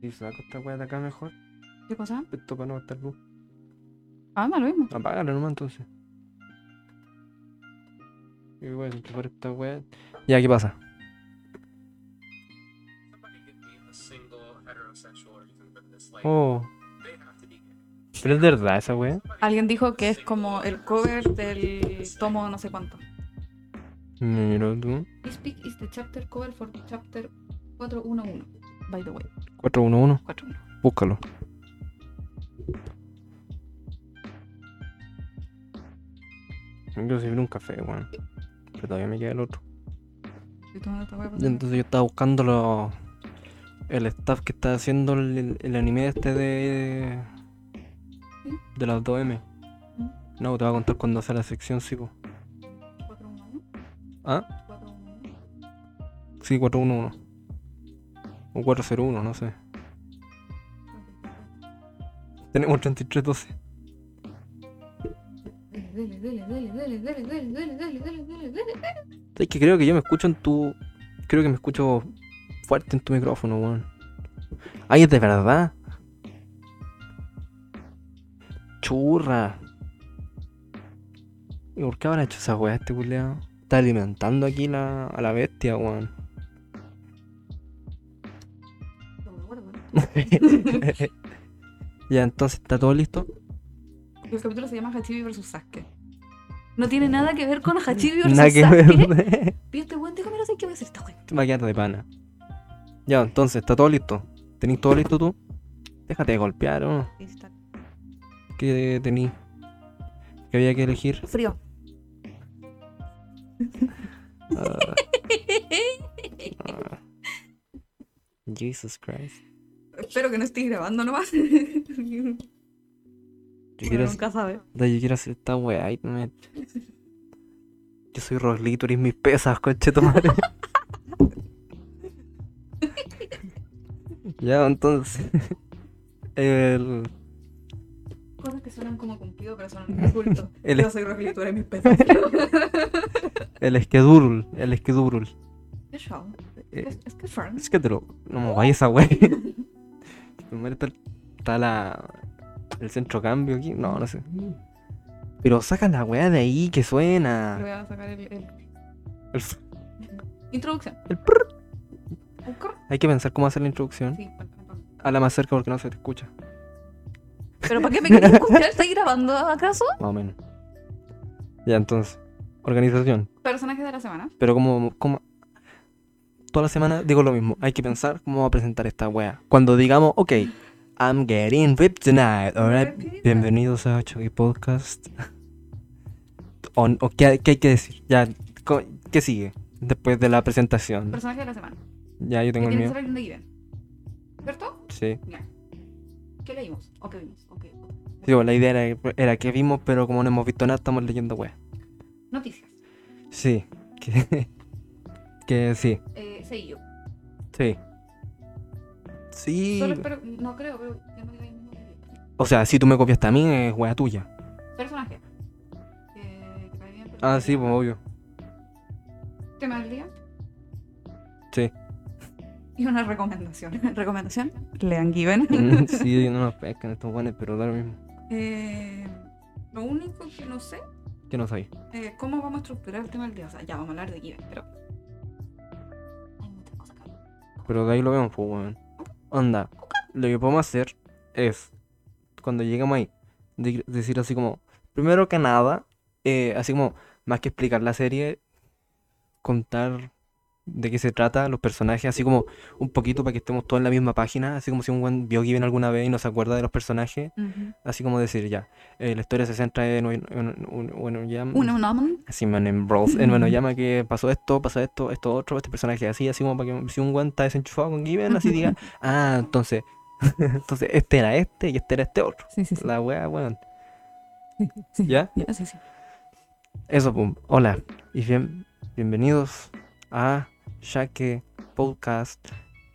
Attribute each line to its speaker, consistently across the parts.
Speaker 1: Si saco esta weá de acá mejor,
Speaker 2: ¿Qué cosa?
Speaker 1: esto para no gastar luz.
Speaker 2: Ah, lo mismo.
Speaker 1: Apágala nomás entonces. Y voy a simplificar esta weá. Ya, ¿qué pasa? Oh, pero es verdad esa weá.
Speaker 2: Alguien dijo que es como el cover del tomo no sé cuánto.
Speaker 1: Mira tú.
Speaker 2: This pic is the chapter cover for chapter 411. By the way,
Speaker 1: 411,
Speaker 2: 411.
Speaker 1: búscalo. Yo quiero servir un café, weón. Pero todavía me queda el otro.
Speaker 2: Estoy tomando esta hueá para
Speaker 1: Y Entonces yo estaba buscando lo- el staff que está haciendo el, el anime este de. de las 2M. No, te voy a contar cuando hace la sección, sí, po.
Speaker 2: saber. 411,
Speaker 1: ¿Ah?
Speaker 2: 411.
Speaker 1: Sí, 411. O 401, no sé. Tenemos 3312.
Speaker 2: Dele, dele, dele, dele, dele, dele, dele, dele, dele, dele, dele.
Speaker 1: Es que creo que yo me escucho en tu. Creo que me escucho fuerte en tu micrófono, weón. Ay, es de verdad. Churra. ¿Y por qué habrá hecho esa weá este culeado? Está alimentando aquí la, a la bestia, weón.
Speaker 2: No me acuerdo.
Speaker 1: ya, entonces está todo listo.
Speaker 2: El capítulo se llama Hachibi vs Sasuke. No tiene nada que ver con Hachibi vs
Speaker 1: Nada que
Speaker 2: Sasuke.
Speaker 1: ver.
Speaker 2: Y este weón, déjame lo sé qué voy a hacer esta weón.
Speaker 1: Te va a quedar de pana. Ya, entonces está todo listo. ¿Tenís todo listo tú? Déjate de golpear, ¿o no?
Speaker 2: Ahí está.
Speaker 1: que tenía que había que elegir
Speaker 2: Frío.
Speaker 1: Ah, ah. Jesus Christ
Speaker 2: Espero que no estés grabando nomás. Uno
Speaker 1: yo quiero, hacer-
Speaker 2: nunca sabe.
Speaker 1: da, yo quiero hacer esta weá y me- yo soy Roslito eres mis pesas coche tu madre ya entonces el
Speaker 2: Cosas que suenan como cumplido, pero son un insulto.
Speaker 1: El-
Speaker 2: Yo soy Rogelio, tú eres mi peso.
Speaker 1: el schedule el schedule
Speaker 2: ¿Qué show?
Speaker 1: Eh,
Speaker 2: Es es que Friends.
Speaker 1: Es que te lo. No me vayas esa wey. Primero está, está la. El centro cambio aquí. No, no sé. Pero saca la weá de ahí que
Speaker 2: Le voy
Speaker 1: suena.
Speaker 2: a sacar el. el-
Speaker 1: El f-
Speaker 2: Introducción.
Speaker 1: el prrr.
Speaker 2: ¿Busco?
Speaker 1: Hay que pensar cómo hacer la introducción.
Speaker 2: Sí, falta, falta.
Speaker 1: Habla más cerca porque no se te escucha.
Speaker 2: ¿Pero para qué me querés escuchar? ¿Estoy grabando acaso?
Speaker 1: Más o menos. Ya, entonces. Organización.
Speaker 2: Personajes de la semana.
Speaker 1: Pero como, como toda la semana digo lo mismo, hay que pensar cómo va a presentar esta wea. Cuando digamos, ok, I'm getting ripped tonight, alright.
Speaker 2: Repita.
Speaker 1: Bienvenidos a 8 Podcast. o, o qué, qué hay que decir? Ya, co- ¿qué sigue? Después de la presentación.
Speaker 2: Personaje de la semana.
Speaker 1: Ya, yo
Speaker 2: Que
Speaker 1: tengo el
Speaker 2: tiene que
Speaker 1: mío.
Speaker 2: ser alguien de Given. ¿Cierto?
Speaker 1: Sí.
Speaker 2: Ya. ¿Qué leímos? ¿O qué vimos? ¿O qué?
Speaker 1: Sí, bueno, la idea era, era que vimos, pero como no hemos visto nada, estamos leyendo wea.
Speaker 2: Noticias.
Speaker 1: Sí. Que, que sí.
Speaker 2: Eh, seguí yo.
Speaker 1: Sí. Sí.
Speaker 2: Solo espero. No creo, pero que no digáis ningún video.
Speaker 1: O sea, si tú me copiaste a mí, es wea tuya.
Speaker 2: Personaje. Eh, que cae bien, pero-
Speaker 1: Ah, sí, pues obvio.
Speaker 2: Tema del día.
Speaker 1: Sí.
Speaker 2: Y una recomendación. Recomendación. Lean Given.
Speaker 1: sí, no nos pescan estos guanes, pero da lo mismo.
Speaker 2: Eh, lo único que no sé
Speaker 1: Yo no sabía.
Speaker 2: es cómo vamos a estructurar el tema del día. O sea, ya vamos a hablar de Given, pero. Hay muchas cosas que hablar.
Speaker 1: Pero de ahí lo vemos, pues, weón. Onda, lo que podemos hacer es, cuando lleguemos ahí, de- decir así como, primero que nada, eh, así como, más que explicar la serie, contar de qué se trata, los personajes, así como un poquito para que estemos todos en la misma página, así como si un buen vio Given alguna vez y no se acuerda de los personajes, así como decir ya, eh, la historia se centra en, en, en- en- bueno, ya-
Speaker 2: Uno, un hombre.
Speaker 1: Así man, en Brawls, en bueno, llama que pasó esto, pasó esto, esto otro, este personaje así, así como para que si un weón está desenchufado con Given, así diga, ah, entonces, entonces este era este y este era este otro.
Speaker 2: Sí, sí, sí.
Speaker 1: La wea, weón.
Speaker 2: sí.
Speaker 1: ¿Ya?
Speaker 2: Sí, sí.
Speaker 1: Eso, pum. Hola y bien, bienvenidos a Shake Podcast.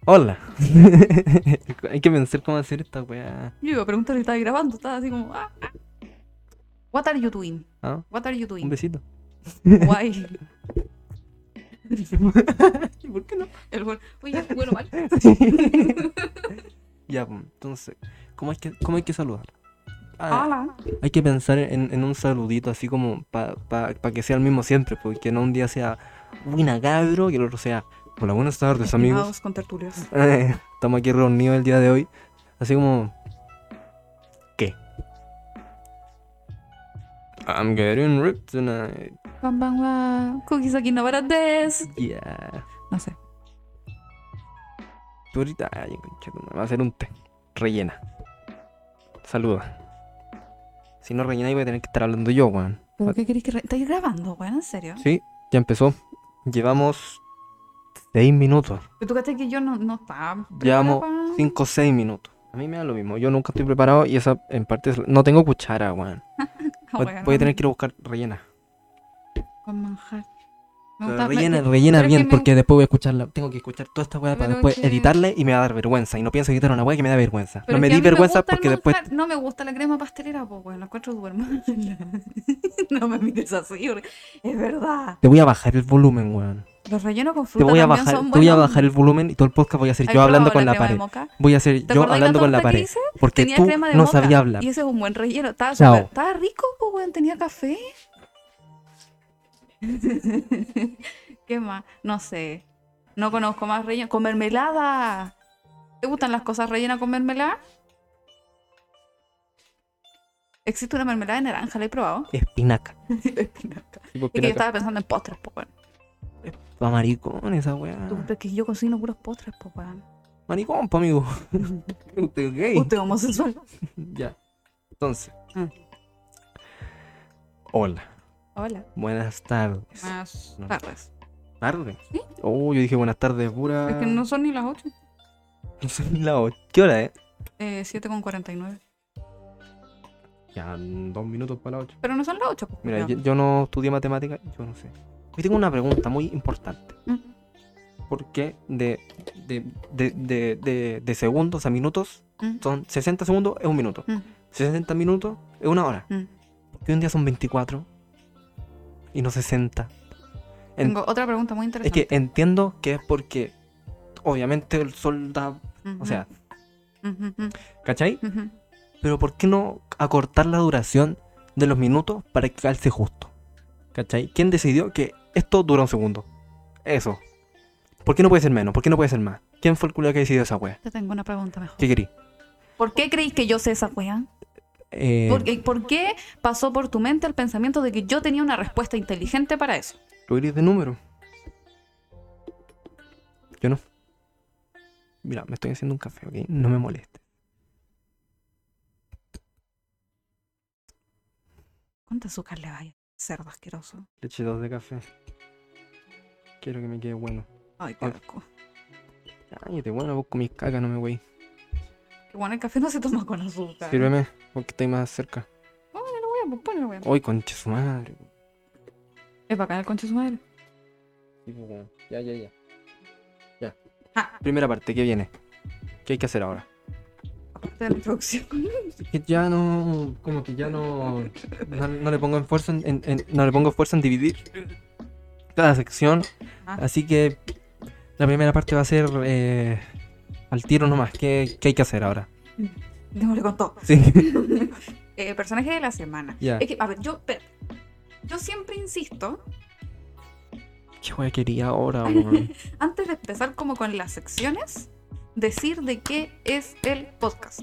Speaker 1: Hola. Hay que pensar cómo hacer esta wea.
Speaker 2: Yo iba a preguntar si estaba grabando. Estaba así como. ah, ah, ah. What are you doing?
Speaker 1: Ah.
Speaker 2: What are you
Speaker 1: Un
Speaker 2: doing?
Speaker 1: besito.
Speaker 2: Why?
Speaker 1: ¿Por qué no?
Speaker 2: El bueno, oye, bueno, mal.
Speaker 1: Ya, pues, entonces, ¿cómo hay que, cómo hay que saludar? Ah,
Speaker 2: Hola.
Speaker 1: hay que pensar en, en un saludito así como para que sea el mismo siempre, porque no un día sea buena cabro y el otro sea hola, buenas tardes amigos.
Speaker 2: Estimados contertulios.
Speaker 1: Estamos aquí reunidos el día de hoy, así como... ¿Qué? I'm getting ripped tonight.
Speaker 2: Bam, bam, bam. Cookies aquí no para des.
Speaker 1: Yeah.
Speaker 2: No sé.
Speaker 1: Tú ahorita, ay, conchetumare, me va a hacer un té. Rellena. Saluda. Si no rellena, voy a tener que estar hablando yo, weón.
Speaker 2: ¿Pero qué queréis que re... ¿Estáis grabando, weón? ¿En serio?
Speaker 1: Sí, ya empezó. Llevamos 6 minutos.
Speaker 2: Pero tú cachai que yo no, no estaba.
Speaker 1: Llevamos
Speaker 2: preparada pa-
Speaker 1: 5 o 6 minutos. A mí me da lo mismo. Yo nunca estoy preparado y esa en parte es... No tengo cuchara, weón.
Speaker 2: Ah,
Speaker 1: Voy,
Speaker 2: weón,
Speaker 1: voy a
Speaker 2: no,
Speaker 1: tener que ir a buscar rellena.
Speaker 2: Con manjar. Me
Speaker 1: Pero
Speaker 2: gusta- me-
Speaker 1: rellena,
Speaker 2: me-
Speaker 1: rellena
Speaker 2: pero es que
Speaker 1: bien
Speaker 2: me-
Speaker 1: porque después voy a escucharla. Tengo que escuchar toda esta weá para
Speaker 2: Pero
Speaker 1: después
Speaker 2: que-
Speaker 1: editarla y me va a dar vergüenza. Y no pienso editar una weá que me da vergüenza.
Speaker 2: pero
Speaker 1: no
Speaker 2: es
Speaker 1: me
Speaker 2: que a
Speaker 1: di
Speaker 2: mí me
Speaker 1: vergüenza
Speaker 2: gusta el
Speaker 1: porque después...
Speaker 2: manjar. No me gusta la crema pastelera, pues, weón. Los cuatro duermo. no me mires así, porque es verdad.
Speaker 1: Te voy a bajar el volumen, weón.
Speaker 2: Los rellenos con
Speaker 1: Te
Speaker 2: fruta
Speaker 1: voy a
Speaker 2: también
Speaker 1: bajar,
Speaker 2: son
Speaker 1: te voy a
Speaker 2: buenos.
Speaker 1: bajar el volumen y todo el podcast voy a hacer
Speaker 2: ¿Has
Speaker 1: yo hablando
Speaker 2: probado
Speaker 1: con la
Speaker 2: crema de
Speaker 1: pared.
Speaker 2: moca?
Speaker 1: Voy a hacer
Speaker 2: ¿Te
Speaker 1: yo
Speaker 2: acordás
Speaker 1: hablando con la
Speaker 2: torta que
Speaker 1: pared.
Speaker 2: hice?
Speaker 1: Porque
Speaker 2: Tenía
Speaker 1: tú
Speaker 2: crema de
Speaker 1: no
Speaker 2: moca,
Speaker 1: sabía hablar.
Speaker 2: Y ese es un buen relleno. Estaba,
Speaker 1: Chao.
Speaker 2: súper- estaba rico, pues, weón. Tenía café. ¿Qué más? No sé. No conozco más relleno. Con mermelada. ¿Te gustan las cosas rellenas con mermelada? Existe una mermelada de naranja, la he probado.
Speaker 1: Espinaca.
Speaker 2: Espinaca.
Speaker 1: Tipo
Speaker 2: Es que yo
Speaker 1: espinaca.
Speaker 2: estaba pensando en postres, pues, weón.
Speaker 1: Ah. Pa' maricón esa weá.
Speaker 2: Tú, pero es que yo cocino puros postres, pues, weón.
Speaker 1: Maricón, pa' amigo. Usted es gay.
Speaker 2: Usted es homosexual.
Speaker 1: Ya. Entonces.
Speaker 2: Ah.
Speaker 1: Hola.
Speaker 2: Hola.
Speaker 1: Buenas tardes.
Speaker 2: Más
Speaker 1: No.
Speaker 2: tardes.
Speaker 1: ¿Tarde?
Speaker 2: Sí.
Speaker 1: Oh, yo dije buenas tardes, pura.
Speaker 2: Es que no son ni las 8.
Speaker 1: No sé ni la hora. ¿Qué hora es?
Speaker 2: Eh, 7,49.
Speaker 1: Ya, dos minutos para las ocho.
Speaker 2: Pero no pues, son las 8.
Speaker 1: Mira, yo, yo no estudié matemática, yo no sé. Hoy tengo una pregunta muy importante.
Speaker 2: Mm,
Speaker 1: ¿Por qué de, de, de, de, de- de segundos a minutos
Speaker 2: mm,
Speaker 1: son 60 segundos es un minuto? 60 minutos es una
Speaker 2: mm.
Speaker 1: hora. ¿Por qué un día son 24 y no 60? En-
Speaker 2: Tengo otra pregunta muy
Speaker 1: es
Speaker 2: interesante.
Speaker 1: que entiendo que es porque obviamente el sol da...
Speaker 2: Ujú,
Speaker 1: O sea,
Speaker 2: ujú, ujú,
Speaker 1: ¿cachai?
Speaker 2: ujú.
Speaker 1: Pero ¿por qué no acortar la duración de los minutos para que calce justo? ¿Cachai? ¿Quién decidió que esto dura un segundo? Eso. ¿Por qué no puede ser menos? ¿Por qué no puede ser más? ¿Quién fue el culo que decidió esa wea?
Speaker 2: Te tengo una pregunta mejor.
Speaker 1: ¿Qué querí?
Speaker 2: ¿Por qué creéis que yo sé esa wea?
Speaker 1: Eh,
Speaker 2: ¿Por, qué- por qué pasó por tu mente el pensamiento de que yo tenía una respuesta inteligente para eso?
Speaker 1: ¿Tú eres de número? Yo no. Mira, me estoy haciendo un café, ¿ok? No me moleste.
Speaker 2: ¿Cuánto azúcar le vaya? Cerdo asqueroso.
Speaker 1: Le eché dos de café. Quiero que me quede bueno.
Speaker 2: Ay, qué
Speaker 1: Ay.
Speaker 2: asco.
Speaker 1: Cállate, bueno, vos mis caca, no me voy.
Speaker 2: Qué bueno, el café no se toma con azúcar.
Speaker 1: Sírveme, porque estoy más cerca.
Speaker 2: Ponle la wea, pues, ponle la wea.
Speaker 1: Uy, concha su madre.
Speaker 2: Es bacán el concha de su madre.
Speaker 1: Ya, ya, ya.
Speaker 2: Ah,
Speaker 1: Primera parte, ¿qué viene? ¿Qué hay que hacer ahora?
Speaker 2: aparte de la introducción.
Speaker 1: Que ya no. Como que ya no. No, no le pongo esfuerzo en, en- en- No le pongo esfuerzo en dividir cada sección.
Speaker 2: Ah.
Speaker 1: Así que. La primera parte va a ser. eh, al tiro nomás. ¿Qué, qué hay que hacer ahora?
Speaker 2: Démosle con todo.
Speaker 1: Sí.
Speaker 2: Eh, personaje de la semana.
Speaker 1: Ya.
Speaker 2: Es que, a ver, yo, espérate. yo siempre insisto,
Speaker 1: ¿Qué wea quería ahora, weón?
Speaker 2: antes de empezar como con las secciones, decir de qué es el podcast.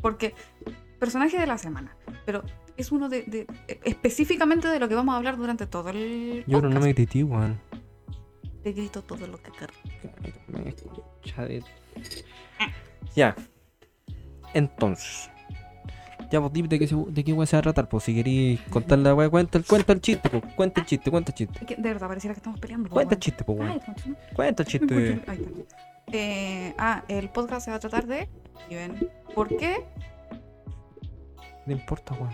Speaker 2: Porque personaje de la semana, pero es uno de, de- eh, específicamente de lo que vamos a hablar durante todo el
Speaker 1: Yo no,
Speaker 2: podcast.
Speaker 1: no me grité, weón.
Speaker 2: Te grito todo lo que quiero.
Speaker 1: Me escucha de- Ya. Entonces. Ya vos dime de qué, se- de qué wea se va a tratar, pues si queréis contar la wea, cuenta, el- cuenta el chiste, pues, cuenta el chiste, cuenta el chiste.
Speaker 2: Es que, de verdad, pareciera que estamos peleando. po,
Speaker 1: Cuenta el
Speaker 2: weón.
Speaker 1: chiste, pues
Speaker 2: Ay,
Speaker 1: weón.
Speaker 2: concha, no.
Speaker 1: Cuenta el chiste.
Speaker 2: Ahí está. Eh, ah, el podcast se va a tratar de... y ven, ¿Por qué?
Speaker 1: No importa, weón.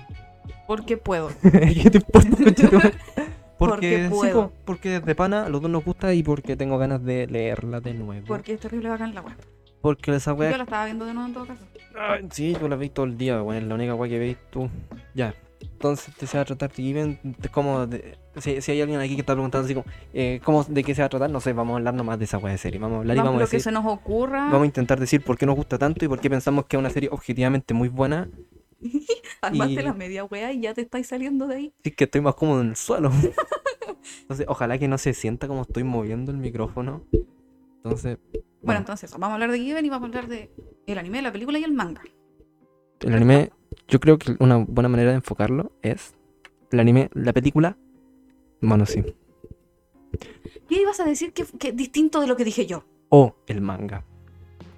Speaker 2: Porque puedo.
Speaker 1: ¿Qué te importa, conchetumare?
Speaker 2: Porque
Speaker 1: Porque, sí,
Speaker 2: puedo.
Speaker 1: po, porque de pana a los dos nos gusta y porque tengo ganas de leerla de nuevo.
Speaker 2: Porque es terrible bacán la web.
Speaker 1: Porque esa
Speaker 2: Yo
Speaker 1: wea. Ah,
Speaker 2: la estaba viendo de nuevo en todo caso.
Speaker 1: Ay, Sí, yo la vi todo el día, weón. Es la única wea que veis tú. Ya, Entonces te se va a tratar de Given, de como de- si, si hay alguien aquí que está preguntando así como, eh, ¿cómo, ¿de qué se va a tratar? No sé, vamos a hablar nomás de esa wea de serie. Vamos a hablar y
Speaker 2: Vamos,
Speaker 1: vamos a
Speaker 2: lo que
Speaker 1: decir,
Speaker 2: se nos ocurra.
Speaker 1: vamos a intentar decir por qué nos gusta tanto y por qué pensamos que es una serie objetivamente muy buena.
Speaker 2: Armaste
Speaker 1: y-
Speaker 2: la media wea y ya te estáis saliendo de ahí.
Speaker 1: Así que estoy más cómodo en el suelo. Entonces, ojalá que no se sienta como estoy moviendo el micrófono. Entonces,
Speaker 2: Bueno,
Speaker 1: bueno,
Speaker 2: entonces, eso, vamos a hablar de Given y vamos a hablar de el anime, la película y el manga.
Speaker 1: el anime, yo creo que una buena manera de enfocarlo es el anime, la película. Bueno, sí.
Speaker 2: ¿Qué ibas a decir que, que es distinto de lo que dije yo?
Speaker 1: o el manga.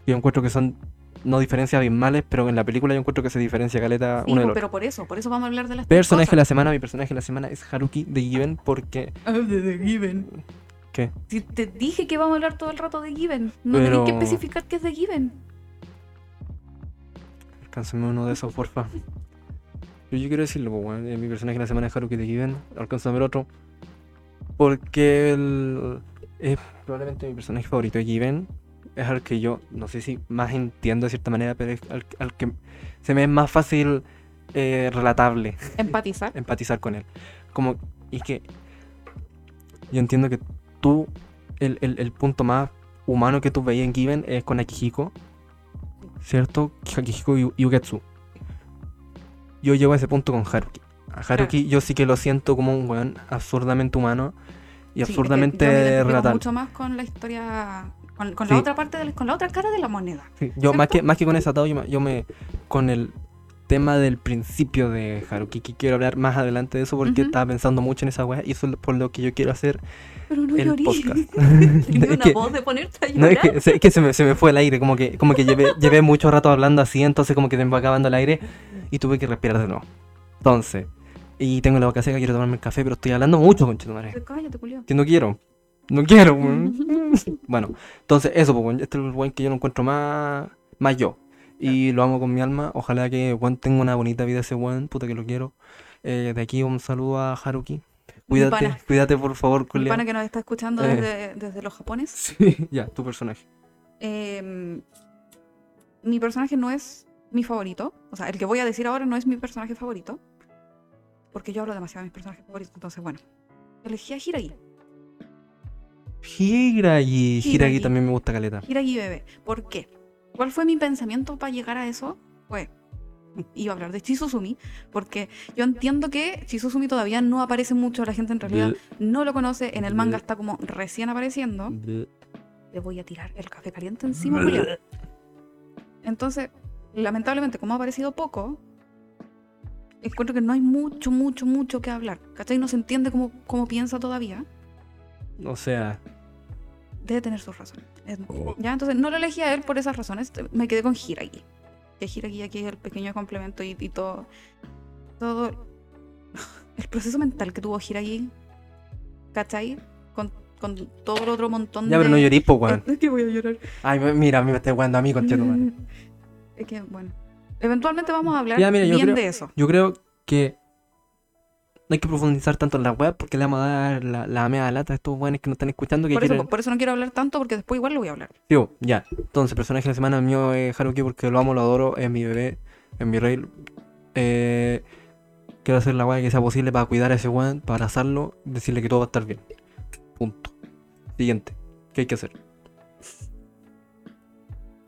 Speaker 1: Yo encuentro que son no diferencias abismales, pero en la película yo encuentro que se diferencia caleta
Speaker 2: Sí,
Speaker 1: Ah,
Speaker 2: pues,
Speaker 1: uno del
Speaker 2: po,
Speaker 1: otro.
Speaker 2: pero por eso, por eso vamos a hablar de las tres
Speaker 1: Personaje de la semana, mi personaje de la semana es Haruki de Given porque
Speaker 2: cosas. Ah, de, de Given.
Speaker 1: ¿Qué?
Speaker 2: Si te dije que vamos a hablar todo el rato de Given. No
Speaker 1: Pero-
Speaker 2: tenés que especificar que es de Given.
Speaker 1: alcánzame uno de esos, porfa. Yo, yo quiero decirlo, pues, weón, eh, mi personaje de la semana es Haruki de Given, alcánzame el otro. Porque el- es probablemente mi personaje favorito de Given. Es al que yo, no sé si más entiendo de cierta manera, pero es al, al que se me es más fácil eh, relatable.
Speaker 2: Empatizar.
Speaker 1: empatizar con él. Como, y que yo entiendo que tú, el, el- el punto más humano que tú veías en Given es con Akihiko, ¿cierto? Akihiko Yu- Yugetsu. Yo llego a ese punto con Haruki. A Haruki yo sí que lo siento como un weón absurdamente humano y
Speaker 2: Sí, es que
Speaker 1: absurdamente
Speaker 2: yo me identifico
Speaker 1: relatable.
Speaker 2: mucho más con la historia, con, con
Speaker 1: Sí.
Speaker 2: la otra parte, de la- con la otra cara de la moneda.
Speaker 1: Sí, yo más
Speaker 2: ¿Cierto?
Speaker 1: que, más que con ese atado, yo me, yo me- con el tema del principio de Haruki, que quiero hablar más adelante de eso porque
Speaker 2: Ujú.
Speaker 1: estaba pensando mucho en esa weá y eso es por lo que yo quiero hacer
Speaker 2: Pero no
Speaker 1: el
Speaker 2: llorí.
Speaker 1: podcast.
Speaker 2: Tenía
Speaker 1: Es
Speaker 2: una
Speaker 1: que-
Speaker 2: voz de ponerte a
Speaker 1: No,
Speaker 2: llorar.
Speaker 1: es que, se, es que se, me, se me fue el aire, como que, como que llevé, llevé mucho rato hablando así, entonces como que se me va acabando el aire y tuve que respirar de nuevo. Entonces, y tengo la boca seca, quiero tomarme el café, pero estoy hablando mucho, conchetumare.
Speaker 2: Cállate, culiao.
Speaker 1: Que no quiero. No quiero. weón. bueno, entonces eso, pues, weón, este es el buen que yo no encuentro más, más yo. Y lo amo con mi alma. Ojalá que Juan tenga una bonita vida ese Juan, puta que lo quiero. Eh, de aquí un saludo a Haruki.
Speaker 2: Mi pana.
Speaker 1: Cuídate, cuídate por favor,
Speaker 2: El
Speaker 1: culiao.
Speaker 2: pana que nos está escuchando
Speaker 1: Eh.
Speaker 2: desde, desde los japones.
Speaker 1: Sí, ya, tu personaje.
Speaker 2: Eh, mi personaje no es mi favorito. O sea, el que voy a decir ahora no es mi personaje favorito. Porque yo hablo demasiado de mis personajes favoritos. Entonces, bueno. Elegí a Hiragi.
Speaker 1: Hiragi. Hiragi
Speaker 2: Hiragi.
Speaker 1: también me gusta caleta.
Speaker 2: Hiragi bebé. ¿Por qué? ¿Cuál fue mi pensamiento para llegar a eso? Pues iba a hablar de Chizuzumi. Porque yo entiendo que Chizuzumi todavía no aparece mucho. La gente en realidad no lo conoce. En el manga está como recién
Speaker 1: Mm.
Speaker 2: apareciendo. le voy a tirar el café caliente encima, Julián. Entonces, lamentablemente, como ha aparecido poco, encuentro que no hay mucho, mucho, mucho que hablar. ¿Cachai? No se entiende cómo, cómo piensa todavía.
Speaker 1: O sea,
Speaker 2: Debe tener sus razones. Es-
Speaker 1: Oh.
Speaker 2: Ya, entonces no lo elegí a él por esas razones. Me quedé con Hiragi. Que Hiragi aquí es el pequeño complemento y, y todo. Todo. El proceso mental que tuvo Hiragi. ¿Cachai? Con, con todo el otro montón
Speaker 1: ya,
Speaker 2: de.
Speaker 1: pero no llorí, po, weón.
Speaker 2: Es que voy a llorar.
Speaker 1: Ay, me- mira, me está jugando a mí, conchetumare.
Speaker 2: Es que, bueno. Eventualmente vamos a hablar
Speaker 1: Ya, mira, yo
Speaker 2: bien
Speaker 1: creo-
Speaker 2: de eso.
Speaker 1: Yo creo que no hay que profundizar tanto en la web porque le vamos a dar la, la media lata a estos buenos que nos están escuchando que
Speaker 2: Por eso,
Speaker 1: quieren.
Speaker 2: por eso no quiero hablar tanto, porque después igual lo voy a hablar.
Speaker 1: Digo, ya. Entonces, personaje de la semana mío es Haruki porque lo amo, lo adoro, es mi bebé, es mi rey. Eh, quiero hacer la weá que sea posible para cuidar a ese weón, para abrazarlo, decirle que todo va a estar bien. Punto. Siguiente. ¿Qué hay que hacer?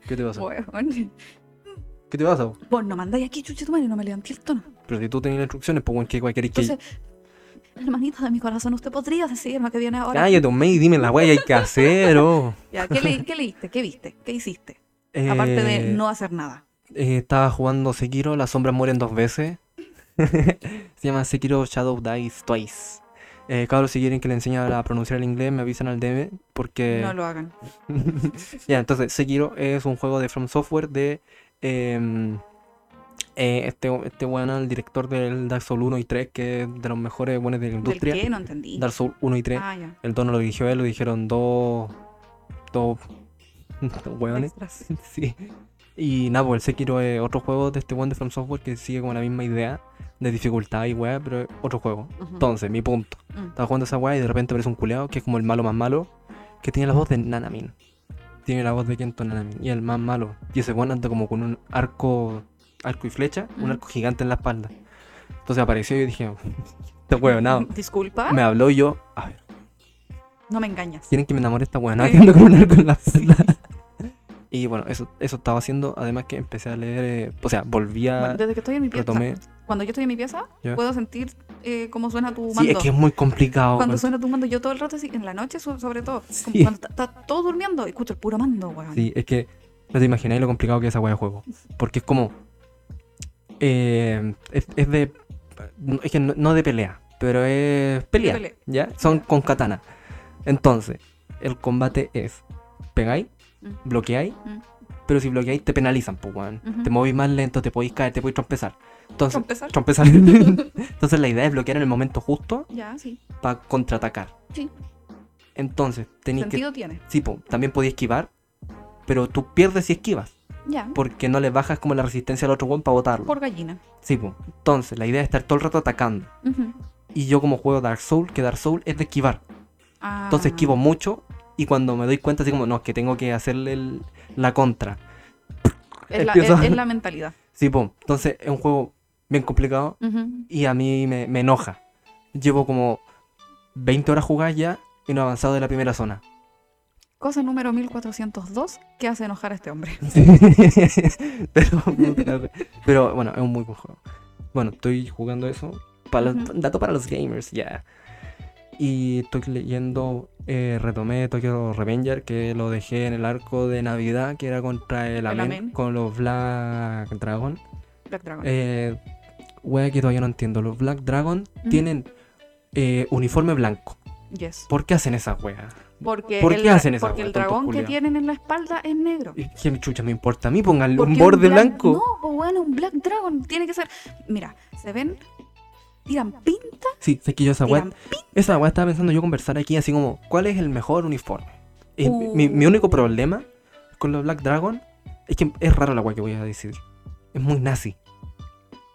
Speaker 1: ¿Qué te pasa?
Speaker 2: Weón.
Speaker 1: ¿Qué te pasa? vos?
Speaker 2: Vos no mandáis aquí, chuche tu madre, no me levanté el tono.
Speaker 1: Pero si tú tenías las instrucciones, pues weón, ¿qué weá querés que
Speaker 2: Entonces, hermanita de mi corazón, usted podría decirme que viene ahora.
Speaker 1: Cállate, un y dime la weá que hay que hacer, oh.
Speaker 2: Ya, ¿qué, le- qué leíste? ¿Qué viste? ¿Qué hiciste?
Speaker 1: Eh,
Speaker 2: Aparte de no hacer nada.
Speaker 1: eh, estaba jugando Sekiro, las sombras mueren dos veces. Se llama Sekiro Shadow Dies Twice. Eh, cabros, si quieren que le enseñe a pronunciar el inglés, me avisan al DM porque...
Speaker 2: No lo hagan.
Speaker 1: Ya, entonces, Sekiro es un juego de From Software de em, eh, este, este bueno, el director del Dark Souls 1 y 3, que es de los mejores buenos de la
Speaker 2: ¿Del
Speaker 1: industria.
Speaker 2: qué? No entendí.
Speaker 1: Dark Souls 1 y 3.
Speaker 2: Ah, ya.
Speaker 1: El tono lo dirigió él, lo dijeron dos. dos. dos hueones.
Speaker 2: Extras.
Speaker 1: Sí. Y nada, pues el Sekiro es otro juego de este one de From Software que sigue como la misma idea de dificultad y weá, pero es otro juego.
Speaker 2: Ujú.
Speaker 1: Entonces, mi punto.
Speaker 2: Mm.
Speaker 1: Estaba jugando esa weá y de repente aparece un culeado que es como el malo más malo, que tiene la voz de Nanamin. Tiene la voz de Kento Nanamin y el más malo. Y ese weón anda como con un arco, arco y flecha, un
Speaker 2: Mm.
Speaker 1: arco gigante en la espalda. Entonces apareció y yo dije, esta huevonada.
Speaker 2: Disculpa,
Speaker 1: Me habló y yo, "Ah, a ver,
Speaker 2: no me engañas.
Speaker 1: quieren que me enamore de esta huevonada
Speaker 2: Sí.
Speaker 1: que ando con una- con la celda. Y bueno, eso, eso estaba haciendo. Además que empecé a leer, eh, o sea, volví a.
Speaker 2: Bueno, desde que estoy en mi pieza,
Speaker 1: retomé.
Speaker 2: cuando yo estoy en mi pieza,
Speaker 1: Ya.
Speaker 2: puedo sentir eh, cómo suena tu mando.
Speaker 1: Sí, es que es muy complicado.
Speaker 2: Cuando
Speaker 1: weón.
Speaker 2: suena tu mando, yo todo el rato, así, en la noche so- sobre todo,
Speaker 1: Oh, Sí.
Speaker 2: como cuando estás todo durmiendo, escucho el puro mando, weón.
Speaker 1: Sí, es que no te imagináis lo complicado que es esa wea de juego. Porque es como. eh, es, es de. no- Es que no, no de pelea, pero es pelea.
Speaker 2: pelea.
Speaker 1: ¿Ya? Son con katana. Entonces, el combate es. Pegáis,
Speaker 2: Mm.
Speaker 1: bloqueáis,
Speaker 2: Mm.
Speaker 1: pero si bloqueáis te penalizan, pues, weón.
Speaker 2: Ujú.
Speaker 1: Te movís más lento, te podéis caer, te podéis trompezar. Entonces,
Speaker 2: ¿Empezar?
Speaker 1: trompezar. Entonces, la idea es bloquear en el momento justo
Speaker 2: Ya, sí.
Speaker 1: para contraatacar.
Speaker 2: Sí.
Speaker 1: Entonces, tenéis que
Speaker 2: Sentido tiene.
Speaker 1: Sí, po, también podía esquivar, pero tú pierdes si esquivas,
Speaker 2: Ya.
Speaker 1: porque no le bajas como la resistencia al otro weón para botarlo.
Speaker 2: Por gallina.
Speaker 1: Sí, po. Entonces, la idea es estar todo el rato atacando.
Speaker 2: Ujú.
Speaker 1: Y yo como juego Dark Soul, que Dark Soul es de esquivar.
Speaker 2: Ah.
Speaker 1: Entonces esquivo mucho y cuando me doy cuenta así como, no, es que tengo que hacerle el- la contra.
Speaker 2: Es la,
Speaker 1: empiezo-
Speaker 2: es- es la mentalidad.
Speaker 1: Sí, po. Entonces es un juego bien complicado
Speaker 2: Ujú.
Speaker 1: y a mí me, me enoja. Llevo como 20 horas jugadas ya y no he avanzado de la primera zona.
Speaker 2: Cosa número 1402 que hace enojar a este hombre.
Speaker 1: pero, pero, bueno, es un muy buen juego. Bueno, estoy jugando eso. Para los-
Speaker 2: Ujú.
Speaker 1: Dato para los gamers, ya. Y estoy leyendo, eh, retomé Tokyo Revenger, que lo dejé en el arco de Navidad, que era contra el, Amen,
Speaker 2: Amen. Ah.
Speaker 1: con los Black Dragon.
Speaker 2: Black Dragon.
Speaker 1: Eh, wea que todavía no entiendo. Los Black Dragon
Speaker 2: Ujú.
Speaker 1: tienen eh, uniforme blanco.
Speaker 2: yes.
Speaker 1: ¿Por qué hacen esa wea?
Speaker 2: Porque,
Speaker 1: ¿por
Speaker 2: el,
Speaker 1: qué
Speaker 2: dra-
Speaker 1: hacen esa
Speaker 2: Porque el
Speaker 1: weá, tontos
Speaker 2: dragón que
Speaker 1: culiaos?
Speaker 2: tienen en la espalda es negro.
Speaker 1: Y ¿Qué chucha me importa a mí? Pónganle
Speaker 2: Porque
Speaker 1: un borde
Speaker 2: blan-
Speaker 1: blanco.
Speaker 2: No, pues bueno, un Black Dragon tiene que ser. Mira, se ven. Tiran pinta,
Speaker 1: Sí, sé que yo esa wea
Speaker 2: tiran
Speaker 1: Esa weá estaba pensando yo conversar aquí, así como, ¿cuál es el mejor uniforme? Y mi- mi, mi
Speaker 2: Uh.
Speaker 1: único problema con los Black Dragon es que es raro la weá que voy a decir. Es muy nazi,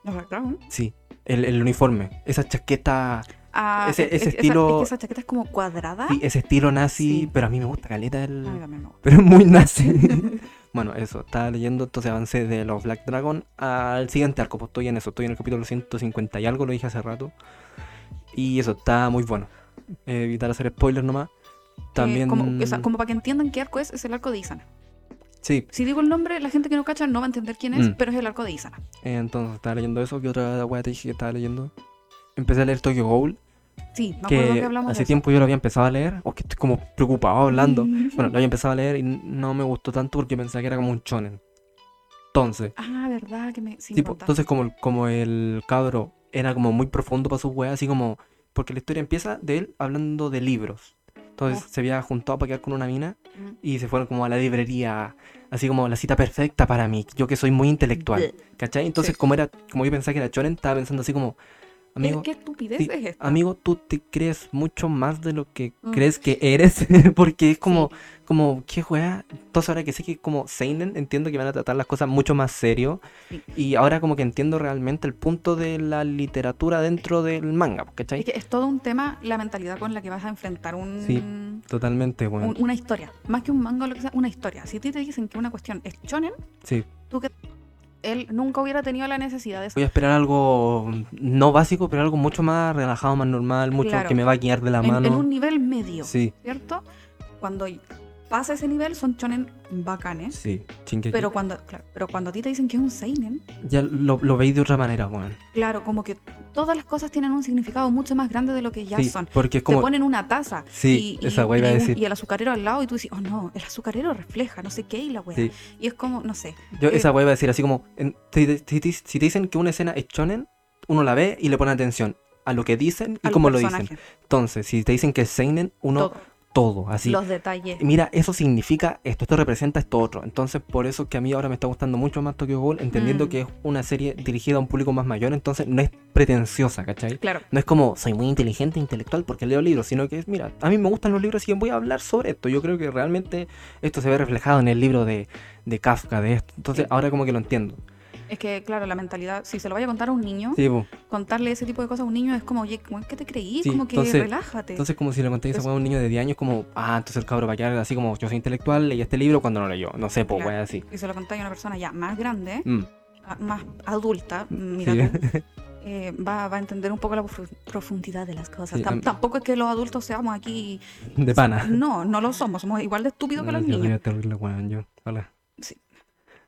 Speaker 2: Los Black Dragon.
Speaker 1: sí. El, el uniforme, esa chaqueta,
Speaker 2: Ah,
Speaker 1: Ese-
Speaker 2: es-
Speaker 1: ese
Speaker 2: es- esa-
Speaker 1: estilo-
Speaker 2: es que esa chaqueta es como cuadrada.
Speaker 1: sí, ese estilo nazi,
Speaker 2: Ah. Sí. Ah,
Speaker 1: pero a mí me gusta caleta el.
Speaker 2: A mí también me gusta.
Speaker 1: Pero es muy nazi. bueno, eso, estaba leyendo, entonces avancé de los Black Dragon al siguiente arco, pues estoy en eso, estoy en el capítulo 150 y algo, lo dije hace rato. Y eso, está muy bueno. Eh, evitar hacer spoilers nomás. También.
Speaker 2: Eh, como, o sea, como para que entiendan qué arco es, es el arco de Isana.
Speaker 1: Sí,
Speaker 2: Si digo el nombre, la gente que no cacha no va a entender quién es,
Speaker 1: Mm.
Speaker 2: pero es el arco de Isana.
Speaker 1: Entonces estaba leyendo eso, que otra weá te dije que estaba leyendo. Empecé a leer Tokyo Ghoul,
Speaker 2: Sí, me acuerdo que
Speaker 1: que
Speaker 2: hablamos
Speaker 1: hace
Speaker 2: de
Speaker 1: tiempo yo lo había empezado a leer, o que estoy como preocupado hablando.
Speaker 2: Mm.
Speaker 1: Bueno, lo había empezado a leer y no me gustó tanto porque pensaba que era como un shonen. Entonces,
Speaker 2: Ah, verdad, que me. Sí, me
Speaker 1: tipo,
Speaker 2: contaste.
Speaker 1: entonces como, el- como el cabro era como muy profundo para sus weas, así como... Porque la historia empieza de él hablando de libros. Entonces
Speaker 2: Ah.
Speaker 1: se había juntado para quedar con una mina
Speaker 2: Mm.
Speaker 1: y se fueron como a la librería, así como la cita perfecta para mí, yo que soy muy intelectual.
Speaker 2: Bleh.
Speaker 1: ¿Cachai? Entonces,
Speaker 2: Sí.
Speaker 1: como era, como yo pensaba que era Choren, estaba pensando así como, amigo,
Speaker 2: ¿Qué, qué estupidez
Speaker 1: sí,
Speaker 2: es esta?
Speaker 1: amigo, tú te crees mucho más de lo que
Speaker 2: Mm.
Speaker 1: crees que eres, porque es como, como, qué juega. Entonces ahora que sé que como Seinen entiendo que van a tratar las cosas mucho más serio.
Speaker 2: Sí.
Speaker 1: Y ahora como que entiendo realmente el punto de la literatura dentro del manga, pues, ¿cachai?
Speaker 2: Es que es todo un tema, la mentalidad con la que vas a enfrentar un,
Speaker 1: Sí, Totalmente, bueno.
Speaker 2: un- una historia. Más que un manga o lo que sea, una historia. Si a ti te dicen que una cuestión es shonen,
Speaker 1: Sí.
Speaker 2: él nunca hubiera tenido la necesidad de eso.
Speaker 1: Voy a esperar algo mm, no básico, pero algo mucho más relajado, más normal, mucho
Speaker 2: Claro.
Speaker 1: que me va a guiar de la
Speaker 2: En, en
Speaker 1: mano.
Speaker 2: un nivel medio,
Speaker 1: Sí,
Speaker 2: ¿cierto? Cuando pasa ese nivel, son shonen bacanes.
Speaker 1: sí. Shingeki.
Speaker 2: Pero cuando, claro, pero cuando a ti te dicen que es un seinen,
Speaker 1: Ya lo, lo veis de otra manera, weón.
Speaker 2: claro, como que todas las cosas tienen un significado mucho más grande de lo que ya
Speaker 1: Sí,
Speaker 2: son.
Speaker 1: porque es
Speaker 2: Te
Speaker 1: como.
Speaker 2: ponen una taza
Speaker 1: Sí,
Speaker 2: y, y-
Speaker 1: esa weá iba a
Speaker 2: y un-
Speaker 1: decir.
Speaker 2: y el azucarero al lado y tú dices, oh no, el azucarero refleja, no sé qué, y la weá.
Speaker 1: Sí.
Speaker 2: Y es como, no sé,
Speaker 1: Yo
Speaker 2: eh,
Speaker 1: esa weá iba a decir así como. en- si, te- si te- si te dicen que una escena es shonen, uno la ve y le pone atención a lo que dicen y
Speaker 2: al
Speaker 1: cómo lo
Speaker 2: personaje,
Speaker 1: dicen. Entonces, si te dicen que es seinen, uno
Speaker 2: todo,
Speaker 1: todo, así.
Speaker 2: los detalles.
Speaker 1: Y Mira, eso significa esto, esto representa esto otro. Entonces, por eso es que a mí ahora me está gustando mucho más Tokyo Ghoul, entendiendo
Speaker 2: Mm.
Speaker 1: que es una serie dirigida a un público más mayor, entonces no es pretenciosa, ¿cachai?
Speaker 2: Claro,
Speaker 1: No es como soy muy inteligente, intelectual porque leo libros, sino que es, mira, a mí me gustan los libros y voy a hablar sobre esto. Yo creo que realmente esto se ve reflejado en el libro de, de Kafka, de esto. Entonces
Speaker 2: Sí.
Speaker 1: ahora como que lo entiendo.
Speaker 2: es que claro, la mentalidad, si se lo vaya a contar a un niño,
Speaker 1: Sí, po.
Speaker 2: contarle ese tipo de cosas a un niño es como, oye, ¿qué te creí?
Speaker 1: Sí,
Speaker 2: como que
Speaker 1: entonces-
Speaker 2: relájate.
Speaker 1: Entonces como si le contáis esa
Speaker 2: Eso.
Speaker 1: weá a un niño de 10 años, como, ah, entonces el cabro va a quedar así como, yo soy intelectual, leí este libro cuando no leyó. No sé, pues,
Speaker 2: Claro.
Speaker 1: weá, así.
Speaker 2: y se lo contáis a una persona ya más grande,
Speaker 1: Mm,
Speaker 2: a- más adulta, mira
Speaker 1: sí.
Speaker 2: tú, eh, va, va a entender un poco la profu- profundidad de las cosas.
Speaker 1: Sí,
Speaker 2: Tam-
Speaker 1: am-
Speaker 2: tampoco es que los adultos seamos aquí.
Speaker 1: De pana.
Speaker 2: No, no lo somos. Somos igual de estúpidos que
Speaker 1: No,
Speaker 2: los
Speaker 1: yo
Speaker 2: niños.
Speaker 1: soy terrible, weón, yo. Hola.
Speaker 2: Sí.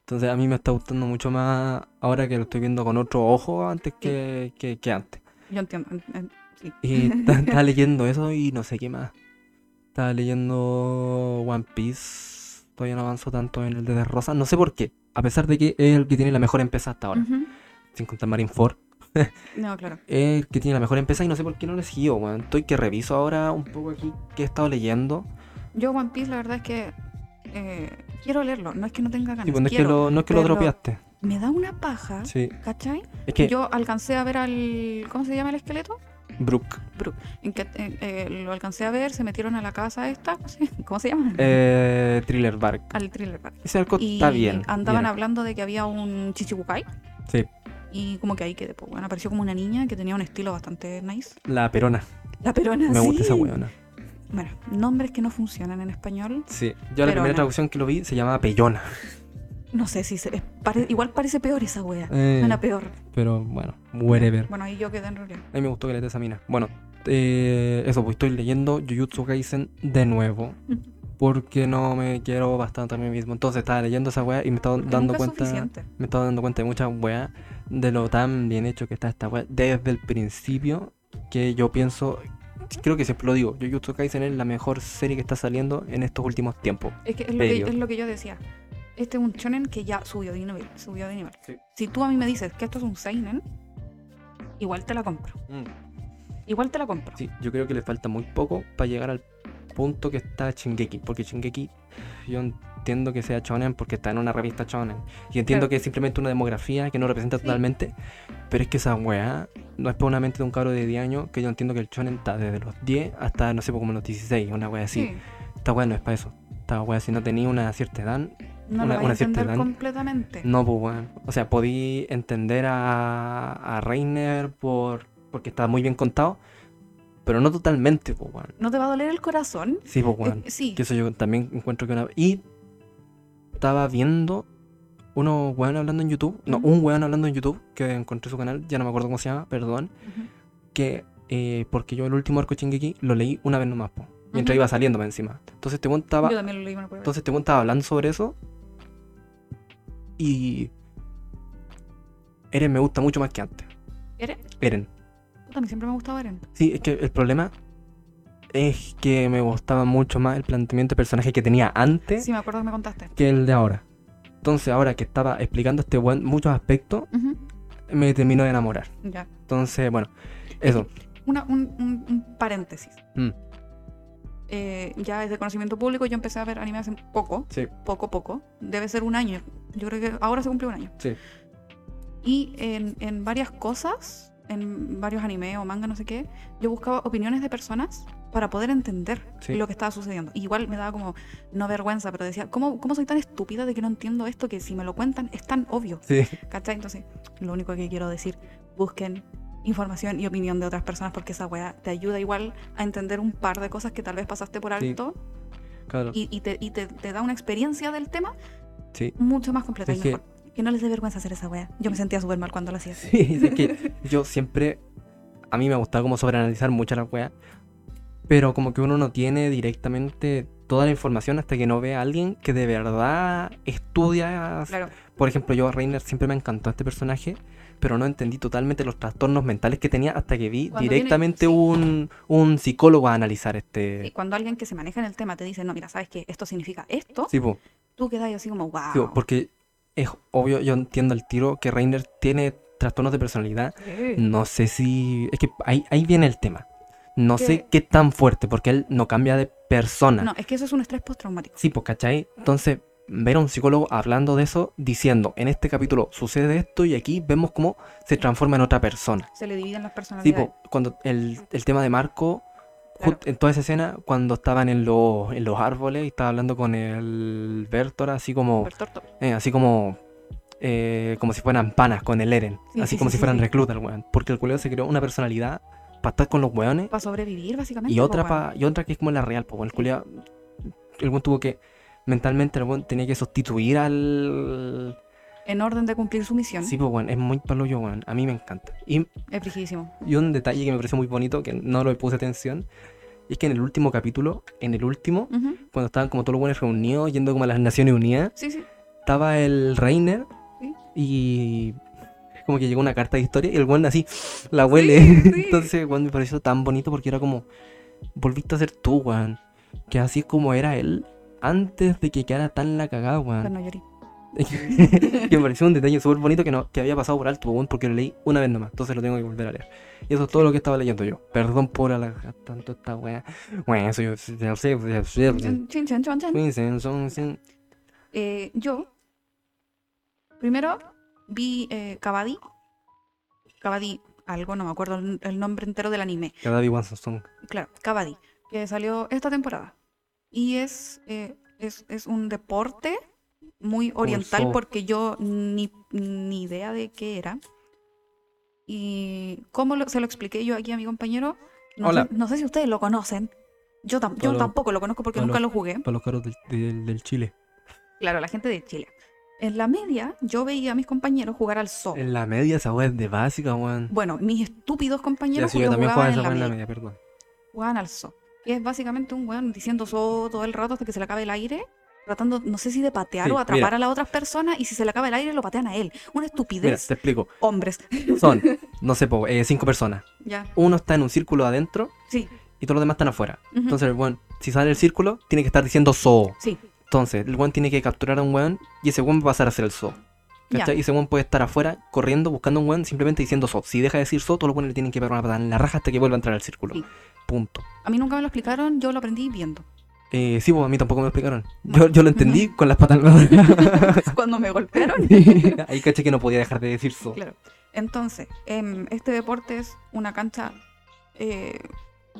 Speaker 1: Entonces a mí me está gustando mucho más ahora que lo estoy viendo con otro ojo antes que, que, que antes.
Speaker 2: Yo entiendo. en- en- sí.
Speaker 1: Y ta- estaba leyendo eso y no sé qué más. Estaba leyendo One Piece. Todavía no avanzo tanto en el de Rosa. No sé por qué. A pesar de que es el que tiene la mejor empresa hasta ahora.
Speaker 2: Ujú.
Speaker 1: Sin contar Marineford.
Speaker 2: No, claro.
Speaker 1: Es el que tiene la mejor empresa y no sé por qué no lo he seguido, weón. Estoy que reviso ahora un poco aquí que he estado leyendo.
Speaker 2: Yo One Piece la verdad es que eh, quiero leerlo. No es que Ah, no tenga ganas.
Speaker 1: Sí, pues no es que
Speaker 2: quiero.
Speaker 1: lo, no es que lo
Speaker 2: pero-
Speaker 1: dropeaste.
Speaker 2: Me da una paja.
Speaker 1: Sí.
Speaker 2: ¿Cachai?
Speaker 1: Es que
Speaker 2: Yo alcancé a ver al... ¿Cómo se llama el esqueleto?
Speaker 1: Brooke.
Speaker 2: En que, eh, eh, lo alcancé a ver, se metieron a la casa esta. no sé, ¿Cómo se llama?
Speaker 1: Eh, Thriller Bark.
Speaker 2: al thriller park.
Speaker 1: Ese arco
Speaker 2: Y
Speaker 1: está bien.
Speaker 2: andaban
Speaker 1: bien.
Speaker 2: hablando de que había un chichibukai.
Speaker 1: Sí,
Speaker 2: Y como que ahí quedé, pues, bueno, apareció como una niña que tenía un estilo bastante nice.
Speaker 1: la perona.
Speaker 2: La perona,
Speaker 1: Me
Speaker 2: sí.
Speaker 1: gusta esa weona.
Speaker 2: Bueno, nombres que no funcionan en español.
Speaker 1: Sí. Yo la
Speaker 2: Perona.
Speaker 1: primera traducción que lo vi se llamaba Pellona.
Speaker 2: No sé si se, es- pare- igual parece peor esa wea.
Speaker 1: Eh.
Speaker 2: Suena peor.
Speaker 1: Pero bueno, wherever.
Speaker 2: Bueno, ahí yo quedé en realidad.
Speaker 1: A mí me gustó que le dé esa mina. Bueno, eh, eso, pues estoy leyendo Jujutsu Kaisen de nuevo.
Speaker 2: Ujú.
Speaker 1: Porque no me quiero bastante a mí mismo. Entonces estaba leyendo esa weá y me estaba
Speaker 2: Porque
Speaker 1: dando
Speaker 2: nunca
Speaker 1: cuenta.
Speaker 2: Es suficiente.
Speaker 1: Me estaba dando cuenta de muchas weas. De lo tan bien hecho que está esta wea. Desde el principio. Que yo pienso. Creo que siempre lo digo. Jujutsu Kaisen es la mejor serie que está saliendo en estos últimos tiempos.
Speaker 2: Es que es, lo que
Speaker 1: Period.
Speaker 2: es lo que yo decía. Este es un shonen que ya subió de nivel. Subió de nivel.
Speaker 1: Sí.
Speaker 2: Si tú a mí me dices que esto es un seinen, igual te la compro. Igual te la compro.
Speaker 1: Sí, yo creo que le falta muy poco para llegar al punto que está Shingeki, porque Shingeki yo entiendo que sea shonen porque está en una revista shonen y entiendo
Speaker 2: Claro.
Speaker 1: que es simplemente una demografía que no representa
Speaker 2: Sí.
Speaker 1: totalmente, pero es que esa weá no es para una mente de un cabro de 10 años que yo entiendo que el shonen está desde los 10 hasta no sé como los 16, una weá así. Esta weá no es para eso. Esta weá si no tenía una cierta edad,
Speaker 2: No
Speaker 1: Una-
Speaker 2: lo
Speaker 1: una
Speaker 2: vas a
Speaker 1: cierta
Speaker 2: entender
Speaker 1: edad.
Speaker 2: completamente.
Speaker 1: no pues weón. O sea, podí entender a, a Reiner por porque está muy bien contado, pero no totalmente, pues weón.
Speaker 2: ¿No te va a doler el corazón?
Speaker 1: Sí, pues weón.
Speaker 2: Eh, sí.
Speaker 1: Que eso yo también encuentro que una. Y estaba viendo unos weón hablando en YouTube. No,
Speaker 2: Ujú.
Speaker 1: un weón hablando en YouTube que encontré su canal, ya no me acuerdo cómo se llama, perdón.
Speaker 2: Ujú.
Speaker 1: Que eh, porque yo el último arco Chingeki lo leí una vez nomás, po, mientras
Speaker 2: Ujú.
Speaker 1: iba saliendo para encima. Entonces este weón estaba.
Speaker 2: Yo también lo leí una prueba.
Speaker 1: Entonces este weón estaba hablando sobre eso. Y. Eren me gusta mucho más que antes.
Speaker 2: ¿Eren?
Speaker 1: Eren.
Speaker 2: Puta, a mí siempre me ha gustado Eren.
Speaker 1: Sí, es que el problema es que me gustaba mucho más el planteamiento de personaje que tenía antes
Speaker 2: Sí, me acuerdo que me contaste.
Speaker 1: que el de ahora. Entonces, ahora que estaba explicando este buen muchos aspectos,
Speaker 2: Ujú.
Speaker 1: me terminó de enamorar.
Speaker 2: Ya.
Speaker 1: Entonces, bueno, eso.
Speaker 2: Una- un, un- un paréntesis.
Speaker 1: Mm.
Speaker 2: Eh, ya es de conocimiento público. Yo empecé a ver anime hace poco.
Speaker 1: Sí.
Speaker 2: Poco, poco. Debe ser un año. Yo creo que ahora se cumple un año.
Speaker 1: Sí.
Speaker 2: Y en, en varias cosas, en varios anime o manga, no sé qué, yo buscaba opiniones de personas para poder entender
Speaker 1: Sí.
Speaker 2: lo que estaba sucediendo. Y Igual me daba como, no vergüenza, pero decía, ¿cómo, ¿cómo soy tan estúpida de que no entiendo esto que si me lo cuentan es tan obvio?
Speaker 1: Sí,
Speaker 2: ¿Cachai? Entonces, lo único que quiero decir, busquen información y opinión de otras personas porque esa weá te ayuda igual a entender un par de cosas que tal vez pasaste por
Speaker 1: Sí.
Speaker 2: alto
Speaker 1: claro.
Speaker 2: y, y te, y te- te da una experiencia del tema
Speaker 1: Sí.
Speaker 2: mucho más completa
Speaker 1: Es
Speaker 2: y
Speaker 1: que-
Speaker 2: mejor. Que no les dé vergüenza hacer esa weá. Yo me sentía súper mal cuando lo hacía.
Speaker 1: Sí, es que yo siempre. A mí me gustaba como sobreanalizar mucho la weas. Pero como que uno no tiene directamente toda la información hasta que no ve a alguien que de verdad estudia.
Speaker 2: Claro,
Speaker 1: Por ejemplo, yo a Reiner siempre me encantó este personaje, pero no entendí totalmente los trastornos mentales que tenía hasta que vi
Speaker 2: Cuando
Speaker 1: directamente
Speaker 2: tiene- sí.
Speaker 1: un, un psicólogo a analizar este.
Speaker 2: y cuando alguien que se maneja en el tema te dice, no, mira, ¿sabes qué? Esto significa esto,
Speaker 1: Sí, po,
Speaker 2: tú quedas ahí así como, wow.
Speaker 1: sí, po, porque es obvio, yo entiendo el tiro que Reiner tiene trastornos de personalidad. No sé si. Es que ahí, ahí viene el tema. No sé qué
Speaker 2: Que-
Speaker 1: tan fuerte, porque él no cambia de persona.
Speaker 2: No, es que eso es un estrés postraumático.
Speaker 1: Sí, pues, ¿cachai? Entonces, ver a un psicólogo hablando de eso, diciendo, en este capítulo sucede esto y aquí vemos cómo se transforma en otra persona.
Speaker 2: Se le dividen las
Speaker 1: Sí,
Speaker 2: personalidades.
Speaker 1: po, cuando el, el tema de Marco,
Speaker 2: Ah, Claro.
Speaker 1: jut- en toda esa escena, cuando estaban en, los en los árboles y estaba hablando con el Bertora, así como,
Speaker 2: Bertorto.
Speaker 1: eh, así como, eh, como si fueran panas con el Eren,
Speaker 2: Sí,
Speaker 1: así
Speaker 2: sí,
Speaker 1: como
Speaker 2: sí,
Speaker 1: si
Speaker 2: sí,
Speaker 1: fueran
Speaker 2: sí.
Speaker 1: reclutas, el weón, porque el culero se creó una personalidad para estar con los weones
Speaker 2: Para sobrevivir, básicamente.
Speaker 1: y
Speaker 2: po,
Speaker 1: otra,
Speaker 2: weón.
Speaker 1: pa- y otra que es como la real, pues el culiao- el weón tuvo que, mentalmente el weón tenía que sustituir al,
Speaker 2: en orden de cumplir su misión.
Speaker 1: Sí, pues, weón, es muy paloyo, weón. A mí me encanta. Y,
Speaker 2: Es frigidísimo.
Speaker 1: y un detalle que me pareció muy bonito, que no lo puse atención, es que en el último capítulo, en el último,
Speaker 2: Ujú.
Speaker 1: cuando estaban como todos los buenos reunidos, yendo como a las Naciones Unidas,
Speaker 2: Sí, sí.
Speaker 1: estaba el Reiner
Speaker 2: Sí.
Speaker 1: y como que llegó una carta de historia y el weón así la huele.
Speaker 2: sí.
Speaker 1: Entonces, weón, me pareció tan bonito porque era como, volviste a ser tú, weón. Que así como era él antes de que quedara tan la cagada, weón.
Speaker 2: Pero no llorí.
Speaker 1: que me pareció un detalle súper bonito que, no, que había pasado por alto, weón, porque lo leí una vez nomás, entonces lo tengo que volver a leer. Y eso es todo lo que estaba leyendo yo. Perdón por alargar tanto esta weá. Bueno, eso yo...
Speaker 2: Chin, chin, chan, chan, chan. Eh, yo, primero, vi eh, Kabaddi. Kabaddi, algo, no me acuerdo el el nombre entero del anime.
Speaker 1: Cada día Song.
Speaker 2: Claro, Kabaddi, que salió esta temporada. Y es, eh, es, es un deporte muy oriental
Speaker 1: Curso.
Speaker 2: porque yo ni, ni idea de qué era. Y como se lo expliqué yo aquí a mi compañero, no,
Speaker 1: Hola.
Speaker 2: Sé, no sé si ustedes lo conocen. Yo, tam- yo
Speaker 1: No lo-
Speaker 2: tampoco lo conozco porque
Speaker 1: no lo-
Speaker 2: nunca lo jugué.
Speaker 1: Para los caros del, del- del Chile.
Speaker 2: Claro, la gente de Chile. En la media, yo veía a mis compañeros jugar al zoo.
Speaker 1: En la media esa weá es de básica, weón.
Speaker 2: Bueno, mis estúpidos
Speaker 1: Ya,
Speaker 2: compañeros
Speaker 1: sí,
Speaker 2: lo
Speaker 1: yo también jugaba
Speaker 2: jugaban
Speaker 1: esa
Speaker 2: en la
Speaker 1: weá en la
Speaker 2: media.
Speaker 1: media, perdón.
Speaker 2: Jugaban al zoo. Que es básicamente un weón diciendo zoo todo el rato hasta que se le acabe el aire. Tratando, no sé si de patear
Speaker 1: Sí,
Speaker 2: o atrapar
Speaker 1: mira.
Speaker 2: a las otras personas. Y si se le acaba el aire, lo patean a él. Una
Speaker 1: Mira,
Speaker 2: estupidez.
Speaker 1: te explico.
Speaker 2: Hombres.
Speaker 1: Son, no sé, po, eh, cinco personas.
Speaker 2: ya,
Speaker 1: Uno está en un círculo adentro
Speaker 2: sí.
Speaker 1: y todos los demás están afuera.
Speaker 2: ujú,
Speaker 1: Entonces, el weón, si sale del círculo, tiene que estar diciendo zoo.
Speaker 2: sí.
Speaker 1: Entonces, el weón tiene que capturar a un weón y ese weón va a pasar a ser el zoo.
Speaker 2: Ya.
Speaker 1: ¿Cachai? Y ese weón puede estar afuera corriendo, buscando a un weón, simplemente diciendo zoo. Si deja de decir zoo, todos los weones le tienen que pegar una patada en la raja hasta que vuelva a entrar al círculo.
Speaker 2: Sí.
Speaker 1: Punto.
Speaker 2: A mí nunca me lo explicaron, yo lo aprendí viendo.
Speaker 1: Eh, sí, pues a mí tampoco me lo explicaron. Yo, yo lo entendí con las patas. en la raja.
Speaker 2: Cuando me golpearon.
Speaker 1: Ahí caché que no podía dejar de decir zoo.
Speaker 2: Claro. Entonces, em, este deporte es una cancha. eh,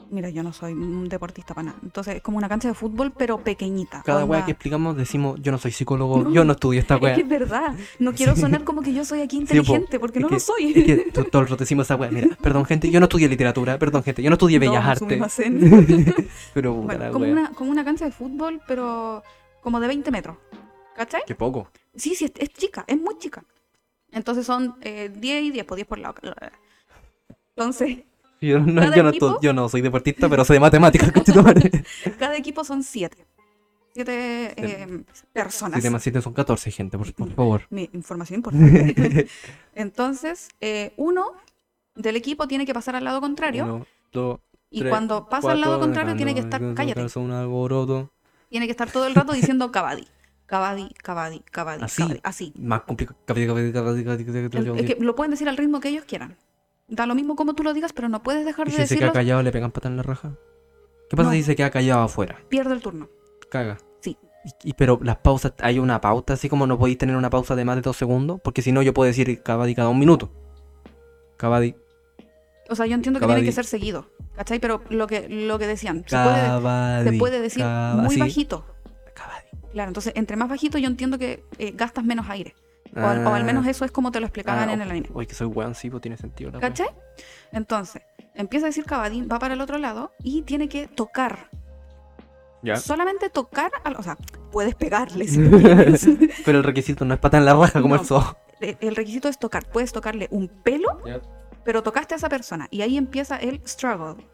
Speaker 2: mira, yo no soy un deportista para nada. Entonces, es como una cancha de fútbol, pero pequeñita.
Speaker 1: Cada
Speaker 2: onda-
Speaker 1: wea que explicamos decimos, yo no soy psicólogo,
Speaker 2: No.
Speaker 1: yo no estudio esta
Speaker 2: Es
Speaker 1: wea.
Speaker 2: que es verdad. No quiero sonar como que yo soy aquí
Speaker 1: po.
Speaker 2: inteligente, porque
Speaker 1: Es
Speaker 2: no
Speaker 1: que-
Speaker 2: lo soy.
Speaker 1: Es que to- todo el rato decimos esa wea. Mira, perdón gente, yo no estudié literatura, perdón gente, yo no estudié
Speaker 2: No,
Speaker 1: bellas artes.
Speaker 2: sumimasen.
Speaker 1: Pero puta
Speaker 2: Bueno,
Speaker 1: la
Speaker 2: como
Speaker 1: wea.
Speaker 2: una, como una cancha de fútbol, pero como de 20 metros. ¿Cachai?
Speaker 1: Qué poco.
Speaker 2: Sí, sí, es, es chica, es muy chica. Entonces son eh, 10 y 10, pues 10 por lado. Entonces,
Speaker 1: Yo no,
Speaker 2: Cada
Speaker 1: yo, no,
Speaker 2: equipo-
Speaker 1: estu- yo no soy deportista, pero sé de matemáticas, conchetumare.
Speaker 2: cada equipo son 7. 7 personas.
Speaker 1: Si te más siete son 14, gente, por, por favor.
Speaker 2: Mi información importante. Entonces, eh, uno del equipo tiene que pasar al lado contrario.
Speaker 1: Uno, dos,
Speaker 2: y
Speaker 1: tres,
Speaker 2: cuando pasa al lado
Speaker 1: cuatro,
Speaker 2: contrario,
Speaker 1: ah,
Speaker 2: tiene que
Speaker 1: no,
Speaker 2: estar.
Speaker 1: no, no,
Speaker 2: Cállate.
Speaker 1: calza un alboroto.
Speaker 2: Tiene que estar todo el rato diciendo Cavadi. Cavadi, Cavadi, Cavadi.
Speaker 1: Así.
Speaker 2: Cavadi, Así.
Speaker 1: Más complicado. capi- capi- capi- capi- capi-
Speaker 2: El-
Speaker 1: capi-
Speaker 2: es que lo pueden decir al ritmo que ellos quieran. Da lo mismo como tú lo digas, pero no puedes dejar
Speaker 1: ¿Y
Speaker 2: de
Speaker 1: si se queda
Speaker 2: decirlo.
Speaker 1: callado le pegan patada en la raja? ¿Qué pasa
Speaker 2: No.
Speaker 1: si se queda callado afuera?
Speaker 2: Pierde el turno.
Speaker 1: Caga.
Speaker 2: Sí.
Speaker 1: Y, y- pero las pausas, hay una pauta, así como no podéis tener una pausa de más de dos segundos, porque si no yo puedo decir Cavadi cada un minuto. Cavadi.
Speaker 2: O sea, yo entiendo que
Speaker 1: Cavadi.
Speaker 2: tiene que ser seguido. ¿Cachai? Pero lo que, lo que decían, se puede,
Speaker 1: Cavadi.
Speaker 2: se puede decir
Speaker 1: Cava-
Speaker 2: muy
Speaker 1: así,
Speaker 2: bajito.
Speaker 1: Cavadi.
Speaker 2: Claro, entonces entre más bajito yo entiendo que eh, gastas menos aire. O, al, o al menos eso es como te lo explicaban
Speaker 1: Ah,
Speaker 2: en
Speaker 1: o-
Speaker 2: el anime.
Speaker 1: Oye, que soy weón, sí, pues tiene sentido la wea.
Speaker 2: ¿Cachai? Entonces, empieza a decir Cavadín, va para el otro lado y tiene que tocar.
Speaker 1: Ya.
Speaker 2: Solamente tocar, al- o sea, puedes pegarle. si quieres.
Speaker 1: Pero el requisito no es patada en la raja como
Speaker 2: No.
Speaker 1: el zoo.
Speaker 2: Eh, el requisito es tocar. Puedes tocarle un pelo,
Speaker 1: Ya.
Speaker 2: pero tocaste a esa persona. Y ahí empieza el struggle.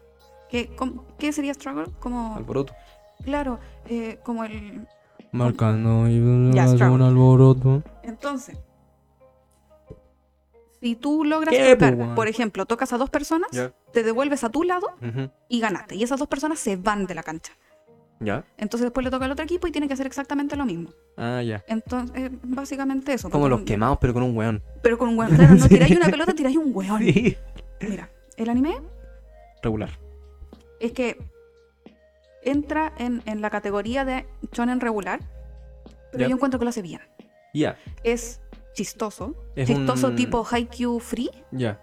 Speaker 2: ¿Qué, com- qué sería struggle? Como,
Speaker 1: Alboroto.
Speaker 2: claro, eh, como el...
Speaker 1: Marcando y
Speaker 2: Ya,
Speaker 1: hace un
Speaker 2: struggle.
Speaker 1: alboroto.
Speaker 2: Entonces, si tú logras
Speaker 1: ¿Qué, po,
Speaker 2: tocar,
Speaker 1: weón?
Speaker 2: por ejemplo, tocas a dos personas,
Speaker 1: Ya.
Speaker 2: te devuelves a tu lado
Speaker 1: Ujú.
Speaker 2: y ganaste. Y esas dos personas se van de la cancha.
Speaker 1: Ya.
Speaker 2: Entonces después le toca al otro equipo y tiene que hacer exactamente lo mismo.
Speaker 1: Ah, ya.
Speaker 2: Entonces, eh, básicamente eso.
Speaker 1: Como
Speaker 2: porque-
Speaker 1: los quemados, pero con un weón.
Speaker 2: Pero con un weón. Claro, no
Speaker 1: Sí.
Speaker 2: tiráis una pelota, tiráis un weón.
Speaker 1: Sí.
Speaker 2: Mira, el anime
Speaker 1: Regular.
Speaker 2: es que entra en, en la categoría de shonen regular, pero
Speaker 1: Ya.
Speaker 2: yo encuentro que lo hace bien.
Speaker 1: Ya.
Speaker 2: Es chistoso.
Speaker 1: Es
Speaker 2: chistoso
Speaker 1: un-
Speaker 2: tipo Haikyuu Free.
Speaker 1: Ya.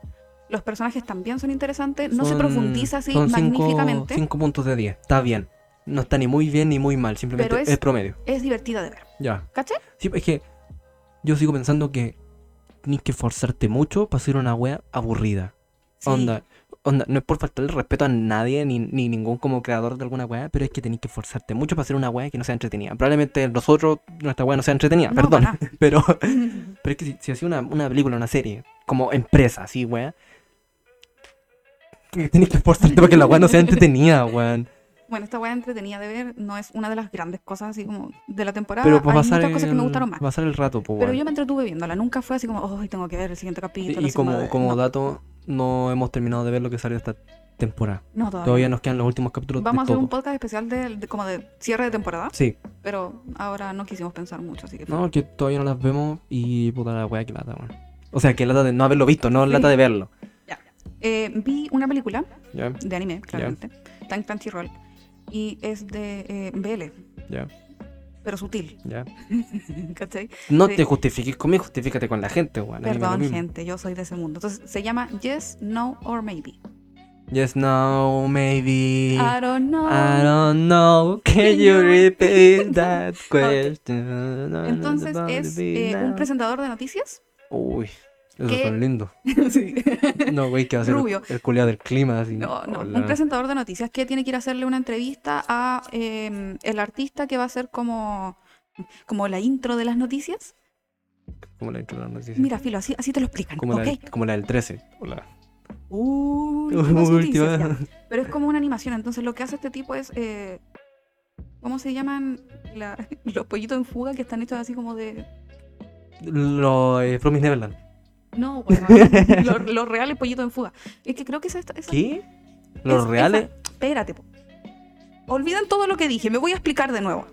Speaker 2: Los personajes también son interesantes. No se
Speaker 1: Son-
Speaker 2: profundiza así
Speaker 1: son cinco-
Speaker 2: magníficamente.
Speaker 1: Cinco puntos de 10. Está bien. No está ni muy bien ni muy mal. Simplemente
Speaker 2: Pero
Speaker 1: es,
Speaker 2: es-
Speaker 1: promedio.
Speaker 2: Es divertida de ver.
Speaker 1: Ya.
Speaker 2: ¿Cachai?
Speaker 1: Sí, es que yo sigo pensando que tienes que forzarte mucho para ser una wea aburrida.
Speaker 2: Sí.
Speaker 1: Onda, onda, no es por faltarle respeto a nadie ni, ni ningún como creador de alguna weá, pero es que tenés que esforzarte mucho para hacer una weá que no sea entretenida. Probablemente nosotros, nuestra weá no sea entretenida,
Speaker 2: No,
Speaker 1: perdón,
Speaker 2: para
Speaker 1: pero,
Speaker 2: nada.
Speaker 1: Pero es que si, si hacía una, una película, una serie, como empresa, así, weón. Tienes que esforzarte para que la weón no sea entretenida, weón.
Speaker 2: Bueno, esta weá entretenida de ver no es una de las grandes cosas así como de la temporada.
Speaker 1: Pero pues
Speaker 2: Ah, Hay
Speaker 1: pasar
Speaker 2: muchas
Speaker 1: el,
Speaker 2: cosas que me gustaron más.
Speaker 1: pasar el rato, pues,
Speaker 2: Pero yo me entretuve viéndola. Nunca fue así como, oh, tengo que ver el siguiente capítulo.
Speaker 1: Y
Speaker 2: así
Speaker 1: como,
Speaker 2: de-
Speaker 1: como
Speaker 2: no,
Speaker 1: dato, no hemos terminado de ver lo que salió esta temporada.
Speaker 2: no, todavía.
Speaker 1: Todavía nos quedan los últimos capítulos
Speaker 2: Vamos
Speaker 1: de
Speaker 2: a hacer
Speaker 1: todo.
Speaker 2: un podcast especial de, de- como de cierre de temporada,
Speaker 1: Sí,
Speaker 2: pero ahora no quisimos pensar mucho, así que...
Speaker 1: no, que todavía no las vemos y puta la weá que lata, weón. O sea, que lata de no haberlo visto, no
Speaker 2: Sí.
Speaker 1: lata de verlo.
Speaker 2: Eh, vi una película
Speaker 1: Ya,
Speaker 2: de anime, claramente, está en Crunchyroll, y es de eh, BL,
Speaker 1: ya,
Speaker 2: pero sutil,
Speaker 1: ya.
Speaker 2: ¿cachai?
Speaker 1: No
Speaker 2: Sí.
Speaker 1: te justifiques conmigo, justifícate con la gente, weón. a mí me da lo
Speaker 2: Perdón,
Speaker 1: mismo.
Speaker 2: gente, yo soy de ese mundo. Entonces, se llama Yes, No, or Maybe.
Speaker 1: Yes, no, maybe.
Speaker 2: I don't know.
Speaker 1: I don't know. Can
Speaker 2: Can
Speaker 1: you
Speaker 2: you
Speaker 1: repeat that question?
Speaker 2: Entonces, es eh, un presentador de noticias.
Speaker 1: Uy, eso
Speaker 2: que-
Speaker 1: es lindo.
Speaker 2: Sí.
Speaker 1: No, güey, que va a ser
Speaker 2: Rubio.
Speaker 1: el culiado del clima. Así.
Speaker 2: No, no,
Speaker 1: Hola.
Speaker 2: un presentador de noticias que tiene que ir a hacerle una entrevista a eh, el artista que va a ser como, como la intro de las noticias.
Speaker 1: Como la intro de la noticia.
Speaker 2: Mira, Filo, así, así te lo explican,
Speaker 1: como,
Speaker 2: ¿ok?
Speaker 1: la, del- como la del 13. Hola.
Speaker 2: Últimas
Speaker 1: Última.
Speaker 2: noticias, ya. Pero es como una animación, entonces lo que hace este tipo es... eh, ¿Cómo se llaman la- los pollitos en fuga que están hechos así como de...
Speaker 1: Lo, eh, Promise Neverland.
Speaker 2: No, huevón, los, los reales pollitos en fuga. Es que creo que esa... esta- esa-
Speaker 1: ¿Qué? eh. Los
Speaker 2: Es-
Speaker 1: reales.
Speaker 2: Espérate, po. Olvidan todo lo que dije, me voy a explicar de nuevo.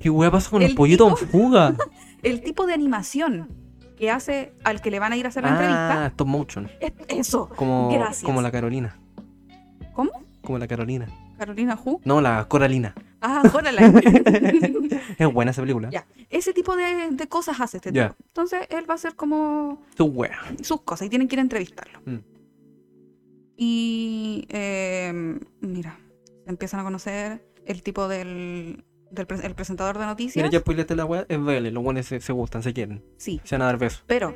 Speaker 1: ¿Qué hueá pasa con los
Speaker 2: El
Speaker 1: pollitos en fuga?
Speaker 2: el tipo de animación que hace al que le van a ir a hacer la
Speaker 1: ah, stop motion.
Speaker 2: entrevista es eso.
Speaker 1: Como,
Speaker 2: Gracias.
Speaker 1: como la Carolina.
Speaker 2: ¿Cómo?
Speaker 1: Como la Carolina.
Speaker 2: Carolina Who.
Speaker 1: No, la Coralina.
Speaker 2: Ah, Coraline.
Speaker 1: Es buena esa película.
Speaker 2: Ya. Ese tipo de, de cosas hace este
Speaker 1: Ya.
Speaker 2: tipo. Entonces él va a hacer como
Speaker 1: Tu hueá.
Speaker 2: sus cosas y tienen que ir a entrevistarlo.
Speaker 1: Mm.
Speaker 2: Y eh, mira, se empiezan a conocer el tipo del, del pre- el presentador de
Speaker 1: Mira,
Speaker 2: noticias.
Speaker 1: ya spoileaste la hueá. Es BL. Los buenos se, se gustan, se quieren.
Speaker 2: Sí,
Speaker 1: Se van a dar besos.
Speaker 2: Pero,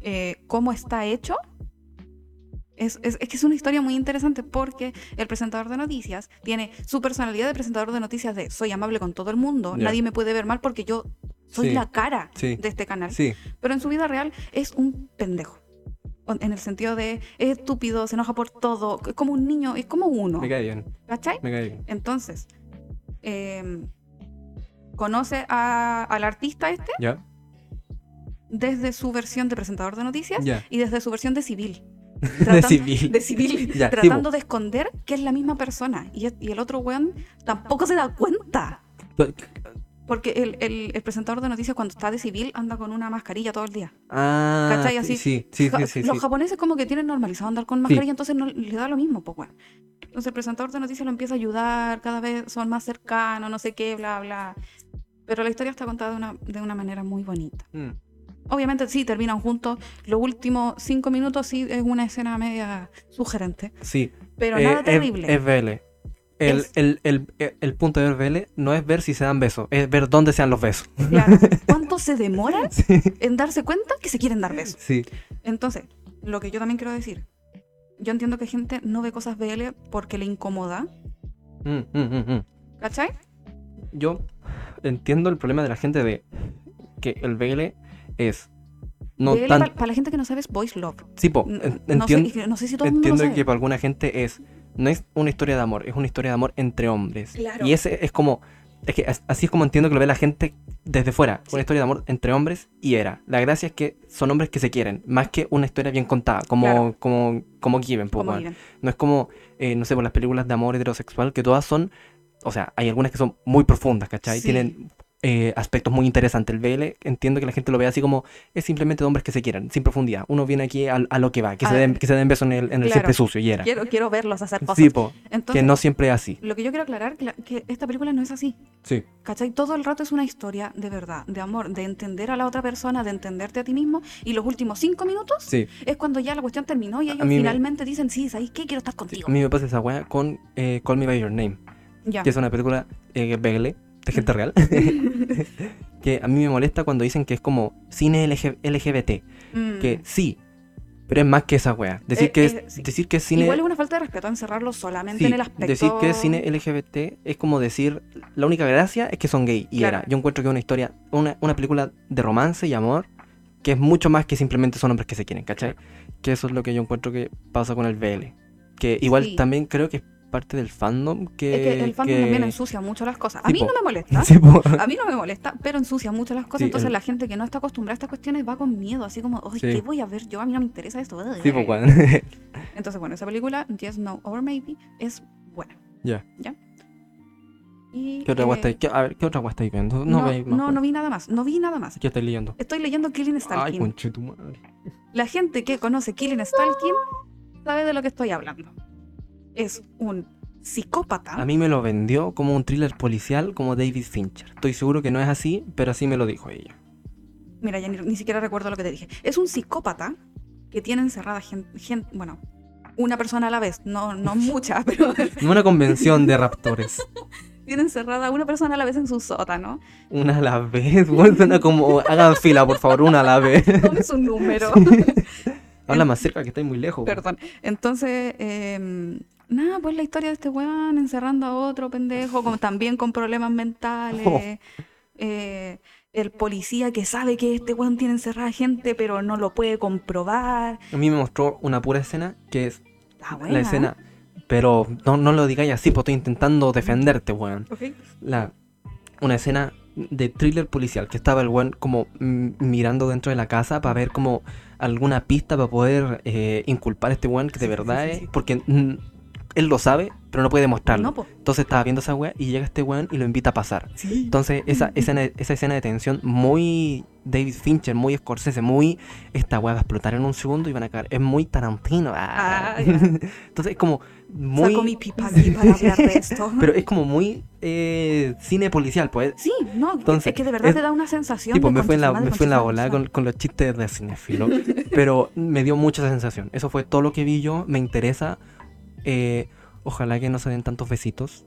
Speaker 2: eh, ¿cómo está hecho? Es, es- es que es una historia muy interesante porque el presentador de noticias tiene su personalidad de presentador de noticias de soy amable con todo el mundo,
Speaker 1: Ya.
Speaker 2: nadie me puede ver mal porque yo soy
Speaker 1: Sí.
Speaker 2: la cara
Speaker 1: Sí.
Speaker 2: de este canal.
Speaker 1: Sí.
Speaker 2: Pero en su vida real es un pendejo. O- En el sentido de es estúpido, se enoja por todo, es como un niño, es como uno.
Speaker 1: Me cae bien.
Speaker 2: ¿Cachai?
Speaker 1: Me cae bien.
Speaker 2: Entonces, em, conoce a- al artista este
Speaker 1: Ya.
Speaker 2: desde su versión de presentador de noticias
Speaker 1: Ya.
Speaker 2: y desde su versión de civil.
Speaker 1: De
Speaker 2: Tratando-
Speaker 1: civil.
Speaker 2: de civil,
Speaker 1: Ya,
Speaker 2: tratando de esconder que es la misma persona. Y, y el otro weón tampoco se da cuenta. Porque el, el- el presentador de noticias cuando está de civil anda con una mascarilla todo el día.
Speaker 1: Ah,
Speaker 2: ¿Cachai?
Speaker 1: sí,
Speaker 2: Así,
Speaker 1: sí, sí,
Speaker 2: Ja-
Speaker 1: sí, sí,
Speaker 2: Los
Speaker 1: sí.
Speaker 2: japoneses como que tienen normalizado andar con mascarilla, entonces no le da lo mismo, pues weón. Entonces el presentador de noticias lo empieza a ayudar, cada vez son más cercanos, no sé qué, bla, bla. Pero la historia está contada de una, de una manera muy bonita.
Speaker 1: Mm.
Speaker 2: Obviamente sí, terminan juntos. Los últimos cinco minutos sí es una escena media sugerente,
Speaker 1: Sí.
Speaker 2: pero
Speaker 1: Eh,
Speaker 2: nada
Speaker 1: es-
Speaker 2: terrible.
Speaker 1: Es, BL. El,
Speaker 2: Es-
Speaker 1: el- el- el- el punto de ver BL no es ver si se dan besos, es ver dónde se dan los besos.
Speaker 2: Claro. ¿Cuánto se demoran
Speaker 1: Sí.
Speaker 2: en darse cuenta que se quieren dar besos?
Speaker 1: Sí.
Speaker 2: Entonces, lo que yo también quiero decir, yo entiendo que gente no ve cosas BL porque le incomoda,
Speaker 1: Mm, mm, mm, mm.
Speaker 2: ¿cachai?
Speaker 1: Yo entiendo el problema de la gente de que el BL es. No
Speaker 2: BL
Speaker 1: tan.
Speaker 2: para, la gente que no sabe es voice love.
Speaker 1: Sí, po,
Speaker 2: N-
Speaker 1: en-
Speaker 2: no, sé,
Speaker 1: entien-
Speaker 2: es que no sé si todo el mundo lo
Speaker 1: entiendo
Speaker 2: sabe.
Speaker 1: que para alguna gente es. No es una historia de amor, es una historia de amor entre hombres.
Speaker 2: Claro.
Speaker 1: Y ese es como. Es que as- así es como entiendo que lo ve la gente desde fuera.
Speaker 2: Sí.
Speaker 1: Una historia de amor entre hombres y era. La gracia es que son hombres que se quieren, más que una historia bien contada, como,
Speaker 2: Claro.
Speaker 1: como, como Given, po,
Speaker 2: Como
Speaker 1: weón.
Speaker 2: viven.
Speaker 1: No es como, eh, no sé, por las películas de amor heterosexual, que todas son, o sea, hay algunas que son muy profundas, ¿cachai?
Speaker 2: Sí.
Speaker 1: Tienen eh, aspectos muy interesantes. El BL, entiendo que la gente lo ve así como, es simplemente de hombres que se quieren, sin profundidad. Uno viene aquí al- a, lo que va, que, se
Speaker 2: Ah,
Speaker 1: den, que se den besos en el, en el
Speaker 2: claro.
Speaker 1: siempre sucio, y era.
Speaker 2: Quiero, quiero verlos hacer cosas.
Speaker 1: Sí, po,
Speaker 2: Entonces,
Speaker 1: que no siempre es así.
Speaker 2: lo que yo quiero aclarar que, la- que esta película no es así.
Speaker 1: Sí,
Speaker 2: ¿Cachai? Todo el rato es una historia de verdad, de amor, de entender a la otra persona, de entenderte a ti mismo. Y los últimos cinco minutos
Speaker 1: sí.
Speaker 2: es cuando ya la cuestión terminó y
Speaker 1: A
Speaker 2: ellos
Speaker 1: mí me-
Speaker 2: finalmente dicen, sí, ¿sabes qué? Quiero estar contigo.
Speaker 1: A mí me pasa esa weá con eh, Call Me By Your Name.
Speaker 2: Ya.
Speaker 1: que es una película eh, BL, de gente real, que a mí me molesta cuando dicen que es como cine LG LGBT,
Speaker 2: Mm.
Speaker 1: que sí, pero es más que esa wea. Decir,
Speaker 2: Eh,
Speaker 1: que, es,
Speaker 2: eh, sí.
Speaker 1: decir que es cine...
Speaker 2: Igual es una falta de respeto encerrarlo solamente
Speaker 1: sí,
Speaker 2: en el aspecto...
Speaker 1: Decir que es cine LGBT es como decir, la única gracia es que son gay, y
Speaker 2: Claro.
Speaker 1: era, yo encuentro que es una historia, una, una película de romance y amor que es mucho más que simplemente son hombres que se quieren, ¿cachai? Que eso es lo que yo encuentro que pasa con el BL. Que igual
Speaker 2: Sí.
Speaker 1: también creo que es parte del fandom que...
Speaker 2: es que el fandom también
Speaker 1: eh, que-
Speaker 2: ensucia mucho las cosas. A
Speaker 1: Sí,
Speaker 2: mí
Speaker 1: po.
Speaker 2: no me molesta.
Speaker 1: Sí, po.
Speaker 2: A mí no me molesta, pero ensucia mucho las cosas.
Speaker 1: Sí,
Speaker 2: entonces
Speaker 1: el-
Speaker 2: la gente que no está acostumbrada a estas cuestiones va con miedo, así como, oye,
Speaker 1: Sí.
Speaker 2: ¿qué voy a ver yo? A mí no me interesa esto.
Speaker 1: Sí, pues, po, weón.
Speaker 2: Entonces, bueno, esa película, Yes, No, or Maybe, es buena.
Speaker 1: Ya.
Speaker 2: ¿Ya? Y,
Speaker 1: ¿Qué otra
Speaker 2: eh,
Speaker 1: guay estáis? qué- A ver, ¿qué otra guay estáis viendo? No,
Speaker 2: No,
Speaker 1: veis más,
Speaker 2: no,
Speaker 1: weón.
Speaker 2: no vi nada más, no vi nada más.
Speaker 1: ¿Qué estáis leyendo?
Speaker 2: Estoy leyendo Killing
Speaker 1: Ay,
Speaker 2: Stalking.
Speaker 1: conchetumadre.
Speaker 2: La gente que conoce Killing Stalking sabe de lo que estoy hablando. Es un psicópata.
Speaker 1: A mí me lo vendió como un thriller policial como David Fincher. Estoy seguro que no es así, pero así me lo dijo ella.
Speaker 2: Mira, ya ni, ni siquiera recuerdo lo que te dije. Es un psicópata que tiene encerrada gente, bueno, una persona a la vez, no, no muchas, pero
Speaker 1: No una convención de raptores.
Speaker 2: tiene encerrada una persona a la vez en su sótano.
Speaker 1: Una a la vez, weón, suena como. Hagan fila, por favor, una a la vez.
Speaker 2: Tome su número.
Speaker 1: Habla más cerca que estáis muy lejos. weón.
Speaker 2: Perdón. Entonces, eh, nada, pues la historia de este weón encerrando a otro pendejo, como también con problemas mentales.
Speaker 1: Oh.
Speaker 2: eh, el policía que sabe que este weón tiene encerrada gente, pero no lo puede comprobar. Ah,
Speaker 1: A mí me mostró una pura escena que es
Speaker 2: Está buena.
Speaker 1: la escena. Pero no, no lo digáis así, pues estoy intentando defenderte, weón.
Speaker 2: Ok.
Speaker 1: la, una escena de thriller policial que estaba el weón como mm, mirando dentro de la casa para ver como alguna pista para poder eh, inculpar a este weón que de
Speaker 2: Sí, sí,
Speaker 1: verdad
Speaker 2: sí, sí,
Speaker 1: es-
Speaker 2: sí.
Speaker 1: porque mm, él lo sabe pero no puede demostrarlo
Speaker 2: No, pues.
Speaker 1: entonces estaba viendo esa weá y llega este weón y lo invita a pasar
Speaker 2: Sí.
Speaker 1: entonces esa escena, esa escena de tensión muy David Fincher muy Scorsese muy esta weá va a explotar en un segundo y van a caer es muy Tarantino ah.
Speaker 2: Ah, ya.
Speaker 1: entonces es como muy
Speaker 2: Saco mi pipa aquí para hablar de esto.
Speaker 1: pero es como muy eh, cine policial, pues.
Speaker 2: sí, no,
Speaker 1: Entonces,
Speaker 2: es que de verdad
Speaker 1: es-
Speaker 2: te da una sensación.
Speaker 1: Tipo,
Speaker 2: de
Speaker 1: me fue en la,
Speaker 2: concha su madre,
Speaker 1: me fue en la
Speaker 2: concha su
Speaker 1: volada
Speaker 2: madre,
Speaker 1: con, con los chistes de cinefilo. pero me dio mucha sensación. Eso fue todo lo que vi yo. Me interesa. Eh, ojalá que no se den tantos besitos.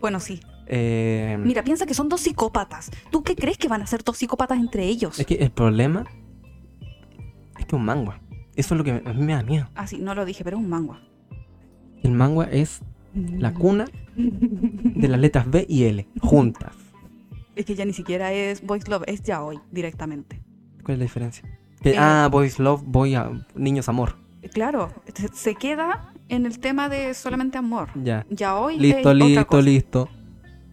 Speaker 2: Bueno, sí.
Speaker 1: Eh,
Speaker 2: Mira, piensa que son dos psicópatas. ¿Tú qué crees que van a ser dos psicópatas entre ellos?
Speaker 1: es que el problema es que un mangua. Eso es lo que me- a mí me da miedo.
Speaker 2: Ah, sí, no lo dije, pero es un mangua.
Speaker 1: El mangua es la cuna de las letras B y L juntas.
Speaker 2: Es que ya ni siquiera es Voice Love, es ya hoy directamente.
Speaker 1: ¿Cuál es la diferencia? Que,
Speaker 2: Eh.
Speaker 1: ah, Boys Love, Boy, a, Niños Amor.
Speaker 2: Eh, Claro, se- se queda en el tema de solamente amor.
Speaker 1: Ya.
Speaker 2: Ya hoy
Speaker 1: Listo,
Speaker 2: es otra
Speaker 1: listo,
Speaker 2: cosa.
Speaker 1: listo.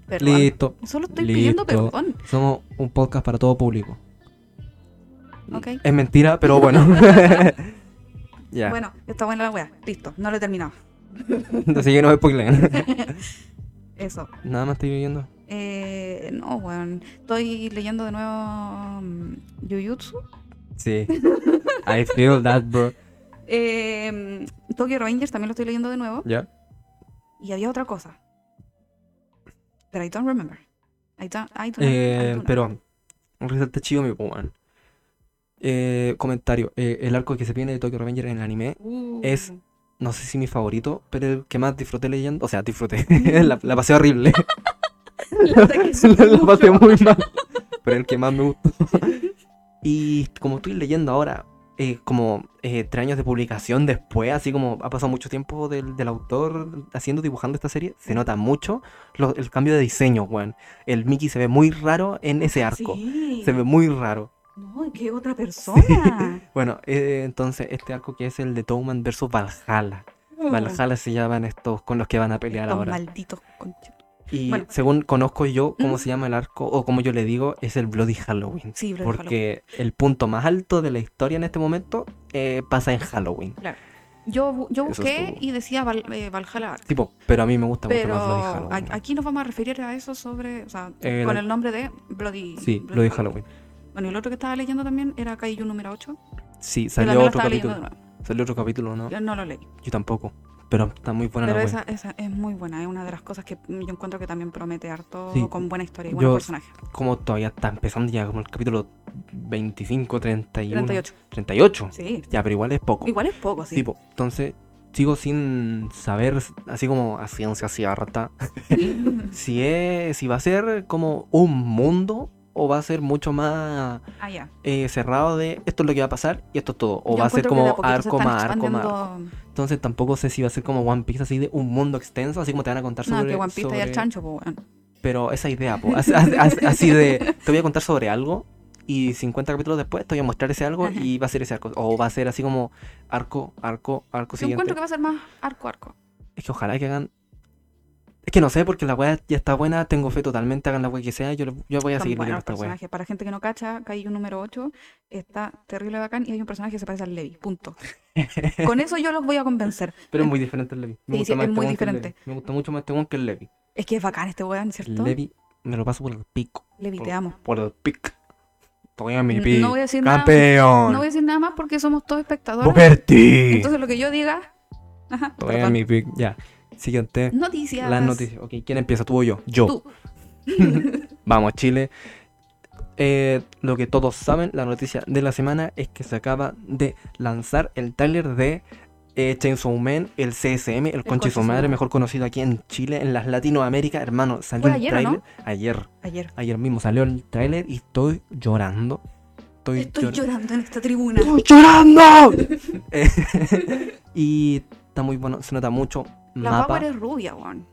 Speaker 2: Perdón.
Speaker 1: Listo.
Speaker 2: Solo estoy pidiendo
Speaker 1: Listo.
Speaker 2: perdón.
Speaker 1: Somos un podcast para todo público.
Speaker 2: Ok.
Speaker 1: Es mentira, pero bueno. ya.
Speaker 2: Bueno, está buena la wea. Listo, no lo he terminado.
Speaker 1: Así que no spoilen.
Speaker 2: Eso.
Speaker 1: Nada más estoy viviendo.
Speaker 2: Eh, no, weón. Estoy leyendo de nuevo mm, Jujutsu.
Speaker 1: Sí. I feel that, bro.
Speaker 2: Eh, mm, Tokyo Rangers también lo estoy leyendo de nuevo.
Speaker 1: Ya.
Speaker 2: Y había otra cosa. Pero I don't remember. I don't, I don't, I
Speaker 1: Eh,
Speaker 2: don't know.
Speaker 1: pero, resalta chido mi weón. Eh, comentario. eh, el arco que se viene de Tokyo Revenger en el anime,
Speaker 2: Uh.
Speaker 1: es- no sé si mi favorito, pero el que más disfruté leyendo. O sea, disfruté. la, la pasé horrible.
Speaker 2: La verdad que sí,
Speaker 1: la, la pasé
Speaker 2: mucho.
Speaker 1: muy mal. Pero el que más me gustó. Y como estoy leyendo ahora, eh, como eh, tres años de publicación después, así como ha pasado mucho tiempo del, del autor haciendo, dibujando esta serie, se nota mucho lo- el cambio de diseño, weón. El Mickey se ve muy raro en ese arco.
Speaker 2: Sí.
Speaker 1: Se ve muy raro.
Speaker 2: No, que otra persona.
Speaker 1: Bueno, eh, entonces este arco que es el de Touman versus Valhalla. Valhalla se llaman estos con los que van a pelear
Speaker 2: Estos
Speaker 1: ahora.
Speaker 2: malditos concha-
Speaker 1: Y
Speaker 2: Bueno.
Speaker 1: según conozco yo, cómo
Speaker 2: Mm.
Speaker 1: se llama el arco, o como yo le digo, es el Bloody Halloween.
Speaker 2: Sí, Bloody Halloween.
Speaker 1: porque el punto más alto de la historia en este momento eh, pasa en Halloween.
Speaker 2: Yo, bu- yo
Speaker 1: Eso
Speaker 2: busqué
Speaker 1: estuvo.
Speaker 2: y decía Val- eh, Valhalla Arc,
Speaker 1: Tipo, pero a mí me gusta
Speaker 2: Pero
Speaker 1: mucho más Bloody
Speaker 2: a-
Speaker 1: Halloween.
Speaker 2: aquí nos vamos a referir a eso sobre, o sea,
Speaker 1: El-
Speaker 2: con el nombre de Bloody.
Speaker 1: Eh, Sí,
Speaker 2: Bloody
Speaker 1: Bloody
Speaker 2: Halloween.
Speaker 1: Halloween.
Speaker 2: Bueno, y el otro que estaba leyendo también era Kaiju número 8.
Speaker 1: Sí,
Speaker 2: que
Speaker 1: salió
Speaker 2: también lo
Speaker 1: otro
Speaker 2: estaba leyendo de
Speaker 1: capítulo.
Speaker 2: nuevo.
Speaker 1: Salió otro capítulo, ¿no?
Speaker 2: Yo no lo leí.
Speaker 1: Yo tampoco. Pero está muy buena
Speaker 2: pero
Speaker 1: la
Speaker 2: esa,
Speaker 1: web.
Speaker 2: esa es muy buena. Es una de las cosas que yo encuentro que también promete harto
Speaker 1: Sí.
Speaker 2: con buena historia y buenos
Speaker 1: Yo-
Speaker 2: personajes.
Speaker 1: Como todavía está empezando ya, como el capítulo 25, 31.
Speaker 2: 38.
Speaker 1: 38.
Speaker 2: Sí.
Speaker 1: Ya, pero igual es poco.
Speaker 2: Igual es poco, sí.
Speaker 1: Tipo, entonces sigo sin saber, así como a ciencia cierta, si, es, si va a ser como un mundo o va a ser mucho más
Speaker 2: ah, ya.
Speaker 1: eh, cerrado de esto es lo que va a pasar y esto es todo. O
Speaker 2: Yo
Speaker 1: va a ser
Speaker 2: encuentro que de
Speaker 1: como
Speaker 2: a poquito se
Speaker 1: arco
Speaker 2: están
Speaker 1: más arco más arco.
Speaker 2: expandiendo-
Speaker 1: Entonces tampoco sé si va a ser como One Piece así de un mundo extenso, así como te van a contar sobre...
Speaker 2: No, que One Piece y el
Speaker 1: sobre-
Speaker 2: chancho, pues, weón.
Speaker 1: Pero esa idea, po, as- as- as- así de... Te voy a contar sobre algo y 50 capítulos después te voy a mostrar ese algo
Speaker 2: Ajá.
Speaker 1: y va a ser ese arco. O va a ser así como arco, arco, arco
Speaker 2: Yo
Speaker 1: siguiente.
Speaker 2: encuentro que va a ser más arco arco.
Speaker 1: Es que ojalá que hagan. Es que no sé, porque la weá ya está buena, tengo fe totalmente, hagan la weá que sea, yo, yo voy a
Speaker 2: Están
Speaker 1: seguir
Speaker 2: buenos
Speaker 1: viendo
Speaker 2: los
Speaker 1: esta weá.
Speaker 2: personajes. Para gente que no cacha, Caillou número 8 está terrible bacán y hay un personaje que se parece al Levi. Punto. Con eso yo los voy a convencer.
Speaker 1: Pero es muy diferente el Levi. Me
Speaker 2: Sí,
Speaker 1: gusta
Speaker 2: sí,
Speaker 1: más
Speaker 2: es
Speaker 1: este
Speaker 2: muy
Speaker 1: weón que el
Speaker 2: diferente.
Speaker 1: Levi. Me gusta mucho más este weón que el Levi.
Speaker 2: Es que es bacán este weón,
Speaker 1: El
Speaker 2: ¿cierto? Levi,
Speaker 1: Levi me lo paso por el pico.
Speaker 2: te amo.
Speaker 1: Por el pico. Estoy a mi
Speaker 2: N-
Speaker 1: pico.
Speaker 2: no voy a decir nada-
Speaker 1: ¡Campeón!
Speaker 2: No voy a decir nada más porque somos todos espectadores.
Speaker 1: ¡Bukerti!
Speaker 2: Entonces lo que yo diga. Ajá,
Speaker 1: Estoy a
Speaker 2: perdón.
Speaker 1: mi pico. Ya. Siguiente.
Speaker 2: Noticias.
Speaker 1: Las noticias. Ok, ¿quién empieza? ¿Tú o yo? Yo.
Speaker 2: Tú.
Speaker 1: Vamos, Chile. Eh, lo que todos saben, la noticia de la semana es que se acaba de lanzar el tráiler de eh, Chainsaw Man, el CSM, el, conche su
Speaker 2: conche su
Speaker 1: madre,
Speaker 2: madre.
Speaker 1: mejor conocido aquí en Chile, en las Latinoamérica, hermano. Salió
Speaker 2: Fue
Speaker 1: el
Speaker 2: ayer, ¿o no?
Speaker 1: tráiler ayer,
Speaker 2: Ayer.
Speaker 1: ayer mismo salió el tráiler y estoy llorando. Estoy,
Speaker 2: Estoy
Speaker 1: llor-
Speaker 2: llorando en esta tribuna.
Speaker 1: ¡Estoy llorando. Eh, y está muy bueno, se nota mucho.
Speaker 2: La
Speaker 1: mapa.
Speaker 2: Power es rubia, weón.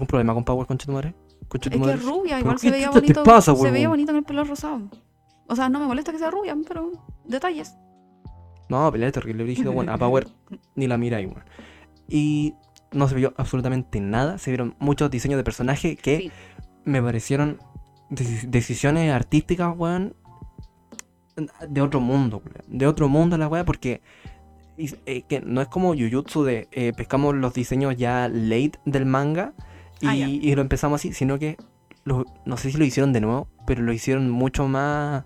Speaker 1: ¿Un problema con Power, conche tu madre? Conche tu
Speaker 2: Es que
Speaker 1: madre.
Speaker 2: es rubia,
Speaker 1: ¿Pero
Speaker 2: igual
Speaker 1: qué
Speaker 2: se veía
Speaker 1: chucha te
Speaker 2: bonito.
Speaker 1: pasa,
Speaker 2: se veía
Speaker 1: huevón?
Speaker 2: bonito en el pelo rosado. O sea, no me molesta que sea rubia, pero detalles.
Speaker 1: No, pelea es terrible, brígido, bueno, a Power ni la mira igual. Y no se vio absolutamente nada, se vieron muchos diseños de personaje que
Speaker 2: Sí.
Speaker 1: me parecieron deci- decisiones artísticas, weón, de otro mundo, weón, de otro mundo la weá, porque y- eh, que no es como Jujutsu de eh, pescamos los diseños ya late del manga y,
Speaker 2: Ah, ya.
Speaker 1: y lo empezamos así, sino que lo- no sé si lo hicieron de nuevo, pero lo hicieron mucho más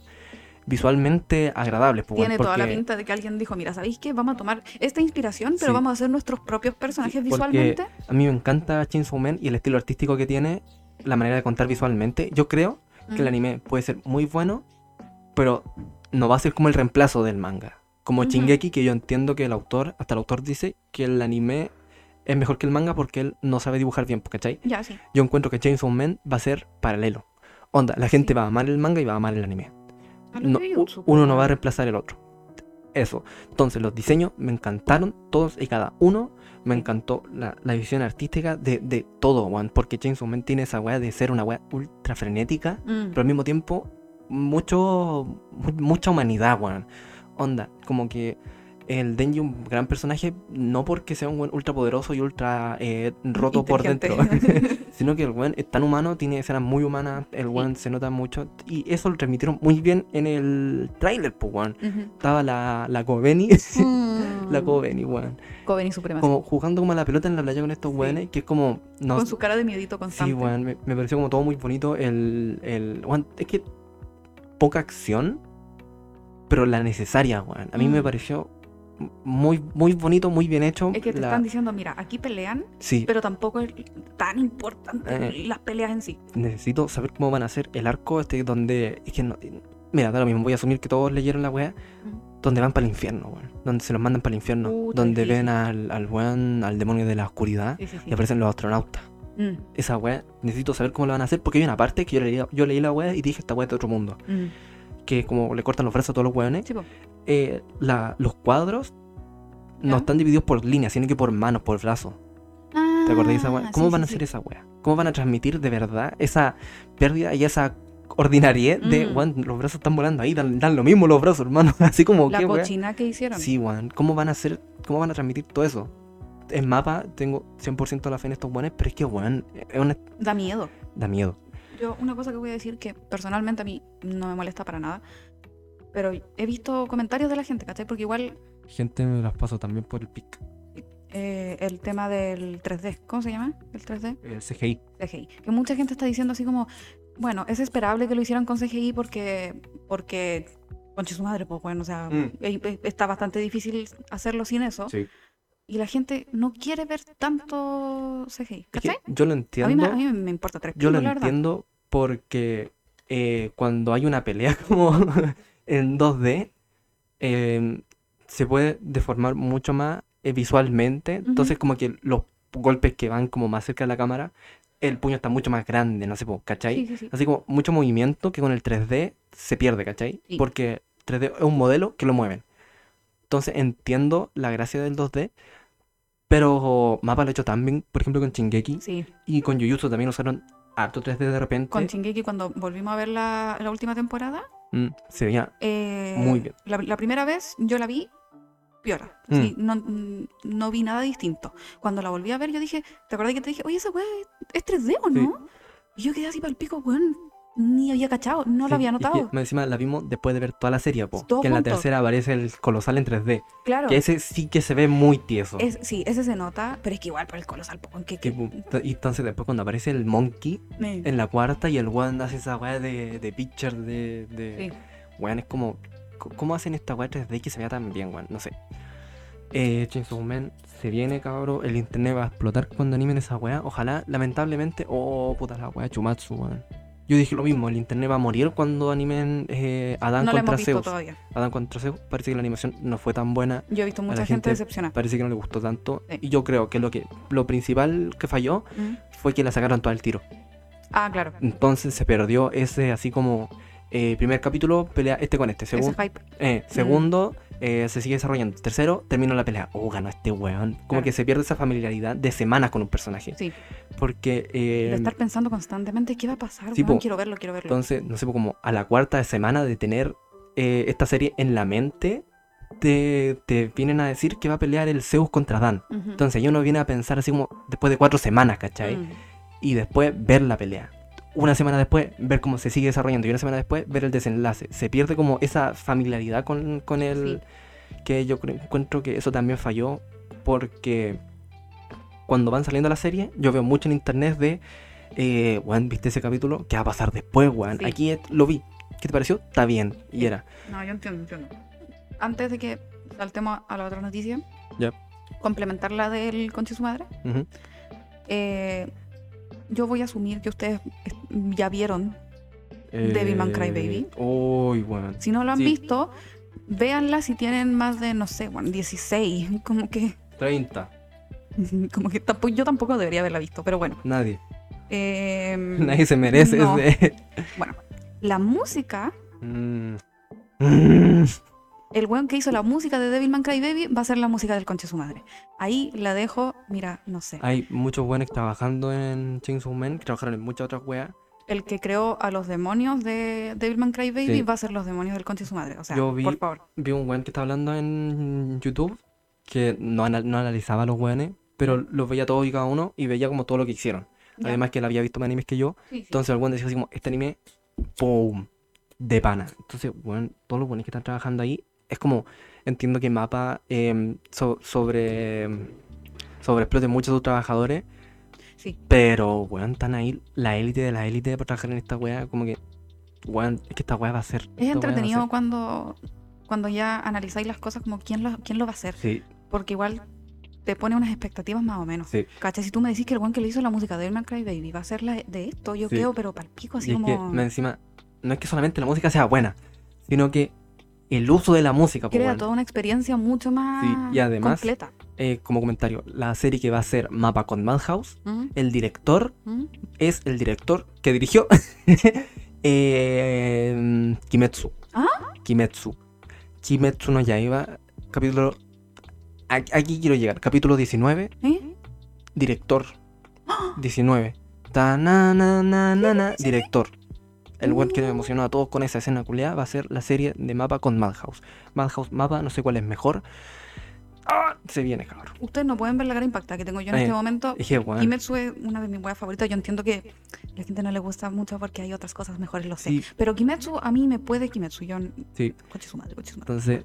Speaker 1: visualmente agradable. pues, weón,
Speaker 2: Tiene toda la
Speaker 1: porque-
Speaker 2: pinta de que alguien dijo, mira, ¿sabéis qué? Vamos a tomar esta inspiración, pero
Speaker 1: Sí.
Speaker 2: vamos a hacer nuestros propios personajes
Speaker 1: Sí, porque-
Speaker 2: visualmente.
Speaker 1: A mí me encanta Chainsaw Man y el estilo artístico que tiene, la manera de contar visualmente. Yo creo que el
Speaker 2: Mm.
Speaker 1: anime puede ser muy bueno, pero no va a ser como el reemplazo del manga. Como
Speaker 2: Ujú.
Speaker 1: Shingeki, que yo entiendo que el autor, hasta el autor dice que el anime es mejor que el manga porque él no sabe dibujar bien, ¿cachai?
Speaker 2: Ya, sí.
Speaker 1: Yo encuentro que Chainsaw Man va a ser paralelo. Onda, la gente
Speaker 2: Sí.
Speaker 1: va a amar el manga y va a amar el anime.
Speaker 2: A lo
Speaker 1: No,
Speaker 2: que
Speaker 1: u-
Speaker 2: yo supongo.
Speaker 1: uno no va a reemplazar el otro. Eso. Entonces, los diseños me encantaron, todos y cada uno. Me encantó la, la visión artística de, de todo, weón. Porque Chainsaw Man tiene esa weá de ser una weá ultra frenética,
Speaker 2: Mm.
Speaker 1: pero al mismo tiempo, mucho, mu- mucha humanidad, weón. Onda, como que el Denji, un gran personaje, no porque sea un weón ultra poderoso y ultra eh, roto por dentro.
Speaker 2: Inteligente.
Speaker 1: Sino que el weón es tan humano, tiene escenas muy humanas, el weón se nota mucho. Y eso lo transmitieron muy bien en el tráiler, pues weón.
Speaker 2: Ujú.
Speaker 1: Estaba la, la Coveni,
Speaker 2: Mm.
Speaker 1: la Coveni, weón.
Speaker 2: Coven y supremacía.
Speaker 1: Como jugando como a la pelota en la playa con estos
Speaker 2: Sí.
Speaker 1: weones, que es como. No,
Speaker 2: Con su cara de miedito
Speaker 1: sí,
Speaker 2: constante.
Speaker 1: weón, me, me pareció como todo muy bonito. El. el weón, es que. Poca acción, pero la necesaria, weón. A mí me
Speaker 2: Mm.
Speaker 1: pareció muy, muy bonito, muy bien hecho.
Speaker 2: Es que te
Speaker 1: la-
Speaker 2: están diciendo, mira, aquí pelean,
Speaker 1: Sí,
Speaker 2: pero tampoco es tan importante
Speaker 1: Eh.
Speaker 2: las peleas en sí.
Speaker 1: necesito saber cómo van a hacer el arco este donde es que no mira da lo mismo voy a asumir que todos leyeron la weá
Speaker 2: Mm.
Speaker 1: donde van para el infierno weón donde se los mandan para el infierno
Speaker 2: Puta,
Speaker 1: donde
Speaker 2: Uh, difícil.
Speaker 1: ven al, al weón al demonio de la oscuridad
Speaker 2: Sí, sí, sí.
Speaker 1: y aparecen los astronautas
Speaker 2: Mm,
Speaker 1: esa weá necesito saber cómo la van a hacer porque hay una parte que yo leí, yo leí la weá y dije esta weá es de otro mundo
Speaker 2: mm.
Speaker 1: que como le cortan los brazos a todos los weones
Speaker 2: Sí, po.
Speaker 1: eh, la- los cuadros no
Speaker 2: Ya.
Speaker 1: están divididos por líneas sino que por manos por brazos ¿Te acordás de esa weá?
Speaker 2: Ah,
Speaker 1: ¿Cómo
Speaker 2: sí,
Speaker 1: van
Speaker 2: sí,
Speaker 1: a
Speaker 2: sí.
Speaker 1: hacer esa weá? ¿Cómo van a transmitir de verdad esa pérdida y esa ordinariedad de,
Speaker 2: Mm.
Speaker 1: weón, los brazos están volando ahí, dan, dan lo mismo los brazos, hermano? Así como,
Speaker 2: La
Speaker 1: ¿qué weá?
Speaker 2: cochina que hicieron.
Speaker 1: Sí, weón. ¿Cómo van a hacer, cómo van a transmitir todo eso? En mapa tengo 100% la fe en estos weones, pero es que, weón, es una-
Speaker 2: Da miedo.
Speaker 1: da miedo.
Speaker 2: Yo, una cosa que voy a decir que personalmente a mí no me molesta para nada, pero he visto comentarios de la gente, ¿cachai? Porque igual
Speaker 1: Gente me las paso también por el pic,
Speaker 2: eh, el tema del 3D, ¿cómo se llama? El 3D,
Speaker 1: el CGI.
Speaker 2: CGI. Que mucha gente está diciendo así como, bueno, es esperable que lo hicieran con CGI porque, porque, conche su madre, pues bueno, o sea,
Speaker 1: Mm.
Speaker 2: eh, eh, está bastante difícil hacerlo sin eso.
Speaker 1: Sí.
Speaker 2: Y la gente no quiere ver tanto CGI,
Speaker 1: Es que
Speaker 2: ¿cachai?
Speaker 1: yo lo
Speaker 2: A mí,
Speaker 1: entiendo.
Speaker 2: me, a mí me importa tres
Speaker 1: Yo lo
Speaker 2: picos, la verdad.
Speaker 1: entiendo porque eh, cuando hay una pelea como en 2D, eh, se puede deformar mucho más eh, visualmente. Entonces, como que los golpes que van como más cerca de la cámara, el puño está mucho más grande, no sé, po, ¿cachai?
Speaker 2: Sí, sí, sí.
Speaker 1: Así como mucho movimiento que con el 3D se pierde, ¿cachai?
Speaker 2: Sí.
Speaker 1: Porque 3D es un modelo que lo mueven. Entonces entiendo la gracia del 2D, pero Mapa lo ha hecho también, por ejemplo, con Shingeki.
Speaker 2: Sí,
Speaker 1: Y con Jujutsu también usaron harto 3D de repente.
Speaker 2: Con Shingeki, cuando volvimos a ver la, la última temporada,
Speaker 1: Mm, se veía
Speaker 2: eh,
Speaker 1: Muy bien.
Speaker 2: La, la primera vez yo la vi piola.
Speaker 1: Mm.
Speaker 2: Sí, no, mm, no vi nada distinto. Cuando la volví a ver, yo dije, ¿te acuerdas que te dije, oye, esa weá es- es 3D o
Speaker 1: Sí.
Speaker 2: no? Y yo quedé así para el pico, weón. Ni había cachado, no
Speaker 1: sí,
Speaker 2: lo
Speaker 1: y
Speaker 2: había
Speaker 1: que
Speaker 2: notado.
Speaker 1: más encima la vimos después de ver toda la serie, po,
Speaker 2: Todo
Speaker 1: que en la
Speaker 2: junto.
Speaker 1: tercera aparece el colosal en 3D.
Speaker 2: Claro.
Speaker 1: Que ese sí que se ve muy tieso.
Speaker 2: Es- sí, ese se nota, pero es que igual por el colosal, po, que, que-
Speaker 1: Que, pu- t- y entonces después cuando aparece el monkey
Speaker 2: eh,
Speaker 1: pues, en la cuarta y el weón hace esa weá de, de picture de... de...
Speaker 2: Sí.
Speaker 1: Weón, es como... co- ¿Cómo hacen esta weá 3D que se vea tan bien, weón? No sé. Eh, Chainsaw Man se viene, cabro. El internet va a explotar cuando animen esa weá. Ojalá, lamentablemente... Oh, puta la weá, Chumatsu, weón. Yo dije lo mismo, el internet va a morir cuando animen eh, Adán
Speaker 2: no lo
Speaker 1: contra
Speaker 2: hemos visto
Speaker 1: Zeus.
Speaker 2: todavía.
Speaker 1: Adán contra Zeus, parece que la animación no fue tan buena
Speaker 2: Yo he visto
Speaker 1: la
Speaker 2: mucha gente,
Speaker 1: gente-
Speaker 2: decepcionada.
Speaker 1: parece que no le gustó tanto.
Speaker 2: Sí.
Speaker 1: Y yo creo que lo que lo principal que falló
Speaker 2: Mm.
Speaker 1: fue que la sacaron todo el tiro.
Speaker 2: Ah, claro.
Speaker 1: Entonces se perdió ese así como eh, primer capítulo, pelea este con este. Segun-
Speaker 2: Ese mm. hype.
Speaker 1: eh, segundo, eh, se sigue desarrollando. Tercero, terminó la pelea. Oh, ganó este weón. Como
Speaker 2: Claro.
Speaker 1: que se pierde esa familiaridad de semanas con un personaje.
Speaker 2: Sí.
Speaker 1: Porque eh,
Speaker 2: de estar pensando constantemente qué va a pasar,
Speaker 1: sí,
Speaker 2: weón,
Speaker 1: po.
Speaker 2: quiero verlo, quiero verlo.
Speaker 1: entonces, no sé, como a la cuarta semana de tener eh, esta serie en la mente, te, te vienen a decir que va a pelear el Zeus contra Dan.
Speaker 2: Ujú.
Speaker 1: Entonces ya uno viene a pensar así como después de cuatro semanas, ¿cachai?
Speaker 2: Mm.
Speaker 1: Y después ver la pelea. Una semana después ver cómo se sigue desarrollando y una semana después ver el desenlace. Se pierde como esa familiaridad con, con el... Que yo creo- encuentro que eso también falló porque cuando van saliendo las series yo veo mucho en internet de... Eh, weón, ¿viste ese capítulo? ¿Qué va a pasar después, weón?
Speaker 2: Sí.
Speaker 1: Aquí es- lo vi. ¿Qué te pareció? Está bien. Y era...
Speaker 2: No, yo entiendo, entiendo. Antes de que saltemos a la otra noticia,
Speaker 1: Ya.
Speaker 2: complementar la del conche su madre,
Speaker 1: ujú,
Speaker 2: eh, yo voy a asumir que ustedes es- ya vieron. Devil May Cry
Speaker 1: eh,
Speaker 2: Baby.
Speaker 1: Uy, weón.
Speaker 2: Si no lo han
Speaker 1: Sí.
Speaker 2: visto, véanla si tienen más de, no sé, bueno, 16. Como que,
Speaker 1: 30.
Speaker 2: como que tampoco, yo tampoco debería haberla visto, pero bueno.
Speaker 1: Nadie.
Speaker 2: Eh,
Speaker 1: Nadie se merece
Speaker 2: no.
Speaker 1: ese...
Speaker 2: La música,
Speaker 1: Mm. Mm.
Speaker 2: el weón que hizo la música de Devil Man Cry Baby va a ser la música del conche su madre. Ahí la dejo, mira, no sé.
Speaker 1: Hay muchos buenos trabajando en Chainsaw Man, que trabajaron en muchas otras weas.
Speaker 2: el que creó a los demonios de Devilman Crybaby
Speaker 1: Sí.
Speaker 2: va a ser los demonios del conche y su madre. O sea,
Speaker 1: Yo vi-
Speaker 2: por favor.
Speaker 1: Vi un weón que está hablando en YouTube que no, ana- no analizaba los weones, pero los veía todos y cada uno y veía como todo lo que hicieron.
Speaker 2: Ya.
Speaker 1: Además que él había visto más animes que yo. Entonces el weón decía así como, este anime, ¡pum! De pana. Entonces, weón, todos los weones que están trabajando ahí, es como, entiendo que Mapa em, so- sobre... sobreexplote mucho a sus trabajadores
Speaker 2: Sí.
Speaker 1: Pero, weón, están ahí la élite de la élite para trabajar en esta weá. Como que, weón, es que esta weá va a ser. esta
Speaker 2: Es
Speaker 1: weá va a
Speaker 2: entretenido
Speaker 1: ser.
Speaker 2: cuando, cuando ya analizáis las cosas como quién lo, quién lo va a hacer.
Speaker 1: Sí,
Speaker 2: Porque igual te pone unas expectativas más o menos.
Speaker 1: sí.
Speaker 2: ¿Cachai? Si tú me decís que el one que le hizo la música de Devilman Crybaby va a ser la de esto, yo
Speaker 1: Sí.
Speaker 2: quedo pero palpico así
Speaker 1: y es que,
Speaker 2: como...
Speaker 1: más encima, no es que solamente la música sea buena, sino que el uso de la música, pues,
Speaker 2: Crea
Speaker 1: weón.
Speaker 2: toda una experiencia mucho más
Speaker 1: y además-
Speaker 2: completa.
Speaker 1: Eh, como comentario, la serie que va a ser Mapa con Madhouse,
Speaker 2: ¿Mm?
Speaker 1: el director
Speaker 2: ¿Mm?
Speaker 1: es el director que dirigió eh, Kimetsu.
Speaker 2: ¿Ah?
Speaker 1: Kimetsu. Kimetsu no Yaiba, capítulo. a- Aquí quiero llegar, capítulo 19.
Speaker 2: ¿Eh?
Speaker 1: director. 19. Ta na na na na na, director. El weón que nos emocionó a todos con esa escena culiada va a ser la serie de mapa con Madhouse. Madhouse mapa, no sé cuál es mejor. ¡Ah! Se viene, cabrón.
Speaker 2: Ustedes no pueden ver la cara impactada que tengo yo en
Speaker 1: Eh,
Speaker 2: este momento
Speaker 1: Dije, weón.
Speaker 2: Kimetsu es una de mis weas favoritas. Yo entiendo que la gente no le gusta mucho porque hay otras cosas mejores, lo sé.
Speaker 1: Sí,
Speaker 2: Pero Kimetsu, a mí me puede Kimetsu. Yo,
Speaker 1: sí.
Speaker 2: coche su madre, coche su madre.
Speaker 1: Entonces,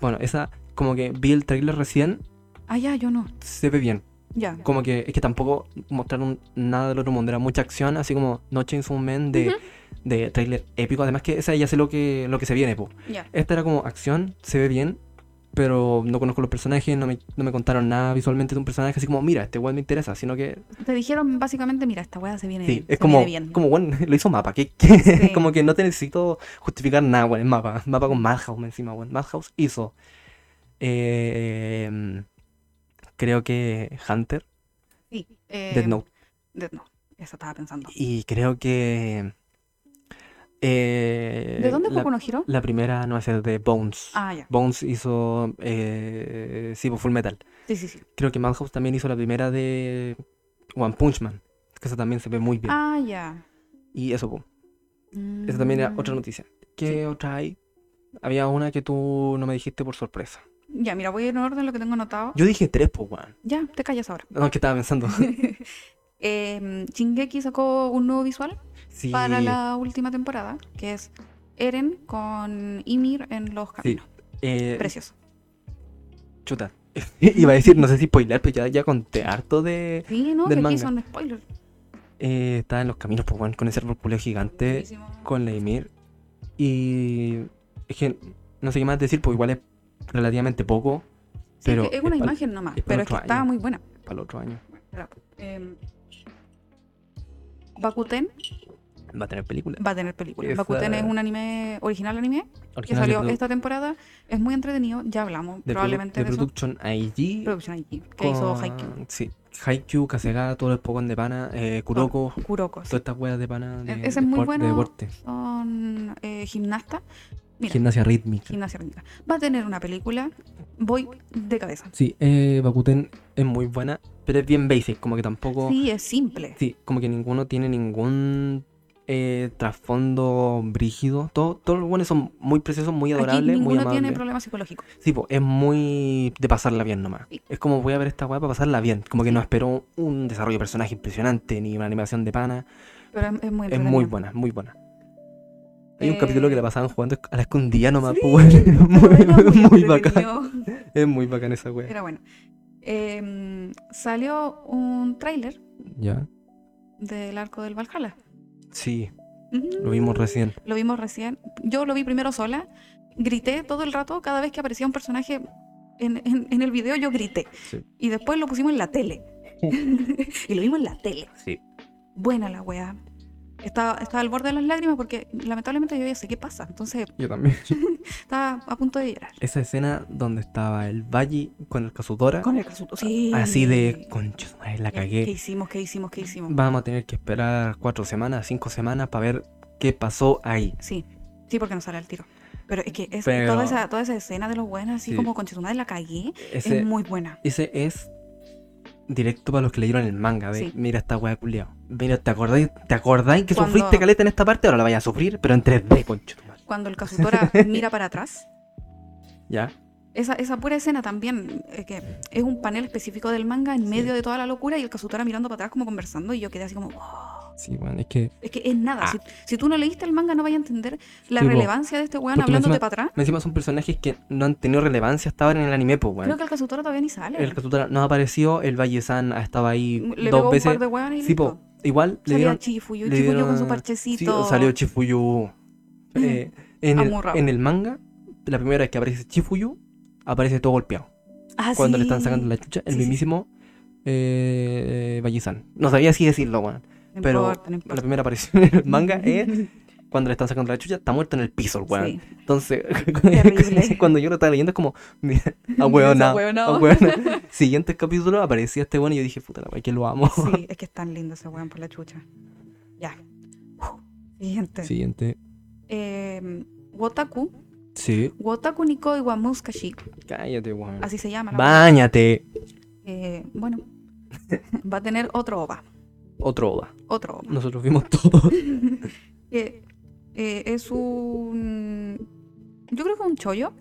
Speaker 1: bueno, esa, como que vi el trailer recién,
Speaker 2: Ah, ya, yo no.
Speaker 1: se ve bien.
Speaker 2: Ya.
Speaker 1: Como que es que tampoco mostraron nada del otro mundo, era mucha acción, así como No Chainsaw Man de, de trailer épico. Además que esa ya sé lo que, lo que se viene, po.
Speaker 2: Ya.
Speaker 1: Esta era como acción, se ve bien, pero no conozco los personajes, no me, no me contaron nada visualmente de un personaje, así como, mira, este weón me interesa, sino que...
Speaker 2: Te dijeron básicamente, mira, esta wea se viene,
Speaker 1: Sí,
Speaker 2: Eh, se
Speaker 1: es como,
Speaker 2: viene bien.
Speaker 1: como bueno, lo hizo mapa, que
Speaker 2: Sí.
Speaker 1: como que no te necesito justificar nada, weón, es mapa, mapa con Madhouse encima, weón. Madhouse hizo... eh, creo que Hunter,
Speaker 2: Sí. eh,
Speaker 1: Dead Note,
Speaker 2: Death Note. Eso estaba pensando.
Speaker 1: y creo que... eh,
Speaker 2: ¿De dónde
Speaker 1: la,
Speaker 2: Boku no Hiro?
Speaker 1: la primera, no, es de Bones.
Speaker 2: Ah, ya.
Speaker 1: Bones hizo... Eh, sí, Full Metal.
Speaker 2: Sí, sí, sí.
Speaker 1: Creo que Madhouse también hizo la primera de One Punch Man. que eso también se ve muy bien.
Speaker 2: Ah, ya.
Speaker 1: Y eso, po. Esa también era
Speaker 2: Mm.
Speaker 1: otra noticia. ¿Qué otra hay? Había una que tú no me dijiste por sorpresa.
Speaker 2: Ya, mira, voy en orden lo que tengo anotado.
Speaker 1: Yo dije tres, po, weón.
Speaker 2: Ya, te callas ahora.
Speaker 1: No, que estaba pensando.
Speaker 2: Eh, Shingeki sacó un nuevo visual
Speaker 1: Sí.
Speaker 2: para la última temporada, que es Eren con Ymir en los
Speaker 1: sí.
Speaker 2: caminos.
Speaker 1: Eh,
Speaker 2: Precioso.
Speaker 1: chuta. Iba a decir, no sé si spoiler, pero ya, ya conté harto de.
Speaker 2: Sí, no, que
Speaker 1: Del
Speaker 2: aquí
Speaker 1: manga.
Speaker 2: son spoilers.
Speaker 1: Eh, estaba en los caminos, pues, weón, con ese árbol culiao gigante,
Speaker 2: Buenísimo.
Speaker 1: con la Ymir. Y. Es que no sé qué más decir, pues igual es relativamente poco
Speaker 2: Sí,
Speaker 1: pero
Speaker 2: es que es una
Speaker 1: es para-
Speaker 2: imagen nomás,
Speaker 1: es para
Speaker 2: pero es que
Speaker 1: otro
Speaker 2: estaba
Speaker 1: año.
Speaker 2: muy buena.
Speaker 1: para el otro año.
Speaker 2: Espera, eh, Bakuten
Speaker 1: Va a tener película.
Speaker 2: va a tener película.
Speaker 1: Esa-
Speaker 2: Bakuten es un anime original anime que
Speaker 1: Original de
Speaker 2: salió
Speaker 1: produ-
Speaker 2: esta temporada. Es muy entretenido, ya hablamos
Speaker 1: de produ-
Speaker 2: probablemente
Speaker 1: de
Speaker 2: de, eso.
Speaker 1: Production IG.
Speaker 2: Production IG, que hizo
Speaker 1: con-
Speaker 2: Haikyuu,
Speaker 1: Sí, Haikyuu, Kasegara, todos los Pokémon de pana, eh, Kuroko,
Speaker 2: Kuroko. sí.
Speaker 1: todas estas weas de pana de,
Speaker 2: E- ese Oh. es
Speaker 1: de
Speaker 2: muy
Speaker 1: espor- de
Speaker 2: bueno.
Speaker 1: deporte,
Speaker 2: Son eh, gimnastas, Mira.
Speaker 1: gimnasia rítmica.
Speaker 2: gimnasia rítmica. Va a tener una película, voy de cabeza.
Speaker 1: Sí, eh, Bakuten es muy buena, pero es bien basic, como que tampoco... Sí,
Speaker 2: Sí, es simple.
Speaker 1: como que ninguno tiene ningún eh, trasfondo brígido. Todo- todos los buenos son muy preciosos, muy
Speaker 2: Aquí
Speaker 1: adorables, muy
Speaker 2: ninguno
Speaker 1: amables.
Speaker 2: tiene problemas psicológicos.
Speaker 1: Sí, po, es muy de pasarla bien nomás.
Speaker 2: Sí.
Speaker 1: Es como voy a ver esta wea para pasarla bien. Como que no espero un desarrollo de personaje impresionante, ni una animación de pana.
Speaker 2: Pero es, es muy
Speaker 1: Es muy
Speaker 2: entretenido.
Speaker 1: buena, muy buena. Hay un
Speaker 2: Eh,
Speaker 1: capítulo que la pasaban jugando a la escondida nomás,
Speaker 2: Sí,
Speaker 1: po, weón. Es muy,
Speaker 2: Era
Speaker 1: muy bacán.
Speaker 2: entretenido.
Speaker 1: Es muy bacán esa wea.
Speaker 2: Era bueno. Em, salió un tráiler
Speaker 1: Ya.
Speaker 2: del arco del Valhalla.
Speaker 1: Sí, lo vimos recién.
Speaker 2: Lo vimos recién. Yo lo vi primero sola. Grité todo el rato. Cada vez que aparecía un personaje en, en- en el video, yo grité.
Speaker 1: Sí.
Speaker 2: Y después lo pusimos en la tele. y lo vimos en la tele.
Speaker 1: Sí.
Speaker 2: Buena la weá. Estaba, estaba al borde de las lágrimas porque lamentablemente yo ya sé qué pasa. Entonces
Speaker 1: Yo también.
Speaker 2: estaba a punto de llorar.
Speaker 1: Esa escena donde estaba el Valle con el Kazudora.
Speaker 2: Con el casuto. Sí.
Speaker 1: Ah. Así de conchos, la
Speaker 2: ¿Qué
Speaker 1: cagué.
Speaker 2: hicimos? ¿Qué hicimos? ¿Qué hicimos?
Speaker 1: Vamos a tener que esperar cuatro semanas, cinco semanas para ver qué pasó ahí.
Speaker 2: Sí, sí, porque no sale al tiro. Pero es que es-
Speaker 1: Pero-
Speaker 2: Toda, esa, toda esa escena de los buenos, así
Speaker 1: Sí.
Speaker 2: como con Chetumal la cagué,
Speaker 1: Ese
Speaker 2: es
Speaker 1: es,
Speaker 2: muy buena.
Speaker 1: ese es directo para los que leyeron el manga. De,
Speaker 2: Sí.
Speaker 1: Mira esta wea culiao. Mira, ¿te acordáis, ¿te acordáis que
Speaker 2: Cuando-
Speaker 1: sufriste caleta en esta parte? Ahora la vayas a sufrir, pero en 3D, concho. tu madre.
Speaker 2: Cuando el Kazutora mira para atrás,
Speaker 1: ¿Ya?
Speaker 2: esa, esa pura escena también, eh, que es un panel específico del manga en
Speaker 1: Sí.
Speaker 2: medio de toda la locura y el Kazutora mirando para atrás como conversando y yo quedé así como, "Oh".
Speaker 1: Sí, bueno, es que
Speaker 2: es que es nada.
Speaker 1: Ah.
Speaker 2: Si, si tú no leíste el manga no vas a entender la
Speaker 1: Sí, po.
Speaker 2: relevancia de este weón
Speaker 1: Porque
Speaker 2: hablándote
Speaker 1: encima-
Speaker 2: para atrás.
Speaker 1: Me encima son personajes que no han tenido relevancia hasta ahora en el anime, pues, weón.
Speaker 2: Creo que el Kazutora todavía ni sale.
Speaker 1: El Katuta no apareció, el Valle San estaba ahí
Speaker 2: Le pegó
Speaker 1: dos
Speaker 2: un
Speaker 1: veces.
Speaker 2: par de weones y
Speaker 1: Sí, po,
Speaker 2: listo.
Speaker 1: igual le
Speaker 2: Salía
Speaker 1: dieron.
Speaker 2: Chifuyu,
Speaker 1: le
Speaker 2: Chifuyu
Speaker 1: dieron-
Speaker 2: con su
Speaker 1: sí,
Speaker 2: parchecito.
Speaker 1: salió Chifuyu. Eh, en, el,
Speaker 2: Mm. Amurrao.
Speaker 1: en el manga, la primera vez que aparece Chifuyu, aparece todo golpeado.
Speaker 2: Ah,
Speaker 1: Cuando le
Speaker 2: sí.
Speaker 1: están sacando la chucha, el
Speaker 2: Sí, sí, sí.
Speaker 1: mismísimo eh, Valle San. No sabía si decirlo, weón.
Speaker 2: No
Speaker 1: pero
Speaker 2: importa, no importa.
Speaker 1: La primera aparición en el manga es cuando le están sacando la chucha, está muerto en el piso, el weón.
Speaker 2: Sí.
Speaker 1: Entonces,
Speaker 2: Terrible.
Speaker 1: cuando yo lo estaba leyendo, es como, mira, a
Speaker 2: Ahueonao.
Speaker 1: Siguientes capítulos aparecía este bueno y yo dije, puta la wea, que lo amo.
Speaker 2: Sí, es que es tan lindo ese weón por la chucha. Ya. Uf, Siguiente.
Speaker 1: Siguiente.
Speaker 2: Eh, Wotaku.
Speaker 1: Sí.
Speaker 2: Wotaku Nikoi wa Muskashi.
Speaker 1: Cállate, weón.
Speaker 2: Así se llama. la weá.
Speaker 1: Báñate.
Speaker 2: Eh, bueno. Va a tener otro OVA.
Speaker 1: Otro Oda.
Speaker 2: Otro OVA.
Speaker 1: Nosotros vimos todo.
Speaker 2: Que, eh, es un... Yo creo que es un chollo.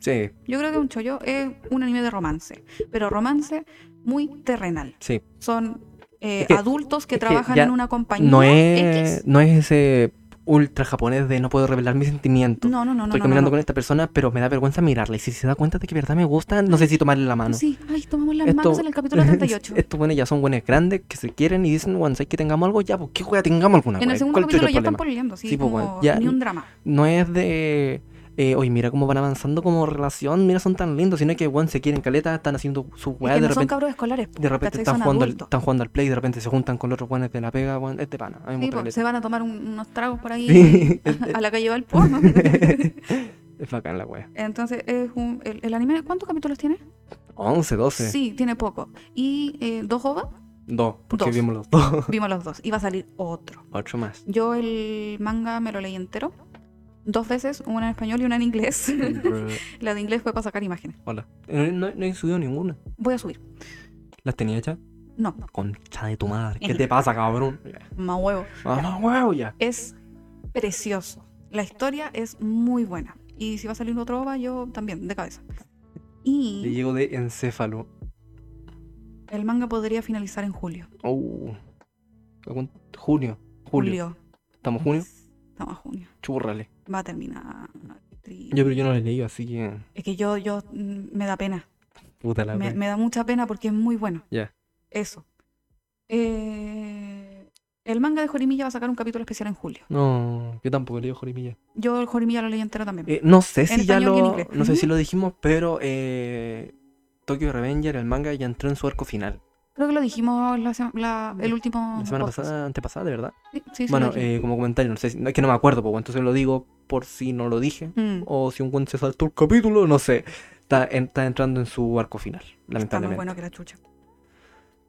Speaker 1: Sí,
Speaker 2: Yo creo que un chollo es un anime de romance. Pero romance muy terrenal.
Speaker 1: sí.
Speaker 2: Son... eh,
Speaker 1: Es que-
Speaker 2: adultos que
Speaker 1: es que
Speaker 2: trabajan
Speaker 1: ya
Speaker 2: en una compañía
Speaker 1: No
Speaker 2: X.
Speaker 1: es, no es ese ultra japonés de no puedo revelar mis sentimientos.
Speaker 2: No, no, no, no.
Speaker 1: Estoy
Speaker 2: no,
Speaker 1: caminando
Speaker 2: no.
Speaker 1: con esta persona, pero me da vergüenza mirarla. Y si se da cuenta de que de verdad me gusta, no sé si tomarle la mano.
Speaker 2: Sí, ay, tomamos las
Speaker 1: Esto- este,
Speaker 2: manos en el capítulo 38.
Speaker 1: Estos buenos ya son buenos grandes que se quieren y dicen, bueno, ¿sabes que tengamos algo? Ya, pues, ¿qué juega tengamos alguna?
Speaker 2: en
Speaker 1: wea?
Speaker 2: el segundo
Speaker 1: ¿Cuál chucha
Speaker 2: capítulo
Speaker 1: el
Speaker 2: ya están
Speaker 1: problema?
Speaker 2: pololeando, sí,
Speaker 1: Sí, pues,
Speaker 2: como
Speaker 1: bueno, ya-
Speaker 2: ni un drama.
Speaker 1: No es de, eh, oye, mira cómo van avanzando como relación, mira, son tan lindos, sino que, bueno, se quieren caleta, están haciendo su
Speaker 2: Es
Speaker 1: weá,
Speaker 2: que
Speaker 1: de
Speaker 2: no son
Speaker 1: repente,
Speaker 2: cabros escolares, po,
Speaker 1: de repente
Speaker 2: ¿cachai?
Speaker 1: están
Speaker 2: Son
Speaker 1: jugando, al,
Speaker 2: adultos.
Speaker 1: están jugando al play, de repente se juntan con los otros buenos de la pega, bueno, es de pana, a mí me
Speaker 2: Sí,
Speaker 1: gusta caleta.
Speaker 2: pues, se van a tomar un- unos tragos por ahí
Speaker 1: Sí, es,
Speaker 2: a Oh, la calle Valpo.
Speaker 1: es bacán la wea.
Speaker 2: Entonces, es un, el, el anime, ¿cuántos capítulos tiene?
Speaker 1: 11, 12,
Speaker 2: Sí, tiene poco. Y eh, dos ovas,
Speaker 1: dos, porque
Speaker 2: Dos.
Speaker 1: vimos los dos,
Speaker 2: vimos los dos. Y va a salir otro.
Speaker 1: ocho más.
Speaker 2: Yo el manga me lo leí entero. Dos veces, una en español y una en inglés.
Speaker 1: Bruh,
Speaker 2: la de
Speaker 1: Eh,
Speaker 2: inglés fue para sacar imágenes.
Speaker 1: Hola. No, no, no he subido ninguna.
Speaker 2: Voy a subir.
Speaker 1: ¿Las tenía ya?
Speaker 2: No,
Speaker 1: Concha de tu madre. ¿Qué te pasa, cabrón?
Speaker 2: más huevo.
Speaker 1: Mamá huevo ya.
Speaker 2: Es precioso. La historia es muy buena. Y si va a salir otro OVA, yo también, de cabeza.
Speaker 1: Le
Speaker 2: Y
Speaker 1: llego de encéfalo.
Speaker 2: el manga podría finalizar en julio.
Speaker 1: Oh. ¿Cuán- Junio. Julio.
Speaker 2: Julio.
Speaker 1: ¿Estamos junio?
Speaker 2: Estamos a junio.
Speaker 1: Chúrrale.
Speaker 2: Va a terminar. tri-
Speaker 1: Yo, pero yo no lo he leído, así que.
Speaker 2: Es que yo, yo mm, me da pena.
Speaker 1: Puta la
Speaker 2: Me,
Speaker 1: wea.
Speaker 2: me da mucha pena porque es muy bueno.
Speaker 1: Ya.
Speaker 2: Eso. Eh, el manga de Jorimilla va a sacar un capítulo especial en julio.
Speaker 1: No, yo tampoco he leído Jorimilla.
Speaker 2: Yo el Jorimilla lo leí entero también.
Speaker 1: Eh, no sé
Speaker 2: En
Speaker 1: si ya
Speaker 2: español y en
Speaker 1: lo.
Speaker 2: inglés.
Speaker 1: No sé
Speaker 2: Ujú.
Speaker 1: si lo dijimos, pero eh, Tokyo Revenger, el manga, ya entró en su arco final.
Speaker 2: Creo que lo dijimos la sema- la- el último.
Speaker 1: La semana
Speaker 2: podcast.
Speaker 1: pasada, antepasada, de verdad.
Speaker 2: Ah, oh. Sí, sí, sí,
Speaker 1: bueno,
Speaker 2: lo dijimos.
Speaker 1: eh, como comentario, no sé si- no, es que no me acuerdo, pues, entonces lo digo por si no lo dije.
Speaker 2: Mm,
Speaker 1: O si un buen se saltó el capítulo, no sé. Está, en- está entrando en su arco final,
Speaker 2: está más
Speaker 1: lamentablemente.
Speaker 2: bueno que la chucha.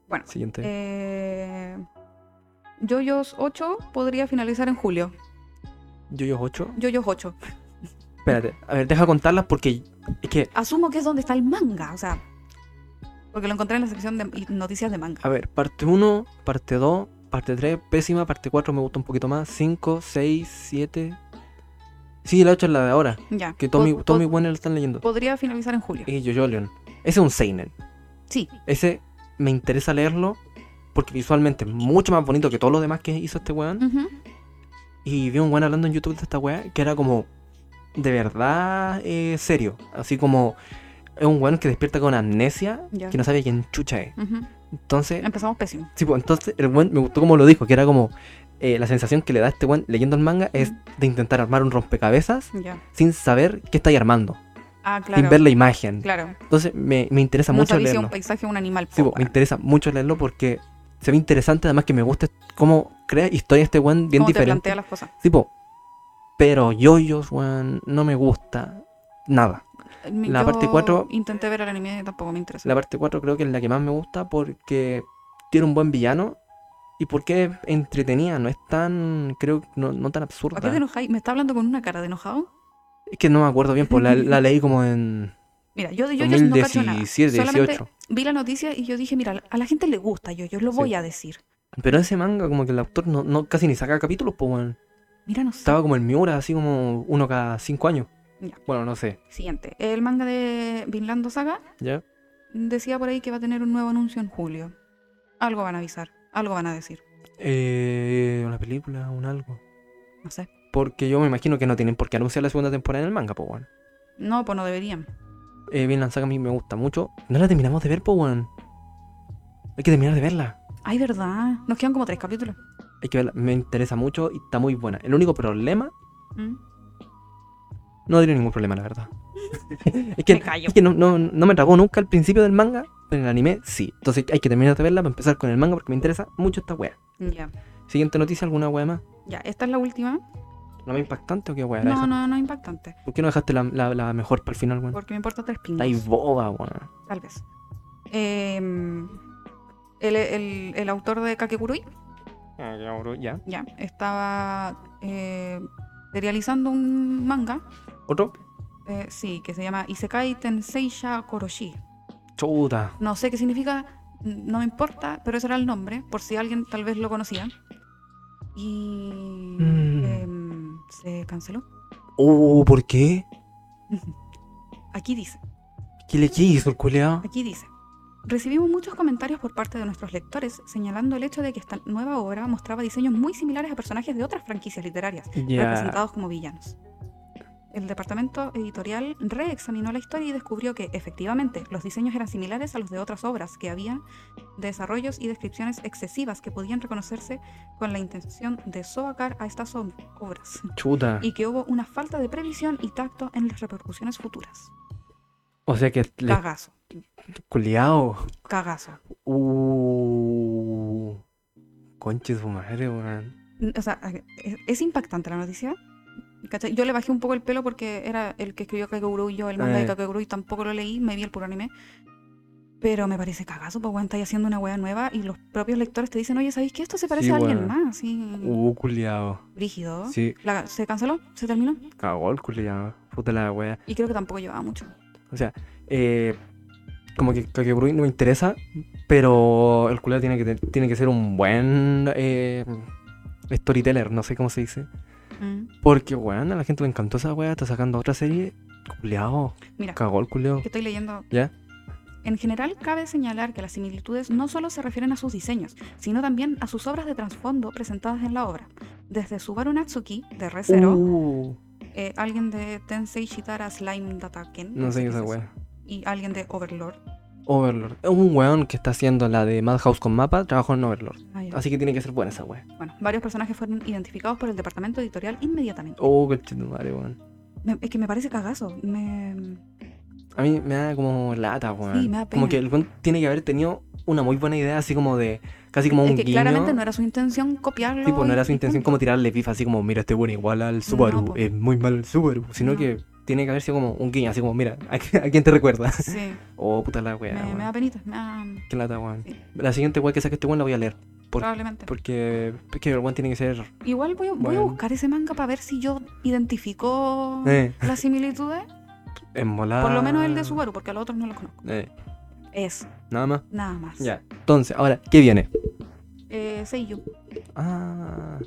Speaker 2: Bueno,
Speaker 1: Siguiente.
Speaker 2: eh, Yoyos 8 podría finalizar en julio.
Speaker 1: Yoyos 8.
Speaker 2: Yoyos 8.
Speaker 1: Espérate, a ver, deja contarlas porque es que,
Speaker 2: Asumo que es donde está el manga, o sea. Porque lo encontré en la sección de y- noticias de manga.
Speaker 1: a ver, parte 1, parte 2, parte 3, pésima, parte 4 me gusta un poquito más, 5, 6, 7. Sí, la 8 es la de ahora,
Speaker 2: Ya.
Speaker 1: que
Speaker 2: po-
Speaker 1: Tommy,
Speaker 2: po-
Speaker 1: Tommy Eh, Wenner lo están leyendo.
Speaker 2: podría finalizar en julio.
Speaker 1: Y Yoyo Leon. Ese es un Seinen.
Speaker 2: Sí.
Speaker 1: Ese me interesa leerlo porque visualmente es mucho más bonito que todos los demás que hizo este weón.
Speaker 2: Ujú.
Speaker 1: Y vi un weón hablando en YouTube de esta weá que era como de verdad eh, serio. Así como es un weón que despierta con amnesia
Speaker 2: Ya. Ah.
Speaker 1: que no sabe quién chucha es.
Speaker 2: Ujú.
Speaker 1: Entonces,
Speaker 2: Empezamos pésimo.
Speaker 1: sí, pues, entonces el weón me gustó como lo dijo, que era como eh, la sensación que le da a este weón leyendo el manga es de intentar armar un rompecabezas
Speaker 2: Ya.
Speaker 1: sin saber qué estáis armando,
Speaker 2: Ah, claro.
Speaker 1: sin ver la imagen.
Speaker 2: Claro.
Speaker 1: Entonces me, me interesa
Speaker 2: No
Speaker 1: mucho
Speaker 2: sabía si es un
Speaker 1: leerlo.
Speaker 2: paisaje o un animal.
Speaker 1: Sí,
Speaker 2: po,
Speaker 1: pues, me
Speaker 2: weón.
Speaker 1: interesa mucho leerlo porque se ve interesante, además que me gusta cómo crea historia este weón bien
Speaker 2: Cómo te
Speaker 1: diferente.
Speaker 2: plantea las cosas.
Speaker 1: Tipo, pero yoyos, weón, no me gusta nada.
Speaker 2: Mi-
Speaker 1: La
Speaker 2: yo
Speaker 1: parte cuatro-
Speaker 2: Intenté ver el anime y tampoco me interesa.
Speaker 1: La parte 4 creo que es la que más me gusta porque tiene un buen villano y porque es entretenida, no es tan, creo, no, no tan absurda.
Speaker 2: ¿A qué te enojáis? ¿Me está hablando con una cara de enojado?
Speaker 1: Es que no me acuerdo bien, pues la, la leí como en
Speaker 2: Mira, yo de Yoyos no cacho nada.
Speaker 1: 2017,
Speaker 2: Solamente
Speaker 1: 18.
Speaker 2: vi la noticia y yo dije, mira, a la gente le gusta Yoyos, lo
Speaker 1: Sí.
Speaker 2: voy a decir.
Speaker 1: Pero ese manga como que el autor no, no casi ni saca capítulos, pues weón.
Speaker 2: Mira, no sé.
Speaker 1: Estaba como en Miura, así como uno cada 5 años.
Speaker 2: Ya.
Speaker 1: Bueno, no sé,
Speaker 2: Siguiente. El manga de Vinland Saga
Speaker 1: ¿ya?
Speaker 2: decía por ahí que va a tener un nuevo anuncio en julio. Algo van a avisar, algo van a decir.
Speaker 1: Eh, una película, un algo.
Speaker 2: No sé.
Speaker 1: Porque yo me imagino que no tienen por qué anunciar la segunda temporada en el manga, pues weón.
Speaker 2: No, pues no deberían.
Speaker 1: Eh, Vinland Saga a mí me gusta mucho. No la terminamos de ver, po, weón. Hay que terminar de verla.
Speaker 2: Ay, ¿verdad? Nos quedan como tres capítulos.
Speaker 1: Hay que verla. Me interesa mucho y está muy buena. El único problema,
Speaker 2: Mm.
Speaker 1: no diría ningún problema, la verdad. es que,
Speaker 2: Me callo.
Speaker 1: es que no, no- no me tragó nunca al principio del manga, pero en el anime sí. Entonces hay que terminar de verla para empezar con el manga porque me interesa mucho esta wea.
Speaker 2: Ya.
Speaker 1: Siguiente noticia, alguna wea más.
Speaker 2: Ya, esta es la última.
Speaker 1: ¿No me impactante o qué wea? era
Speaker 2: No,
Speaker 1: esa?
Speaker 2: no, no impactante.
Speaker 1: ¿Por qué no dejaste la, la- la mejor para el final, weón?
Speaker 2: Porque me importa tres
Speaker 1: Está Ah. ahí
Speaker 2: pingos.
Speaker 1: boba, weón.
Speaker 2: Tal vez. Em, el, el- el autor de Kakekurui
Speaker 1: Ah, ya, bro, ya.
Speaker 2: ya estaba eh, serializando un manga,
Speaker 1: ¿Otro?
Speaker 2: eh, sí, que se llama Isekai Tenseisha Koroshi.
Speaker 1: Chuta.
Speaker 2: No sé qué significa, n- no me importa, pero ese era el nombre, por si alguien tal vez lo conocía. Y
Speaker 1: Mm.
Speaker 2: em, se canceló.
Speaker 1: Oh, ¿por qué?
Speaker 2: Aquí dice.
Speaker 1: ¿Qué le qué hizo el culeado?
Speaker 2: Aquí dice, recibimos muchos comentarios por parte de nuestros lectores señalando el hecho de que esta nueva obra mostraba diseños muy similares a personajes de otras franquicias literarias,
Speaker 1: Ya.
Speaker 2: representados como villanos. El departamento editorial reexaminó la historia y descubrió que, efectivamente, los diseños eran similares a los de otras obras que había desarrollos y descripciones excesivas que podían reconocerse con la intención de sobacar a estas ob- obras,
Speaker 1: Chuta.
Speaker 2: y que hubo una falta de previsión y tacto en las repercusiones futuras.
Speaker 1: O sea que le
Speaker 2: Cagazo,
Speaker 1: culiao.
Speaker 2: cagazo.
Speaker 1: Uh. Conche su madre, weón.
Speaker 2: N- O sea, a- es, es impactante la noticia. ¿cachai? Yo le bajé un poco el pelo porque era el que escribió Kakegurui, yo el manga
Speaker 1: Eh.
Speaker 2: de Kakegurui tampoco lo leí, me vi el puro anime. Pero me parece cagazo, pues weón, estáis haciendo una wea nueva y los propios lectores te dicen, oye, ¿sabéis que esto se parece
Speaker 1: Sí,
Speaker 2: a alguien
Speaker 1: weón.
Speaker 2: más? Sí,
Speaker 1: Uh, culiao.
Speaker 2: rígido.
Speaker 1: Sí,
Speaker 2: La- se canceló, se terminó.
Speaker 1: cagó el culiao. Puta la wea.
Speaker 2: Y creo que tampoco llevaba mucho.
Speaker 1: Eh, como que Kakegurui no me interesa, pero el culo tiene que, te- tiene que ser un buen eh, storyteller, no sé cómo se dice.
Speaker 2: Mm.
Speaker 1: Porque, weón, a la gente le encantó esa weá, está sacando otra serie. Culeado,
Speaker 2: Mira,
Speaker 1: cagó el culeo.
Speaker 2: que estoy leyendo.
Speaker 1: ¿Ya?
Speaker 2: En general, cabe señalar que las similitudes no solo se refieren a sus diseños, sino también a sus obras de trasfondo presentadas en la obra. Desde Subaru Natsuki, de ReZero,
Speaker 1: Uh,
Speaker 2: eh, alguien de Tensei Shitara Slime Dataken,
Speaker 1: no sé qué es esa
Speaker 2: es eso,
Speaker 1: weá.
Speaker 2: y alguien de Overlord.
Speaker 1: Overlord. Es un weón que está haciendo la de Madhouse con mapa, trabajó en Overlord.
Speaker 2: Ah, ya.
Speaker 1: Así que tiene que ser buena esa weá.
Speaker 2: Bueno, varios personajes fueron identificados por el departamento editorial inmediatamente.
Speaker 1: Oh, madre, weón.
Speaker 2: Me- es que me parece cagazo. Me...
Speaker 1: A mí me da como lata, weón.
Speaker 2: me da
Speaker 1: Como
Speaker 2: pena.
Speaker 1: que el weón tiene que haber tenido una muy buena idea, así como de. casi como
Speaker 2: Es
Speaker 1: un
Speaker 2: que
Speaker 1: guiño.
Speaker 2: claramente no era su intención copiarlo.
Speaker 1: Tipo, no
Speaker 2: y-
Speaker 1: era su
Speaker 2: y
Speaker 1: intención
Speaker 2: punto.
Speaker 1: como tirarle pifa, así como, mira, este bueno igual al Subaru,
Speaker 2: po.
Speaker 1: es muy mal el Subaru, sino
Speaker 2: No.
Speaker 1: que tiene que haber sido como un guiño, así como, mira, ¿a, qué- a quién te recuerda?
Speaker 2: Sí,
Speaker 1: Oh, puta la wea,
Speaker 2: me,
Speaker 1: weón.
Speaker 2: me da penita. me da-
Speaker 1: Qué lata, weón.
Speaker 2: Sí.
Speaker 1: La siguiente wea que saque este weón la voy a leer, Por-
Speaker 2: Probablemente.
Speaker 1: porque es que el weón tiene que ser...
Speaker 2: Igual voy a, voy a
Speaker 1: Bueno.
Speaker 2: buscar ese manga para ver si yo identifico
Speaker 1: Eh, Ah.
Speaker 2: las similitudes.
Speaker 1: en volada.
Speaker 2: Por lo menos el de Subaru, porque a los otros no los conozco.
Speaker 1: Eh,
Speaker 2: Es,
Speaker 1: nada más.
Speaker 2: nada más.
Speaker 1: Ya. Entonces, ahora, ¿qué viene?
Speaker 2: Eh, Seiyu.
Speaker 1: Ah,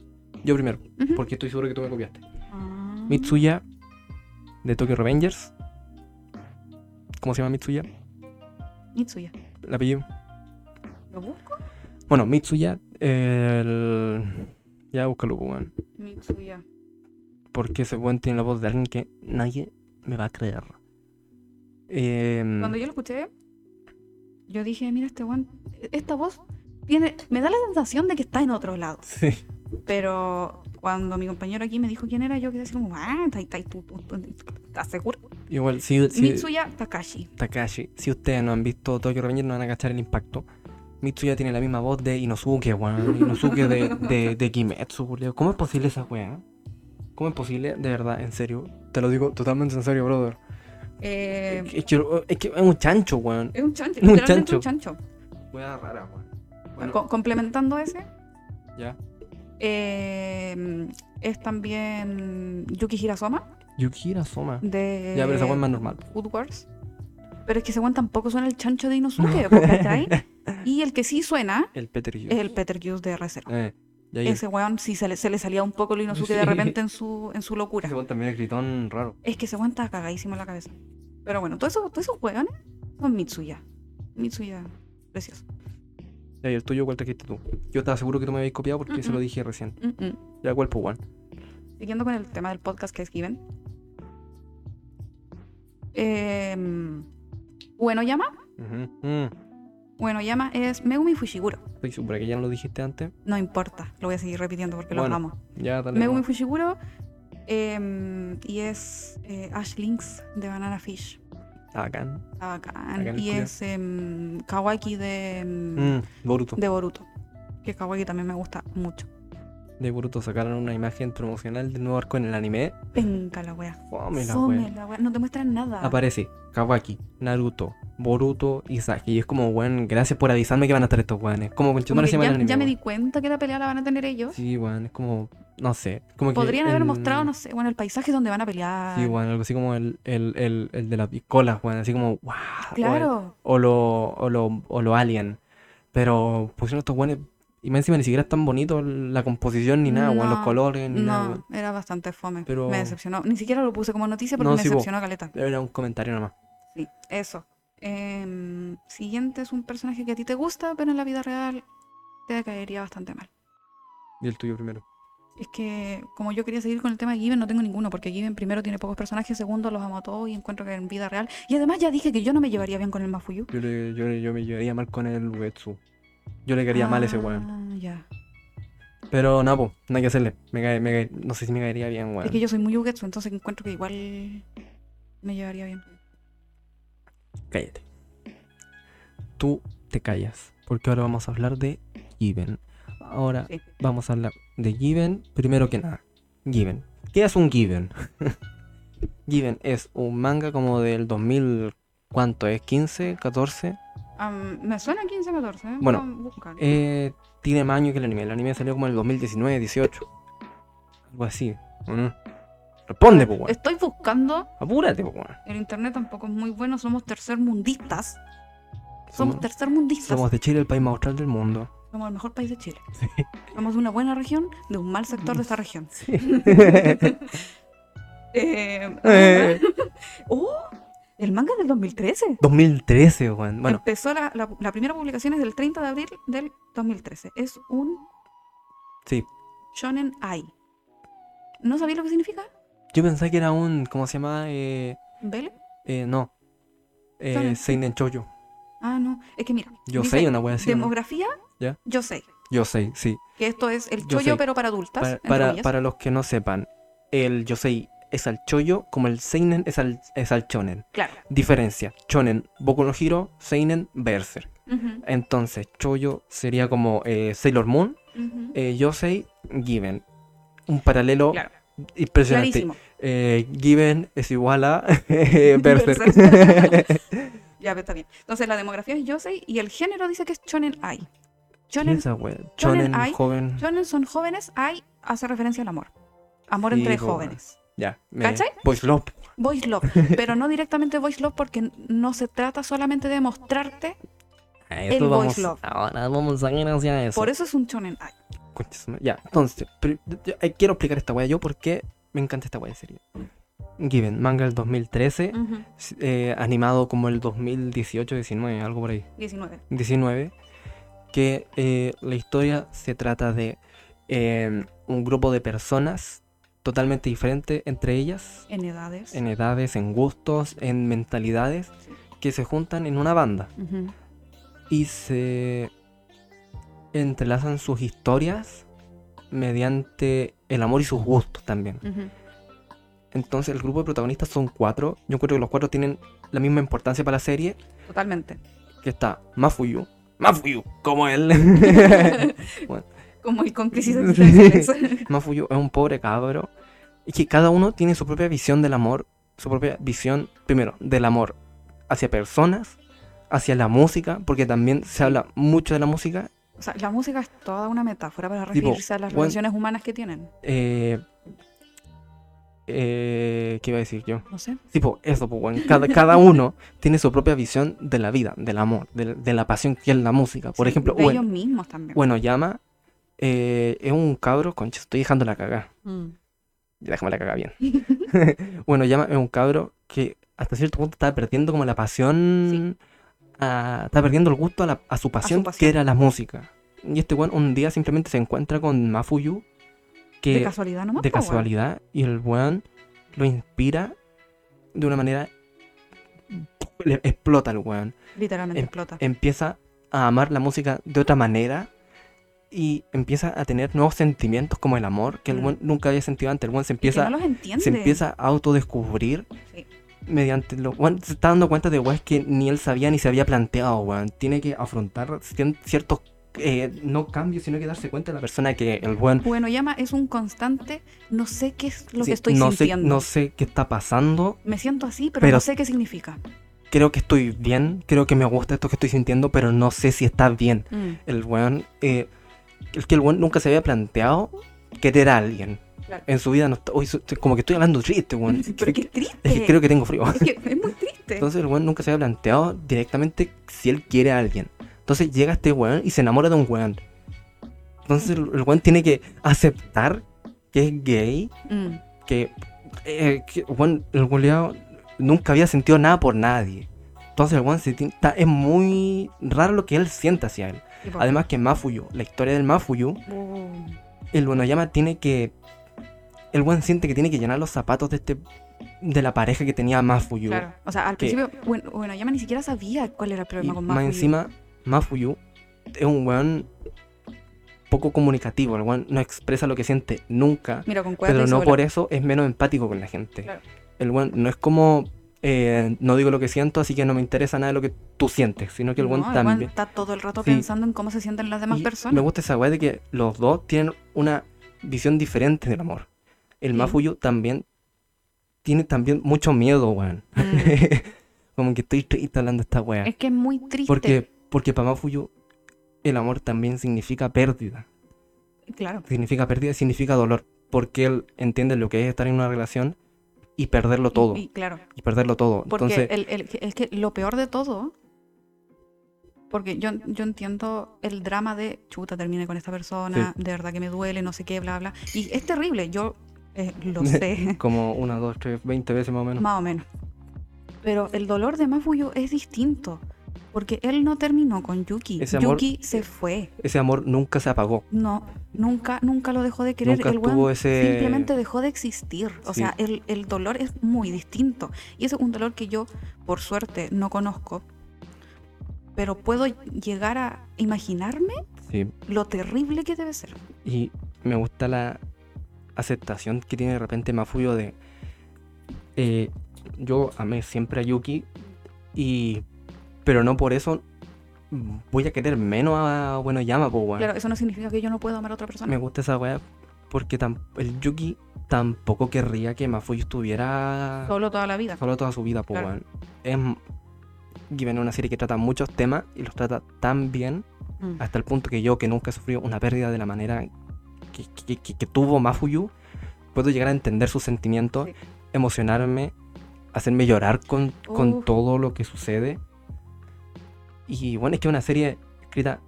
Speaker 1: yo primero,
Speaker 2: Ujú.
Speaker 1: porque estoy seguro que tú me copiaste.
Speaker 2: Ah.
Speaker 1: Mitsuya, de Tokyo Revengers. ¿Cómo se llama Mitsuya?
Speaker 2: Mitsuya.
Speaker 1: El apellido.
Speaker 2: ¿Lo busco?
Speaker 1: Bueno, Mitsuya, el... Ya búscalo, po, weón.
Speaker 2: Mitsuya.
Speaker 1: Porque ese weón tiene la voz de alguien que nadie me va a creer. Em,
Speaker 2: Cuando yo lo escuché, yo dije, mira este weón, esta voz tiene, me da la sensación de que está en otro lado.
Speaker 1: Sí.
Speaker 2: Pero cuando mi compañero aquí me dijo quién era, yo quedé así como, ah, está, está, tú- tú- tú- ¿estás seguro?
Speaker 1: Igual, si, si-
Speaker 2: Mitsuya Takashi.
Speaker 1: Takashi, si ustedes no han visto Tokyo Revengers no van a cachar el impacto. Mitsuya tiene la misma voz de Inosuke, weón. Inosuke de, de, de Kimetsu, culiao. ¿Cómo es posible esa weá? ¿Cómo es posible? De verdad, en serio. Te lo digo totalmente en serio, brother.
Speaker 2: Eh,
Speaker 1: Es, que, es que es un chancho, weón.
Speaker 2: es un chancho,
Speaker 1: un
Speaker 2: literalmente un chancho.
Speaker 1: Weá rara, weón. Bueno,
Speaker 2: eh, Co- complementando ese,
Speaker 1: ya.
Speaker 2: eh, es también Yuki Hirasoma
Speaker 1: Yukihira Soma.
Speaker 2: de
Speaker 1: Ya, pero esa weá es más normal.
Speaker 2: Food Wars. Pero es que ese weón tampoco suena el chancho de Inosuke, po, ¿cachai? Y el que sí suena
Speaker 1: El Peter Yu.
Speaker 2: es el Peter Hughes de ReZero.
Speaker 1: Eh, ya, ya.
Speaker 2: Ese weón sí se le, se le salía un poco el Inosuke
Speaker 1: Sí.
Speaker 2: de repente en su, en su locura.
Speaker 1: Ese weón también es gritón raro.
Speaker 2: Es que ese weón estaba cagadísimo en la cabeza. Pero bueno, todos esos, todos esos weones son Mitsuya. Mitsuya, precioso.
Speaker 1: Ya, y el tuyo, ¿cuál trajiste tú? Yo estaba seguro que tú me habías copiado porque se lo
Speaker 2: Mm-mm.
Speaker 1: dije recién.
Speaker 2: Mm, mm.
Speaker 1: Ya, ¿cuál, pues, weón?
Speaker 2: Siguiendo con el tema del podcast que escriben. Eh, bueno llama.
Speaker 1: Ujú. Mm.
Speaker 2: Bueno llama es Megumi Fushiguro.
Speaker 1: Estoy segura que ya no lo dijiste antes.
Speaker 2: No importa, lo voy a seguir repitiendo porque
Speaker 1: Bueno,
Speaker 2: lo amo.
Speaker 1: Ya, dale.
Speaker 2: Megumi
Speaker 1: nomás.
Speaker 2: Fushiguro eh, y es eh, Ash Links de Banana Fish.
Speaker 1: Acá.
Speaker 2: Está bacán.
Speaker 1: Bacán el
Speaker 2: Y
Speaker 1: culiao.
Speaker 2: es em, Kawaki de, em,
Speaker 1: Mm, Boruto.
Speaker 2: de Boruto. Que Kawaki también me gusta mucho.
Speaker 1: De Boruto sacaron una imagen promocional del nuevo arco en el anime.
Speaker 2: Venga la wea.
Speaker 1: Fome la
Speaker 2: Some
Speaker 1: weón.
Speaker 2: la wea. No te muestran nada.
Speaker 1: Aparece Kawaki, Naruto, Boruto y Saki. Y es como, weón, gracias por avisarme que van a estar estos weones. Como con
Speaker 2: Como
Speaker 1: se
Speaker 2: que
Speaker 1: llama el
Speaker 2: ya,
Speaker 1: anime.
Speaker 2: ya me
Speaker 1: weón.
Speaker 2: di cuenta que la pelea la van a tener ellos.
Speaker 1: Sí, weón, es como, no sé. Como que
Speaker 2: Podrían haber
Speaker 1: en-
Speaker 2: mostrado, no sé, bueno, el paisaje donde van a pelear.
Speaker 1: Sí, weón, algo así como el, el, el, el de las picolas, weón. Así como, wow.
Speaker 2: Claro.
Speaker 1: o lo, o lo, o lo alien. Pero pusieron estos buenos. Y más encima ni siquiera es tan bonito la composición ni nada, weón, los
Speaker 2: No,
Speaker 1: colores, ni nada,
Speaker 2: No,
Speaker 1: weón.
Speaker 2: era bastante fome.
Speaker 1: Pero-
Speaker 2: Me decepcionó. Ni siquiera lo puse como noticia porque
Speaker 1: No,
Speaker 2: me
Speaker 1: sí, po.
Speaker 2: decepcionó Caleta.
Speaker 1: Era un comentario nomás.
Speaker 2: Sí, eso. Em, siguiente es un personaje que a ti te gusta, pero en la vida real te caería bastante mal.
Speaker 1: Y el tuyo primero.
Speaker 2: Es que como yo quería seguir con el tema de Given, no tengo ninguno, porque Given primero tiene pocos personajes, segundo los amo a todos y encuentro que en vida real. Y además ya dije que yo no me llevaría bien con el Mafuyu.
Speaker 1: Yo, le- yo, le- yo me llevaría mal con el Uetsu. Yo le quería mal a ese weón.
Speaker 2: Ah, Ya.
Speaker 1: Pero nada, po, nada que hacerle. Me cae, me cae- no sé si me caería bien, weón.
Speaker 2: Es que yo soy muy Ugetsu, entonces encuentro que igual me llevaría bien.
Speaker 1: Cállate. Tú te callas. Porque ahora vamos a hablar de Given. Ahora
Speaker 2: Sí.
Speaker 1: vamos a hablar de Given. Primero que nada, Given. ¿Qué es un Given? Given es un manga como del 2000, ¿cuánto es? ¿15? ¿14?
Speaker 2: Am, me suena 15 14. ¿eh?
Speaker 1: Bueno,
Speaker 2: Vamos a buscar.
Speaker 1: Eh, tiene más años que el anime. El anime salió como en el 2019, 18. Algo así, ¿o no? Responde, po, weón.
Speaker 2: Estoy buscando.
Speaker 1: Apúrate, po, weón.
Speaker 2: El internet tampoco es muy bueno, somos tercermundistas. Somos tercermundistas.
Speaker 1: Somos de Chile, el país más austral del mundo.
Speaker 2: Somos el mejor país de Chile. Somos de una buena región, de un mal sector de esta región.
Speaker 1: Sí.
Speaker 2: Eh,
Speaker 1: Eh.
Speaker 2: ¡Oh! El manga del 2013.
Speaker 1: 2013, weón. Bueno,
Speaker 2: Empezó la, la- la primera publicación es del 30 de abril del 2013. Es un
Speaker 1: sí.
Speaker 2: shonen ai. ¿No sabéis lo que significa?
Speaker 1: Yo pensé que era un. ¿Cómo se llama? Eh,
Speaker 2: ¿Vele?
Speaker 1: eh, no. Eh,
Speaker 2: Shonen.
Speaker 1: Seinen Choyo.
Speaker 2: Ah, no. Es que mira.
Speaker 1: Yo
Speaker 2: dice
Speaker 1: sé, una wea así. ¿o no?
Speaker 2: Demografía.
Speaker 1: Ya.
Speaker 2: Yo sé.
Speaker 1: Yo sé, sí.
Speaker 2: Que esto es el
Speaker 1: Yosei.
Speaker 2: chollo, pero para adultas.
Speaker 1: Para,
Speaker 2: entre
Speaker 1: para,
Speaker 2: comillas.
Speaker 1: para los que no sepan, el Yosei es al Choyo, como el Seinen es al, es al Chonen.
Speaker 2: Claro.
Speaker 1: Diferencia: Chonen, Boku no Hero, Seinen, Berserk.
Speaker 2: Ujú,
Speaker 1: Entonces, Choyo sería como eh, Sailor Moon,
Speaker 2: ujú.
Speaker 1: eh, Yosei, Given. Un paralelo
Speaker 2: Claro.
Speaker 1: impresionante.
Speaker 2: Clarísimo.
Speaker 1: Eh, Given es igual a eh, Berserk.
Speaker 2: Berserk. Ya, pero está bien. Entonces la demografía es Yosei y el género dice que es shonen ai.
Speaker 1: ¿Qué
Speaker 2: Shonen,
Speaker 1: es esa wea?
Speaker 2: Shonen
Speaker 1: Chonen,
Speaker 2: Ai,
Speaker 1: joven.
Speaker 2: shonen son jóvenes, ai hace referencia al amor. Amor
Speaker 1: Sí,
Speaker 2: entre
Speaker 1: po, weón.
Speaker 2: jóvenes.
Speaker 1: Ya. me-
Speaker 2: ¿Cachai?
Speaker 1: Boys Love.
Speaker 2: Voice love, pero no directamente voice love porque no se trata solamente de mostrarte,
Speaker 1: A eso
Speaker 2: El
Speaker 1: vamos,
Speaker 2: boys love.
Speaker 1: Ahora vamos a ir hacia eso.
Speaker 2: por eso es un shonen ai.
Speaker 1: Concha su madre. Ya, entonces, pri- yo- eh, quiero explicar esta wea yo porque me encanta esta wea de serie. Given, manga del 2013,
Speaker 2: Ujú,
Speaker 1: s- eh, animado como el 2018-19, algo por ahí.
Speaker 2: 19.
Speaker 1: 19, que eh, la historia se trata de eh, un grupo de personas totalmente diferentes entre ellas,
Speaker 2: En edades.
Speaker 1: en edades, en gustos, en mentalidades, que se juntan en una banda
Speaker 2: Ujú.
Speaker 1: y se entrelazan sus historias mediante el amor y sus gustos también.
Speaker 2: Ujú.
Speaker 1: Entonces el grupo de protagonistas son cuatro. Yo encuentro que los cuatro tienen la misma importancia para la serie,
Speaker 2: Totalmente.
Speaker 1: que está Mafuyu. Mafuyu, como él. Bueno.
Speaker 2: Como el con crisis
Speaker 1: Sí.
Speaker 2: existenciales.
Speaker 1: Mafuyu es un pobre cabro. Y que cada uno tiene su propia visión del amor. Su propia visión, primero, del amor hacia personas, hacia la música, porque también se habla mucho de la música
Speaker 2: O sea, la música es toda una metáfora para
Speaker 1: Tipo,
Speaker 2: referirse a las
Speaker 1: buen-
Speaker 2: relaciones humanas que tienen.
Speaker 1: Eh, eh, ¿Qué iba a decir yo?
Speaker 2: No sé.
Speaker 1: Tipo, eso, pues, weón. Cada, cada uno tiene su propia visión de la vida, del amor, de, de la pasión que es la música. Por
Speaker 2: Sí,
Speaker 1: ejemplo,
Speaker 2: de ellos
Speaker 1: bueno,
Speaker 2: mismos también.
Speaker 1: bueno Llama es un cabro, concha, estoy dejando la cagá.
Speaker 2: Mm.
Speaker 1: Ya Déjame la cagá bien. bueno, Llama es un cabro que hasta cierto punto estaba perdiendo como la pasión. a- estaba perdiendo el gusto a, la- a su pasión, que
Speaker 2: pasión.
Speaker 1: era la música. Y este weón un día simplemente se encuentra con Mafuyu. Que
Speaker 2: de casualidad
Speaker 1: eh,
Speaker 2: nomás.
Speaker 1: de
Speaker 2: po, pues, weón.
Speaker 1: casualidad y el weón lo inspira de una manera le explota el weón
Speaker 2: Literalmente
Speaker 1: Em-
Speaker 2: explota.
Speaker 1: empieza a amar la música de otra manera y empieza a tener nuevos sentimientos como el amor que el
Speaker 2: Mm.
Speaker 1: weón nunca había sentido antes el weón se
Speaker 2: Y que
Speaker 1: empieza
Speaker 2: no los entiende.
Speaker 1: se empieza a autodescubrir
Speaker 2: Sí.
Speaker 1: mediante lo weón se está dando cuenta de weón que ni él sabía ni se había planteado weón tiene que afrontar cien- ciertos eh, no cambios sino que darse cuenta de la persona que el weón
Speaker 2: Bueno, llama es un constante. No sé qué es lo
Speaker 1: sí,
Speaker 2: que estoy
Speaker 1: no sé,
Speaker 2: sintiendo.
Speaker 1: no sé qué está pasando
Speaker 2: Me siento así, pero,
Speaker 1: Pero-
Speaker 2: no sé qué significa.
Speaker 1: creo que estoy bien, creo que me gusta esto que estoy sintiendo, pero no sé si está bien.
Speaker 2: Mm,
Speaker 1: El weón, eh, el que el weón nunca se había planteado querer a alguien.
Speaker 2: Claro.
Speaker 1: En su vida no está, uy, so- como que estoy hablando triste, weón.
Speaker 2: Pero qué triste.
Speaker 1: Es que creo que tengo frío.
Speaker 2: Es que es muy triste.
Speaker 1: Entonces el weón nunca se había planteado directamente si él quiere a alguien. Entonces llega este weón y se enamora de un weón. Entonces el el weón tiene que aceptar que es gay,
Speaker 2: Mm,
Speaker 1: que, eh, que, weón, el goleado nunca había sentido nada por nadie. Entonces el weón se ti- ta- es muy raro lo que él siente hacia él.
Speaker 2: y pues, bueno.
Speaker 1: Además que Mafuyu, la historia del Mafuyu,
Speaker 2: Uh,
Speaker 1: el bueno llama tiene que... El weón siente que tiene que llenar los zapatos de este de la pareja que tenía Mafuyu.
Speaker 2: claro. O sea, al
Speaker 1: que-
Speaker 2: principio, bueno, bueno, llama ni siquiera sabía cuál era el
Speaker 1: Y
Speaker 2: problema con
Speaker 1: más
Speaker 2: Mafuyu.
Speaker 1: encima, Mafuyu es un weón poco comunicativo. El weón no expresa lo que siente nunca.
Speaker 2: Mira, con cuerda
Speaker 1: Pero
Speaker 2: y
Speaker 1: no
Speaker 2: sola.
Speaker 1: por eso es menos empático con la gente.
Speaker 2: Claro.
Speaker 1: El weón no es como, eh, no digo lo que siento, así que no me interesa nada de lo que tú sientes, sino que el weón
Speaker 2: No,
Speaker 1: también.
Speaker 2: está todo el rato
Speaker 1: Sí.
Speaker 2: pensando en cómo se sienten las demás
Speaker 1: Y Me
Speaker 2: personas.
Speaker 1: gusta esa weá de que los dos tienen una visión diferente del amor. El
Speaker 2: Sí.
Speaker 1: Mafuyu también tiene también mucho miedo, weón.
Speaker 2: Mm,
Speaker 1: como que estoy triste hablando de esta weá.
Speaker 2: es que es muy triste.
Speaker 1: Porque, porque para Mafuyu el amor también significa pérdida.
Speaker 2: Claro.
Speaker 1: Significa pérdida, significa dolor. Porque él entiende lo que es estar en una relación y perderlo todo.
Speaker 2: Y, y claro.
Speaker 1: y perderlo todo.
Speaker 2: Porque
Speaker 1: Entonces,
Speaker 2: el- el- es que lo peor de todo Porque yo, yo entiendo el drama de chuta, terminé con esta persona, de verdad que me duele, no sé qué, bla, bla. Y es terrible, yo eh, lo sé,
Speaker 1: Como una, dos, tres, veinte veces más o menos.
Speaker 2: más o menos. Pero el dolor de Mafuyu es distinto, porque él no terminó con Yuki.
Speaker 1: Ese amor-
Speaker 2: Yuki se fue.
Speaker 1: Ese amor nunca se apagó.
Speaker 2: No, nunca, nunca lo dejó de querer.
Speaker 1: Nunca
Speaker 2: el weón
Speaker 1: tuvo ese-
Speaker 2: simplemente dejó de existir. O
Speaker 1: Sí.
Speaker 2: sea, el, el dolor es muy distinto. Y ese es un dolor que yo, por suerte, no conozco. Pero puedo llegar a imaginarme
Speaker 1: Sí.
Speaker 2: lo terrible que debe ser.
Speaker 1: Y me gusta la aceptación que tiene de repente Mafuyo de... eh, yo amé siempre a Yuki y... Pero no por eso voy a querer menos a Bueno Llama, po, weón.
Speaker 2: Claro, eso no significa que yo no puedo amar a otra persona.
Speaker 1: Me gusta esa weá porque tam- el Yuki tampoco querría que Mafuyu estuviera solo,
Speaker 2: Solo toda la vida.
Speaker 1: toda su vida, po,
Speaker 2: Claro.
Speaker 1: weón. Es m- Given una serie que trata muchos temas y los trata tan bien
Speaker 2: Mm.
Speaker 1: hasta el punto que yo, que nunca he sufrido una pérdida de la manera que, que- que- que tuvo Mafuyu, puedo llegar a entender sus sentimientos,
Speaker 2: Sí.
Speaker 1: emocionarme, hacerme llorar con, con
Speaker 2: Uf.
Speaker 1: todo lo que sucede. Y bueno, es que es una serie escrita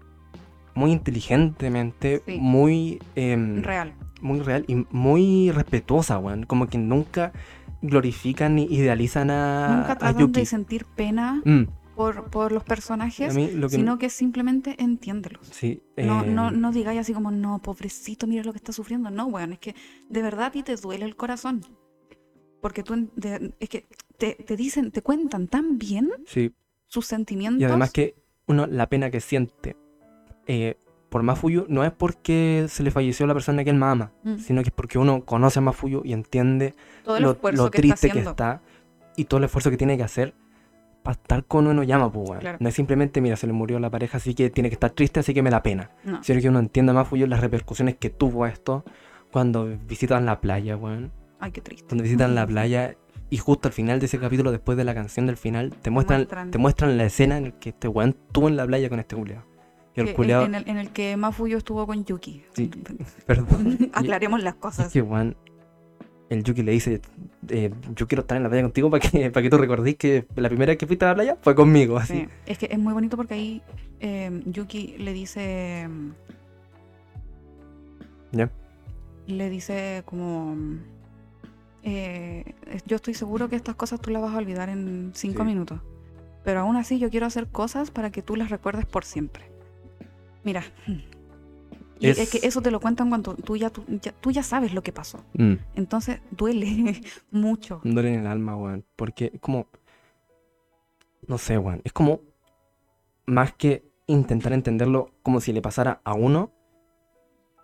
Speaker 1: muy inteligentemente,
Speaker 2: Sí.
Speaker 1: muy, em,
Speaker 2: Real.
Speaker 1: muy real y muy respetuosa, weón. Como que nunca glorifican ni idealizan Ah, a,
Speaker 2: Nunca
Speaker 1: a
Speaker 2: tratan
Speaker 1: Yuki.
Speaker 2: de sentir pena
Speaker 1: Mm,
Speaker 2: por, por los
Speaker 1: a
Speaker 2: personajes,
Speaker 1: mí lo que-
Speaker 2: sino que simplemente entiéndelos.
Speaker 1: sí,
Speaker 2: No, no,
Speaker 1: em,
Speaker 2: no digáis así como, no, pobrecito, mira lo que está sufriendo. No, weón, es que de verdad a ti te duele el corazón. Porque tú, en- de- es que te, te dicen, te cuentan tan bien
Speaker 1: sí.
Speaker 2: sus sentimientos.
Speaker 1: Y además que uno, la pena que siente eh, por Mafuyu no es porque se le falleció la persona que él más ama,
Speaker 2: Mm,
Speaker 1: sino que es porque uno conoce a Mafuyu y entiende
Speaker 2: todo el
Speaker 1: lo,
Speaker 2: esfuerzo
Speaker 1: lo
Speaker 2: que está
Speaker 1: triste que
Speaker 2: haciendo.
Speaker 1: está y todo el esfuerzo que tiene que hacer para estar con uno llama, pues,
Speaker 2: Claro.
Speaker 1: No es simplemente, mira, se le murió la pareja, así que tiene que estar triste, así que me da pena.
Speaker 2: No,
Speaker 1: Sino que uno entienda a Mafuyu las repercusiones que tuvo esto cuando visitan la playa, weón.
Speaker 2: Ay, qué triste. Mm.
Speaker 1: Cuando visitan la playa y justo al final de ese capítulo, después de la canción del final, te muestran,
Speaker 2: muestran.
Speaker 1: te muestran la escena en la que este weón estuvo en la playa con este culiao. Y
Speaker 2: Que
Speaker 1: el
Speaker 2: en-
Speaker 1: culiao,
Speaker 2: en, el, en el que Mafuyo estuvo con Yuki.
Speaker 1: Sí. perdón,
Speaker 2: Aclaremos las
Speaker 1: es
Speaker 2: cosas.
Speaker 1: que weón, el Yuki le dice, eh, yo quiero estar en la playa contigo para que, para que tú recordís que la primera vez que fuiste a la playa fue conmigo, así.
Speaker 2: Sí, Es que es muy bonito porque ahí eh, Yuki le dice. mm,
Speaker 1: Ya.
Speaker 2: Le dice como. mm, eh, es- yo estoy seguro que estas cosas tú las vas a olvidar en cinco
Speaker 1: Sí.
Speaker 2: minutos. Pero aún así yo quiero hacer cosas para que tú las recuerdes por siempre. Mira. Y es...
Speaker 1: Es-
Speaker 2: que eso te lo cuentan cuando tú ya, tú, ya, tú ya sabes lo que pasó.
Speaker 1: Mm,
Speaker 2: Entonces duele mucho.
Speaker 1: me duele en el alma, weón, porque es como, no sé, weón, es como más que intentar entenderlo como si le pasara a uno,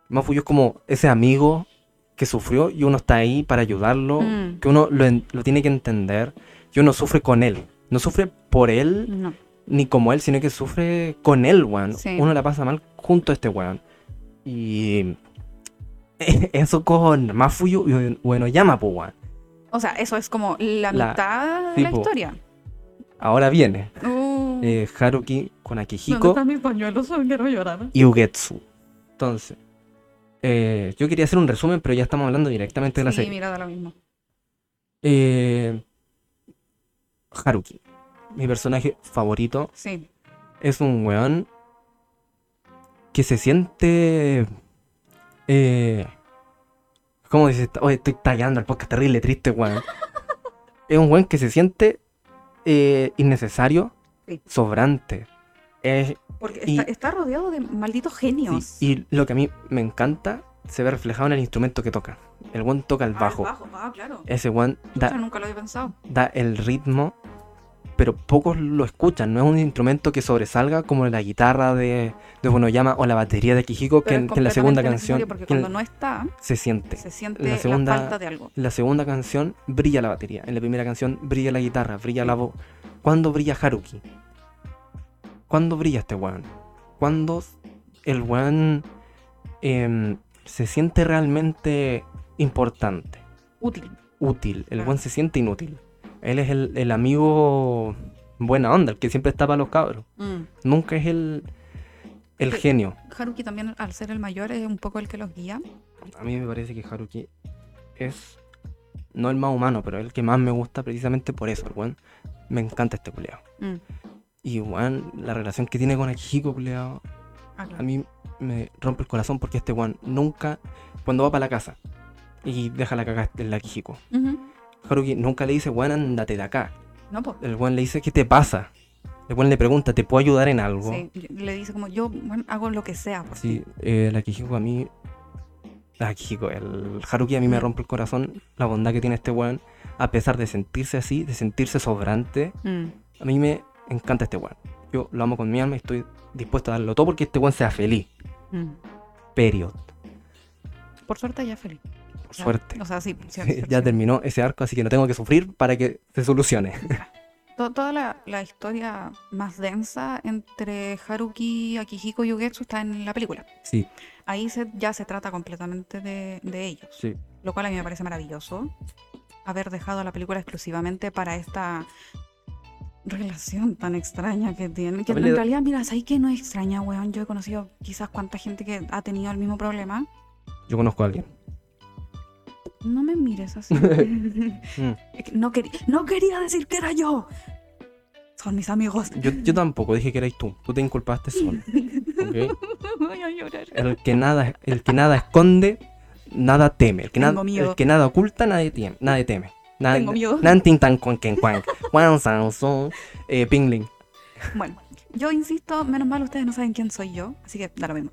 Speaker 1: Mafuyu es como ese amigo que sufrió y uno está ahí para ayudarlo.
Speaker 2: Mm,
Speaker 1: que uno lo, en- lo tiene que entender, que uno sufre con él. No sufre por él
Speaker 2: no.
Speaker 1: ni como él, sino que sufre con él, weón.
Speaker 2: Mm. Sí.
Speaker 1: Uno la pasa mal junto a este weón. Y eso con Mafuyu y bueno, llama, pues, weón.
Speaker 2: O sea, eso es como la,
Speaker 1: La-
Speaker 2: mitad
Speaker 1: sí,
Speaker 2: de la
Speaker 1: po.
Speaker 2: historia.
Speaker 1: Ahora viene
Speaker 2: Uh,
Speaker 1: eh, Haruki con
Speaker 2: ¿Dónde
Speaker 1: Akihiko
Speaker 2: están mis pañuelos? Hoy Quiero llorar.
Speaker 1: y Ugetsu. Entonces, eh, yo quería hacer un resumen, pero ya estamos hablando directamente de la
Speaker 2: sí,
Speaker 1: serie.
Speaker 2: mira, da lo mismo.
Speaker 1: Eh, Haruki, mi personaje favorito.
Speaker 2: Sí,
Speaker 1: es un weón que se siente. Eh, ¿Cómo dices? Oye, estoy tallando el podcast terrible, triste, weón. es un weón que se siente eh, innecesario,
Speaker 2: Sí.
Speaker 1: sobrante. Es-
Speaker 2: porque
Speaker 1: Y-
Speaker 2: está, está rodeado de malditos
Speaker 1: y,
Speaker 2: genios.
Speaker 1: y lo que a mí me encanta se ve reflejado en el instrumento que toca. El weón toca el
Speaker 2: Ah,
Speaker 1: bajo.
Speaker 2: bajo, ah, claro.
Speaker 1: Ese weón da,
Speaker 2: Yo nunca lo había pensado.
Speaker 1: da el ritmo, pero pocos lo escuchan. No es un instrumento que sobresalga como la guitarra de, de Bonoyama o la batería de Kijiko, que,
Speaker 2: Pero
Speaker 1: en
Speaker 2: es
Speaker 1: que en la segunda
Speaker 2: completamente
Speaker 1: canción
Speaker 2: necesario Porque
Speaker 1: que en-
Speaker 2: cuando no está,
Speaker 1: se siente.
Speaker 2: se siente
Speaker 1: La
Speaker 2: la,
Speaker 1: segunda-
Speaker 2: falta de algo.
Speaker 1: En la segunda canción brilla la batería, en la primera canción brilla la guitarra, brilla la voz. ¿Cuándo brilla Haruki? ¿Cuándo brilla este weón? ¿Cuándo el weón em, se siente realmente importante?
Speaker 2: Útil.
Speaker 1: útil. El
Speaker 2: Claro.
Speaker 1: buen se siente inútil. Él es el, el amigo buena onda, el que siempre está para los cabros.
Speaker 2: Mm.
Speaker 1: Nunca es el, el
Speaker 2: Sí.
Speaker 1: genio.
Speaker 2: Haruki también, al ser el mayor, es un poco el que los guía.
Speaker 1: A mí me parece que Haruki es no el más humano, pero el que más me gusta precisamente por eso, el buen. Me encanta este culeado.
Speaker 2: Mm.
Speaker 1: Y weón, la relación que tiene con Akihiko, culiao,
Speaker 2: Ah, claro.
Speaker 1: a mí me rompe el corazón porque este weón nunca, cuando va para la casa y deja la cagada en la Akihiko,
Speaker 2: Ujú.
Speaker 1: Haruki nunca le dice, weón, ándate de acá.
Speaker 2: No, pues.
Speaker 1: El weón le dice, ¿qué te pasa? El weón le pregunta, ¿te puedo ayudar en algo?
Speaker 2: Sí, yo- le dice como yo bueno, hago lo que sea pues". por ti.
Speaker 1: Sí, eh, la Kijiko a mí. La Kijiko, el Haruki a mí me rompe el corazón. La bondad que tiene este weón. A pesar de sentirse así, de sentirse sobrante.
Speaker 2: Mm,
Speaker 1: A mí me encanta este weón. Yo lo amo con mi alma y estoy dispuesto a darlo todo porque este weón sea feliz.
Speaker 2: mm.
Speaker 1: Period.
Speaker 2: Por suerte ya feliz.
Speaker 1: Por
Speaker 2: Ya,
Speaker 1: suerte.
Speaker 2: O sea, sí. sí, sí,
Speaker 1: ya
Speaker 2: sí.
Speaker 1: terminó ese arco, así que no tengo que sufrir para que se solucione.
Speaker 2: To- toda la, la historia más densa entre Haruki, Akihiko y Ugetsu está en la película.
Speaker 1: Sí,
Speaker 2: Ahí se, ya se trata completamente de, de ellos,
Speaker 1: sí.
Speaker 2: lo cual a mí me parece maravilloso. Haber dejado la película exclusivamente para esta relación tan extraña que tienen. Que
Speaker 1: Hable-
Speaker 2: en realidad, mira, ¿sabes qué no es extraña, weón? Yo he conocido quizás cuánta gente que ha tenido el mismo problema.
Speaker 1: Yo conozco a alguien.
Speaker 2: No me mires así. Es que no, quería, no quería decir que era yo. Son mis amigos.
Speaker 1: Yo, yo tampoco dije que erais tú. Tú te inculpaste solo. ¿ok?
Speaker 2: Voy a llorar.
Speaker 1: El que nada, el que nada esconde, nada teme. El que, nada,
Speaker 2: Tengo miedo.
Speaker 1: el que nada oculta, nadie teme. Nadie teme. Na-
Speaker 2: Tengo miedo.
Speaker 1: Nantin tan con quien cuan. Wan san son, eh, pingling.
Speaker 2: Bueno, yo insisto, menos mal ustedes no saben quién soy yo, así que da lo mismo.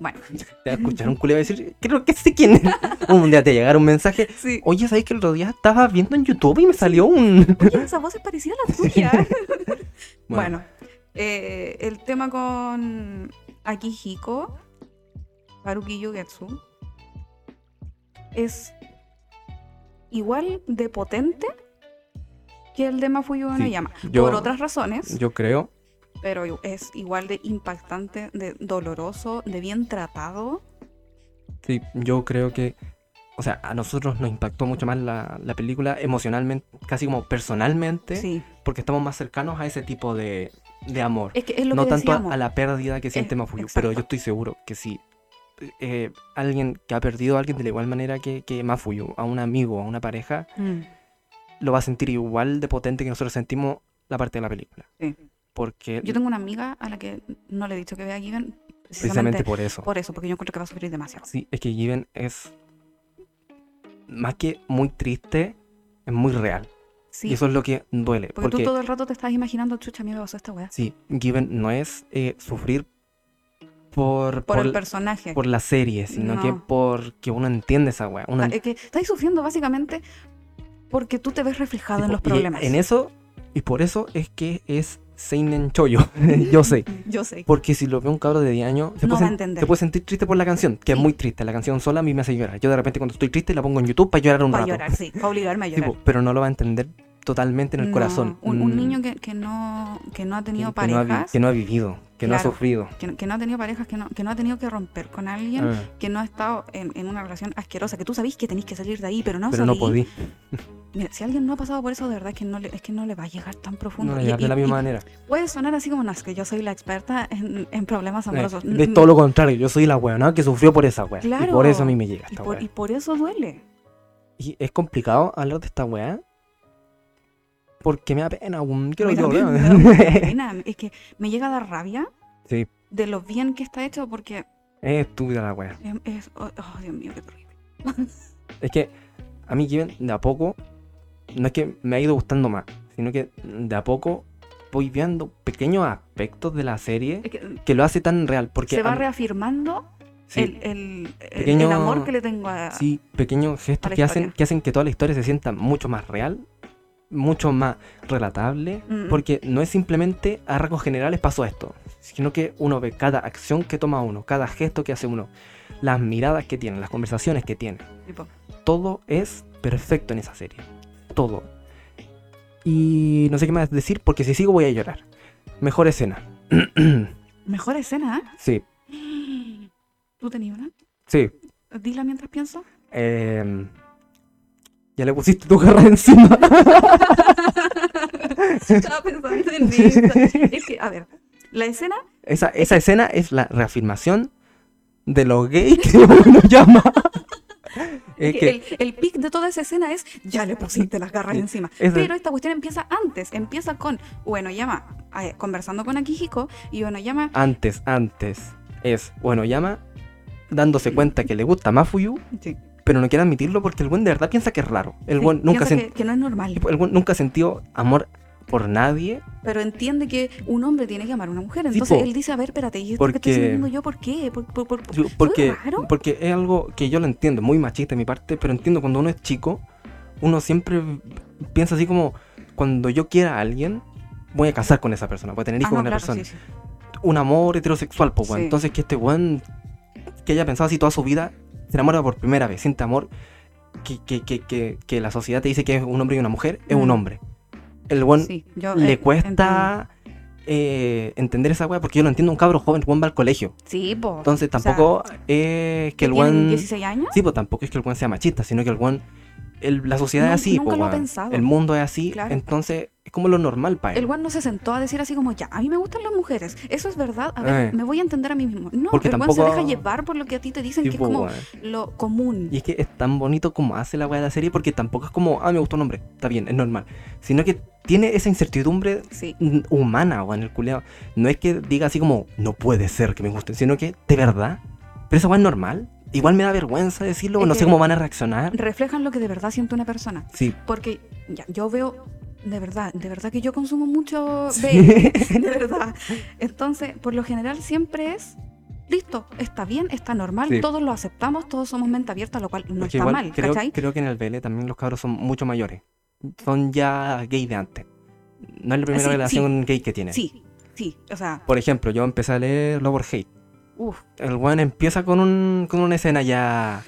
Speaker 2: Bueno,
Speaker 1: Te va a escuchar un culeo decir, creo que sé quién es. Un día te llegará un mensaje.
Speaker 2: sí.
Speaker 1: Oye, ¿sabes que el otro día estaba viendo en YouTube y me salió un.
Speaker 2: Oye, esa voz es parecida a la tuya.
Speaker 1: Bueno.
Speaker 2: bueno, eh, el tema con Akihiko, Haruki Yugetsu, es igual de potente que el de Mafuyu no
Speaker 1: Sí,
Speaker 2: llama.
Speaker 1: yo-
Speaker 2: Por otras razones.
Speaker 1: Yo creo.
Speaker 2: pero i- es igual de impactante, de doloroso, de bien tratado.
Speaker 1: Sí, yo creo que. O sea, a nosotros nos impactó mucho más la, la película emocionalmente, casi como personalmente,
Speaker 2: Sí.
Speaker 1: porque estamos más cercanos a ese tipo de, de amor.
Speaker 2: Es que es lo
Speaker 1: no
Speaker 2: que
Speaker 1: tanto
Speaker 2: decíamos.
Speaker 1: a, a la pérdida que siente
Speaker 2: Eh,
Speaker 1: Mafuyu,
Speaker 2: exacto.
Speaker 1: pero yo estoy seguro que sí. eh, alguien que ha perdido a alguien de la igual manera que, que Mafuyu, a un amigo, a una pareja,
Speaker 2: Mm,
Speaker 1: lo va a sentir igual de potente que nosotros sentimos la parte de la película.
Speaker 2: sí.
Speaker 1: Porque
Speaker 2: Yo tengo una amiga a la que no le he dicho que vea Given
Speaker 1: precisamente
Speaker 2: precisamente,
Speaker 1: por eso.
Speaker 2: por eso, porque yo encuentro que va a sufrir demasiado.
Speaker 1: Sí, es que Given es más que muy triste, es muy real.
Speaker 2: Sí.
Speaker 1: Y eso es lo que duele.
Speaker 2: porque,
Speaker 1: Porque,
Speaker 2: tú todo el rato te estás imaginando, chucha, a mí me pasó esta weá.
Speaker 1: sí, Given no es eh, sufrir por,
Speaker 2: Por, el
Speaker 1: por-
Speaker 2: personaje.
Speaker 1: por la serie, sino que
Speaker 2: No.
Speaker 1: porque uno entiende esa weá. Uno
Speaker 2: Ah, Es que estás sufriendo básicamente porque tú te ves reflejado en
Speaker 1: Tipo,
Speaker 2: los
Speaker 1: y
Speaker 2: problemas.
Speaker 1: En eso, y por eso es que es Seinen Choyo, yo sé.
Speaker 2: Yo sé.
Speaker 1: Porque si lo ve un cabro de 10 años, se,
Speaker 2: No va
Speaker 1: puede
Speaker 2: a
Speaker 1: sen-
Speaker 2: entender.
Speaker 1: se puede sentir triste por la canción, que es
Speaker 2: Sí.
Speaker 1: muy triste. La canción sola a mí me hace llorar. Yo de repente cuando estoy triste la pongo en YouTube para llorar un
Speaker 2: Para
Speaker 1: rato.
Speaker 2: llorar, sí. Para obligarme a llorar.
Speaker 1: Tipo, pero no lo va a entender totalmente en el
Speaker 2: No,
Speaker 1: corazón.
Speaker 2: Un, un
Speaker 1: Mm,
Speaker 2: niño que, que no, que no ha
Speaker 1: que-
Speaker 2: tenido
Speaker 1: que no ha vi-
Speaker 2: parejas.
Speaker 1: que no ha vivido, que no ha
Speaker 2: Claro.
Speaker 1: sufrido.
Speaker 2: que, que no ha tenido parejas, que no, que no ha tenido que romper con alguien,
Speaker 1: Ah,
Speaker 2: que no ha estado en, en una relación asquerosa, que tú sabís que tenés que salir de ahí, pero no
Speaker 1: pero no
Speaker 2: salís.
Speaker 1: podí.
Speaker 2: Mira, si alguien no ha pasado por eso, de verdad es que no le, es que no le va a llegar tan profundo.
Speaker 1: No
Speaker 2: Y-
Speaker 1: le llegas de
Speaker 2: y-
Speaker 1: la misma
Speaker 2: y
Speaker 1: manera.
Speaker 2: Puede sonar así como, no, es que yo soy la experta en, en problemas
Speaker 1: Eh,
Speaker 2: amorosos.
Speaker 1: de
Speaker 2: Mm,
Speaker 1: todo lo contrario, yo soy la weona que sufrió por esa weá. Y
Speaker 2: Claro.
Speaker 1: por eso a mí me llega
Speaker 2: y
Speaker 1: esta
Speaker 2: por,
Speaker 1: weá.
Speaker 2: y por eso duele.
Speaker 1: Y es complicado hablar de esta weá. Porque me da pena, weón. Quiero
Speaker 2: A mí
Speaker 1: llorar.
Speaker 2: también me da mucha pena. Es que me llega a dar rabia
Speaker 1: Sí,
Speaker 2: de lo bien que está hecho porque
Speaker 1: es estúpida la weá.
Speaker 2: es, es- oh, oh, Dios mío, qué terrible.
Speaker 1: Es que a mí, Given, de a poco, no es que me ha ido gustando más, sino que de a poco voy viendo pequeños aspectos de la serie
Speaker 2: Es que
Speaker 1: que lo hace tan real. Porque
Speaker 2: se va
Speaker 1: a-
Speaker 2: reafirmando
Speaker 1: sí,
Speaker 2: el, el- el- el
Speaker 1: Pequeño-
Speaker 2: amor que le tengo a,
Speaker 1: sí, pequeños gestos
Speaker 2: la
Speaker 1: que hacen,
Speaker 2: historia.
Speaker 1: que hacen que toda la historia se sienta mucho más real, mucho más relatable.
Speaker 2: Mm.
Speaker 1: Porque no es simplemente a rasgos generales pasó esto, sino que uno ve cada acción que toma uno, cada gesto que hace uno, las miradas que tiene, las conversaciones que tiene.
Speaker 2: tipo,
Speaker 1: Todo es perfecto en esa serie. Todo. Y no sé qué más decir porque si sigo voy a llorar. Mejor escena.
Speaker 2: Mejor escena, ¿eh?
Speaker 1: sí,
Speaker 2: ¿Tú tenías una?
Speaker 1: sí.
Speaker 2: Dila mientras pienso.
Speaker 1: eh, ya le pusiste tu garra encima.
Speaker 2: Estaba pensando en eso. Es que, a ver, la escena,
Speaker 1: Esa, esa escena es la reafirmación de lo gay que uno llama. Es
Speaker 2: que
Speaker 1: que-
Speaker 2: el, el pic de toda esa escena es ya le pusiste las garras
Speaker 1: Sí,
Speaker 2: encima.
Speaker 1: eso-
Speaker 2: Pero esta cuestión empieza antes, empieza con Uenoyama eh, conversando con Akihiko y Uenoyama
Speaker 1: Antes, antes. Es, bueno, llama dándose cuenta que le gusta Mafuyu,
Speaker 2: sí,
Speaker 1: pero no quiere admitirlo porque el buen de verdad piensa que es raro. El
Speaker 2: sí,
Speaker 1: buen nunca,
Speaker 2: piensa
Speaker 1: sen-
Speaker 2: que, que no es normal,
Speaker 1: el buen nunca sintió amor por nadie
Speaker 2: pero entiende que un hombre tiene que amar a una mujer.
Speaker 1: Sí,
Speaker 2: Entonces
Speaker 1: po.
Speaker 2: él dice, a ver, espérate, ¿y esto que
Speaker 1: Porque-
Speaker 2: estoy sintiendo yo por qué? ¿Por, por- por-
Speaker 1: Yo-
Speaker 2: ¿soy
Speaker 1: porque,
Speaker 2: raro?
Speaker 1: porque es algo que yo lo entiendo, muy machista de mi parte, pero entiendo cuando uno es chico, uno siempre piensa así como, cuando yo quiera a alguien, voy a casar con esa persona, voy a tener
Speaker 2: Ah,
Speaker 1: hijos
Speaker 2: no,
Speaker 1: con una
Speaker 2: claro,
Speaker 1: persona.
Speaker 2: sí, sí.
Speaker 1: Un amor heterosexual, pues,
Speaker 2: Sí.
Speaker 1: Entonces que este weón, que haya pensado así toda su vida, se enamora por primera vez, siente amor, que, que, que, que, que la sociedad te dice que es un hombre y una mujer, es un
Speaker 2: Mm.
Speaker 1: hombre. El weón
Speaker 2: Sí, yo,
Speaker 1: le
Speaker 2: eh, entiendo.
Speaker 1: cuesta... eh, entender esa weá, porque yo lo entiendo, un cabro joven, el weón va al colegio.
Speaker 2: Sí, po.
Speaker 1: Entonces
Speaker 2: O sea,
Speaker 1: tampoco es que el
Speaker 2: tienen
Speaker 1: weón.
Speaker 2: 16 años?
Speaker 1: Sí, pues tampoco es que el weón sea machista, sino que el weón. el- la sociedad
Speaker 2: Nun-
Speaker 1: es así,
Speaker 2: nunca
Speaker 1: po,
Speaker 2: lo ha
Speaker 1: weón.
Speaker 2: pensado.
Speaker 1: El mundo es así,
Speaker 2: Claro.
Speaker 1: entonces es como lo normal para él.
Speaker 2: El weón no se sentó a decir así como, ya, a mí me gustan las mujeres, eso es verdad, a ver,
Speaker 1: Eh.
Speaker 2: me voy a entender a mí mismo. No,
Speaker 1: Porque
Speaker 2: el weón se
Speaker 1: tampoco-
Speaker 2: deja llevar por lo que a ti te dicen
Speaker 1: Sí,
Speaker 2: que es
Speaker 1: po,
Speaker 2: como
Speaker 1: weón.
Speaker 2: lo común.
Speaker 1: Y es que es tan bonito como hace la weá de la serie, porque tampoco es como, ah, me gustó un hombre, está bien, es normal. Sino que tiene esa incertidumbre
Speaker 2: Sí,
Speaker 1: mm, humana, weón, el culeado. No es que diga así como, no puede ser que me guste, sino que, de verdad, pero esa weá es normal. Igual me da vergüenza decirlo,
Speaker 2: Es
Speaker 1: no
Speaker 2: que-
Speaker 1: sé cómo van a reaccionar.
Speaker 2: reflejan lo que de verdad siente una persona.
Speaker 1: Sí.
Speaker 2: Porque ya, yo veo, de verdad, de verdad que yo consumo mucho
Speaker 1: Sí.
Speaker 2: BL, de verdad. Entonces, por lo general siempre es, listo, está bien, está normal,
Speaker 1: Sí.
Speaker 2: todos lo aceptamos, todos somos mente abierta, lo cual no
Speaker 1: Porque
Speaker 2: está
Speaker 1: igual
Speaker 2: mal,
Speaker 1: creo,
Speaker 2: ¿cachai?
Speaker 1: creo que en el BL también los cabros son mucho mayores. Son ya gay de antes. No es la primera
Speaker 2: sí,
Speaker 1: relación gay que tiene.
Speaker 2: Sí, sí, o sea,
Speaker 1: Por ejemplo, yo empecé a leer Love or Hate.
Speaker 2: uff,
Speaker 1: El weón empieza con, un, con una escena ya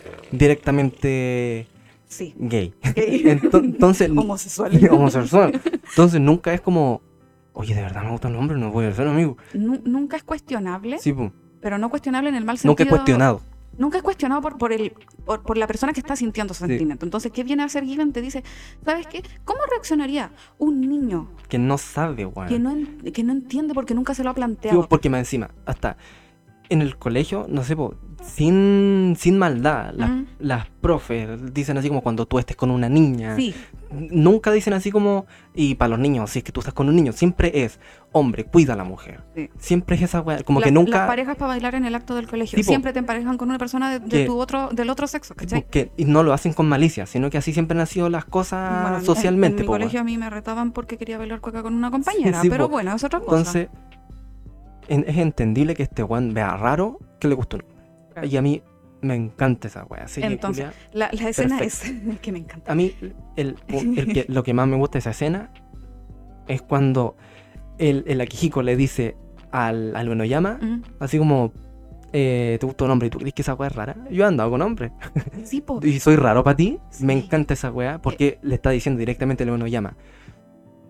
Speaker 1: directamente
Speaker 2: sí.
Speaker 1: gay.
Speaker 2: gay,
Speaker 1: Ento- Entonces,
Speaker 2: Homosexual.
Speaker 1: homosexual. Entonces nunca es como, oye, de verdad me gustan los hombres, no voy a ser amigo.
Speaker 2: Nu- nunca es cuestionable,
Speaker 1: Sí, pum.
Speaker 2: pero no cuestionable en el mal sentido.
Speaker 1: Nunca he cuestionado.
Speaker 2: Nunca es cuestionado por, por, el, por, por la persona que está sintiendo su
Speaker 1: Sí.
Speaker 2: sentimiento. Entonces, ¿qué viene a hacer Given? Te dice, ¿sabes qué? ¿Cómo reaccionaría un niño
Speaker 1: Que no sabe, weón.
Speaker 2: que no, en- que no entiende porque nunca se lo ha
Speaker 1: Sí,
Speaker 2: planteado?
Speaker 1: pues, porque más encima, hasta en el colegio, no sé, po, sin, sin maldad, las,
Speaker 2: Mm.
Speaker 1: las profes dicen así como cuando tú estés con una niña.
Speaker 2: Sí,
Speaker 1: N- Nunca dicen así como, y para los niños, si es que tú estás con un niño, siempre es, hombre, cuida a la mujer.
Speaker 2: Sí.
Speaker 1: Siempre es esa weá, como
Speaker 2: la-
Speaker 1: que
Speaker 2: Las
Speaker 1: nunca...
Speaker 2: parejas para bailar en el acto del colegio.
Speaker 1: Sí, po.
Speaker 2: Siempre te emparejan con una persona de, de
Speaker 1: Que-
Speaker 2: tu otro, del otro sexo, ¿cachai?
Speaker 1: Que y no lo hacen con malicia, sino que así siempre han sido las cosas
Speaker 2: Bueno, en-
Speaker 1: ah, socialmente.
Speaker 2: En, mi
Speaker 1: po, weón.
Speaker 2: colegio a mí me retaban porque quería bailar cueca con una compañera,
Speaker 1: sí,
Speaker 2: pero
Speaker 1: po.
Speaker 2: bueno, es otra cosa.
Speaker 1: Entonces, en- es entendible que este weón vea raro que le guste un hombre.
Speaker 2: Claro.
Speaker 1: Y a mí me encanta esa weá. Así que,
Speaker 2: Entonces,
Speaker 1: culiá,
Speaker 2: la, la escena es que me encanta.
Speaker 1: A mí el, el que- lo que más me gusta de esa escena es cuando el, el Akihiko le dice al, al Uenoyama,
Speaker 2: Mm.
Speaker 1: así como, eh, ¿te gusta un hombre? ¿Y tú crees que esa weá es rara? Yo he andado con hombres.
Speaker 2: Sí, po.
Speaker 1: ¿Y soy raro para ti? Me
Speaker 2: Sí. Eh.
Speaker 1: encanta esa weá porque le está diciendo directamente al Uenoyama.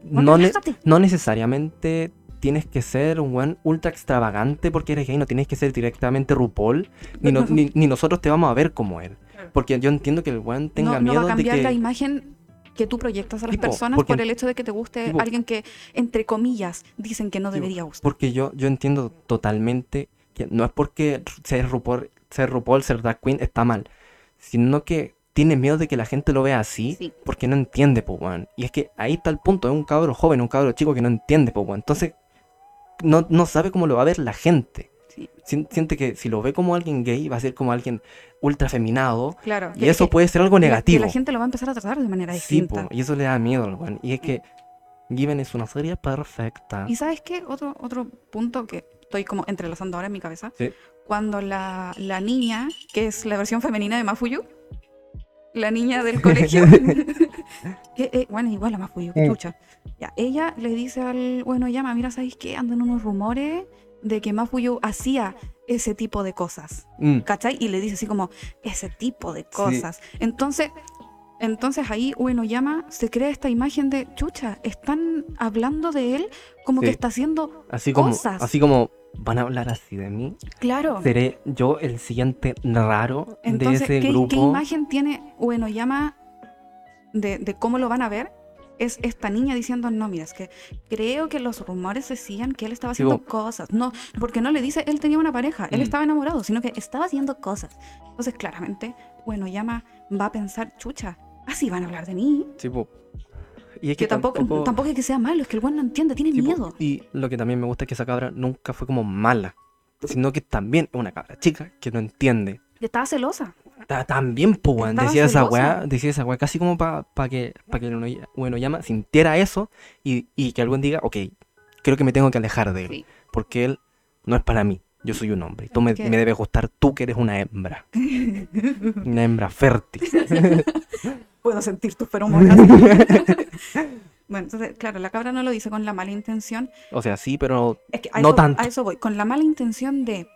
Speaker 2: Bueno,
Speaker 1: No, ne-
Speaker 2: relájate.
Speaker 1: no necesariamente tienes que ser un weón ultra extravagante porque eres gay, no tienes que ser directamente RuPaul, ni, no-
Speaker 2: No, no.
Speaker 1: ni- ni nosotros te vamos a ver como él.
Speaker 2: Claro.
Speaker 1: Porque yo entiendo que el weón tenga
Speaker 2: no, no
Speaker 1: miedo
Speaker 2: va a
Speaker 1: de
Speaker 2: cambiar
Speaker 1: que...
Speaker 2: la imagen que tú proyectas a las
Speaker 1: Tipo,
Speaker 2: personas
Speaker 1: porque-
Speaker 2: por el hecho de que te guste
Speaker 1: tipo-
Speaker 2: alguien que, entre comillas, dicen que no
Speaker 1: Tipo,
Speaker 2: debería gustar.
Speaker 1: Porque yo, yo entiendo totalmente que no es porque ser RuPaul, ser RuPaul, ser drag queen está mal, sino que tiene miedo de que la gente lo vea así
Speaker 2: Sí.
Speaker 1: porque no entiende, po, weón. Y es que ahí está el punto, es un cabro joven, un cabro chico que no entiende, po, weón. Entonces, no, no sabe cómo lo va a ver la gente.
Speaker 2: Sí.
Speaker 1: Sien- Siente que si lo ve como alguien gay, va a ser como alguien ultra feminado.
Speaker 2: Claro.
Speaker 1: Y eso
Speaker 2: que-
Speaker 1: puede ser algo
Speaker 2: que la- que
Speaker 1: negativo.
Speaker 2: La, gente lo va a empezar a tratar de manera
Speaker 1: Sí, po,
Speaker 2: distinta.
Speaker 1: y eso le da miedo al weón. Y es que Given es una serie perfecta.
Speaker 2: Y sabes qué, otro, otro punto que estoy como entrelazando ahora en mi cabeza,
Speaker 1: Sí.
Speaker 2: cuando la, la niña, que es la versión femenina de Mafuyu, la niña del colegio, que, eh, bueno, es igual a Mafuyu, que
Speaker 1: Mm.
Speaker 2: chucha. Ya, ella le dice al, bueno, llama, mira, ¿sabes qué? Andan unos rumores de que Mafuyu hacía ese tipo de cosas.
Speaker 1: Mm.
Speaker 2: ¿cachai? Y le dice así como, ese tipo de cosas. Entonces, entonces ahí Uenoyama se crea esta imagen de, chucha, están hablando de él como que
Speaker 1: Sí.
Speaker 2: está haciendo,
Speaker 1: Así como,
Speaker 2: cosas.
Speaker 1: así como van a hablar así de mí,
Speaker 2: claro.
Speaker 1: seré yo el siguiente raro
Speaker 2: Entonces,
Speaker 1: de ese
Speaker 2: ¿qué, qué
Speaker 1: grupo.
Speaker 2: imagen tiene Uenoyama de, de cómo lo van a ver? Es esta niña diciendo, no, mira, es que creo que los rumores decían que él estaba
Speaker 1: Sí,
Speaker 2: haciendo
Speaker 1: bo.
Speaker 2: cosas. No, porque no le dice, él tenía una pareja, él
Speaker 1: Mm.
Speaker 2: estaba enamorado, sino que estaba haciendo cosas. Entonces, claramente, bueno, Yama va a pensar, chucha, así van a hablar de mí.
Speaker 1: Tipo. Y es
Speaker 2: Que tampoco, tampoco... es que sea malo, es que el buen no entiende, tiene
Speaker 1: tipo,
Speaker 2: miedo.
Speaker 1: Y lo que también me gusta es que esa cabra nunca fue como mala, sino que también es una cabra chica que no entiende.
Speaker 2: Y estaba celosa.
Speaker 1: Ta- También, pues, weón,
Speaker 2: Estaba
Speaker 1: decía esa
Speaker 2: celosa.
Speaker 1: weá, decía esa weá, casi como para que, pa que el bueno llama sintiera eso y, y que alguien diga, ok, creo que me tengo que alejar de él,
Speaker 2: Sí.
Speaker 1: porque él no es para mí, yo soy un hombre, tú me,
Speaker 2: Que-
Speaker 1: me debes gustar, tú que eres una hembra, una hembra fértil.
Speaker 2: Puedo sentir tus feromonas. bueno, entonces, claro, la cabra no lo dice con la mala intención,
Speaker 1: o sea, sí, pero
Speaker 2: Es que a,
Speaker 1: No
Speaker 2: eso,
Speaker 1: tanto.
Speaker 2: a eso voy, con la mala intención de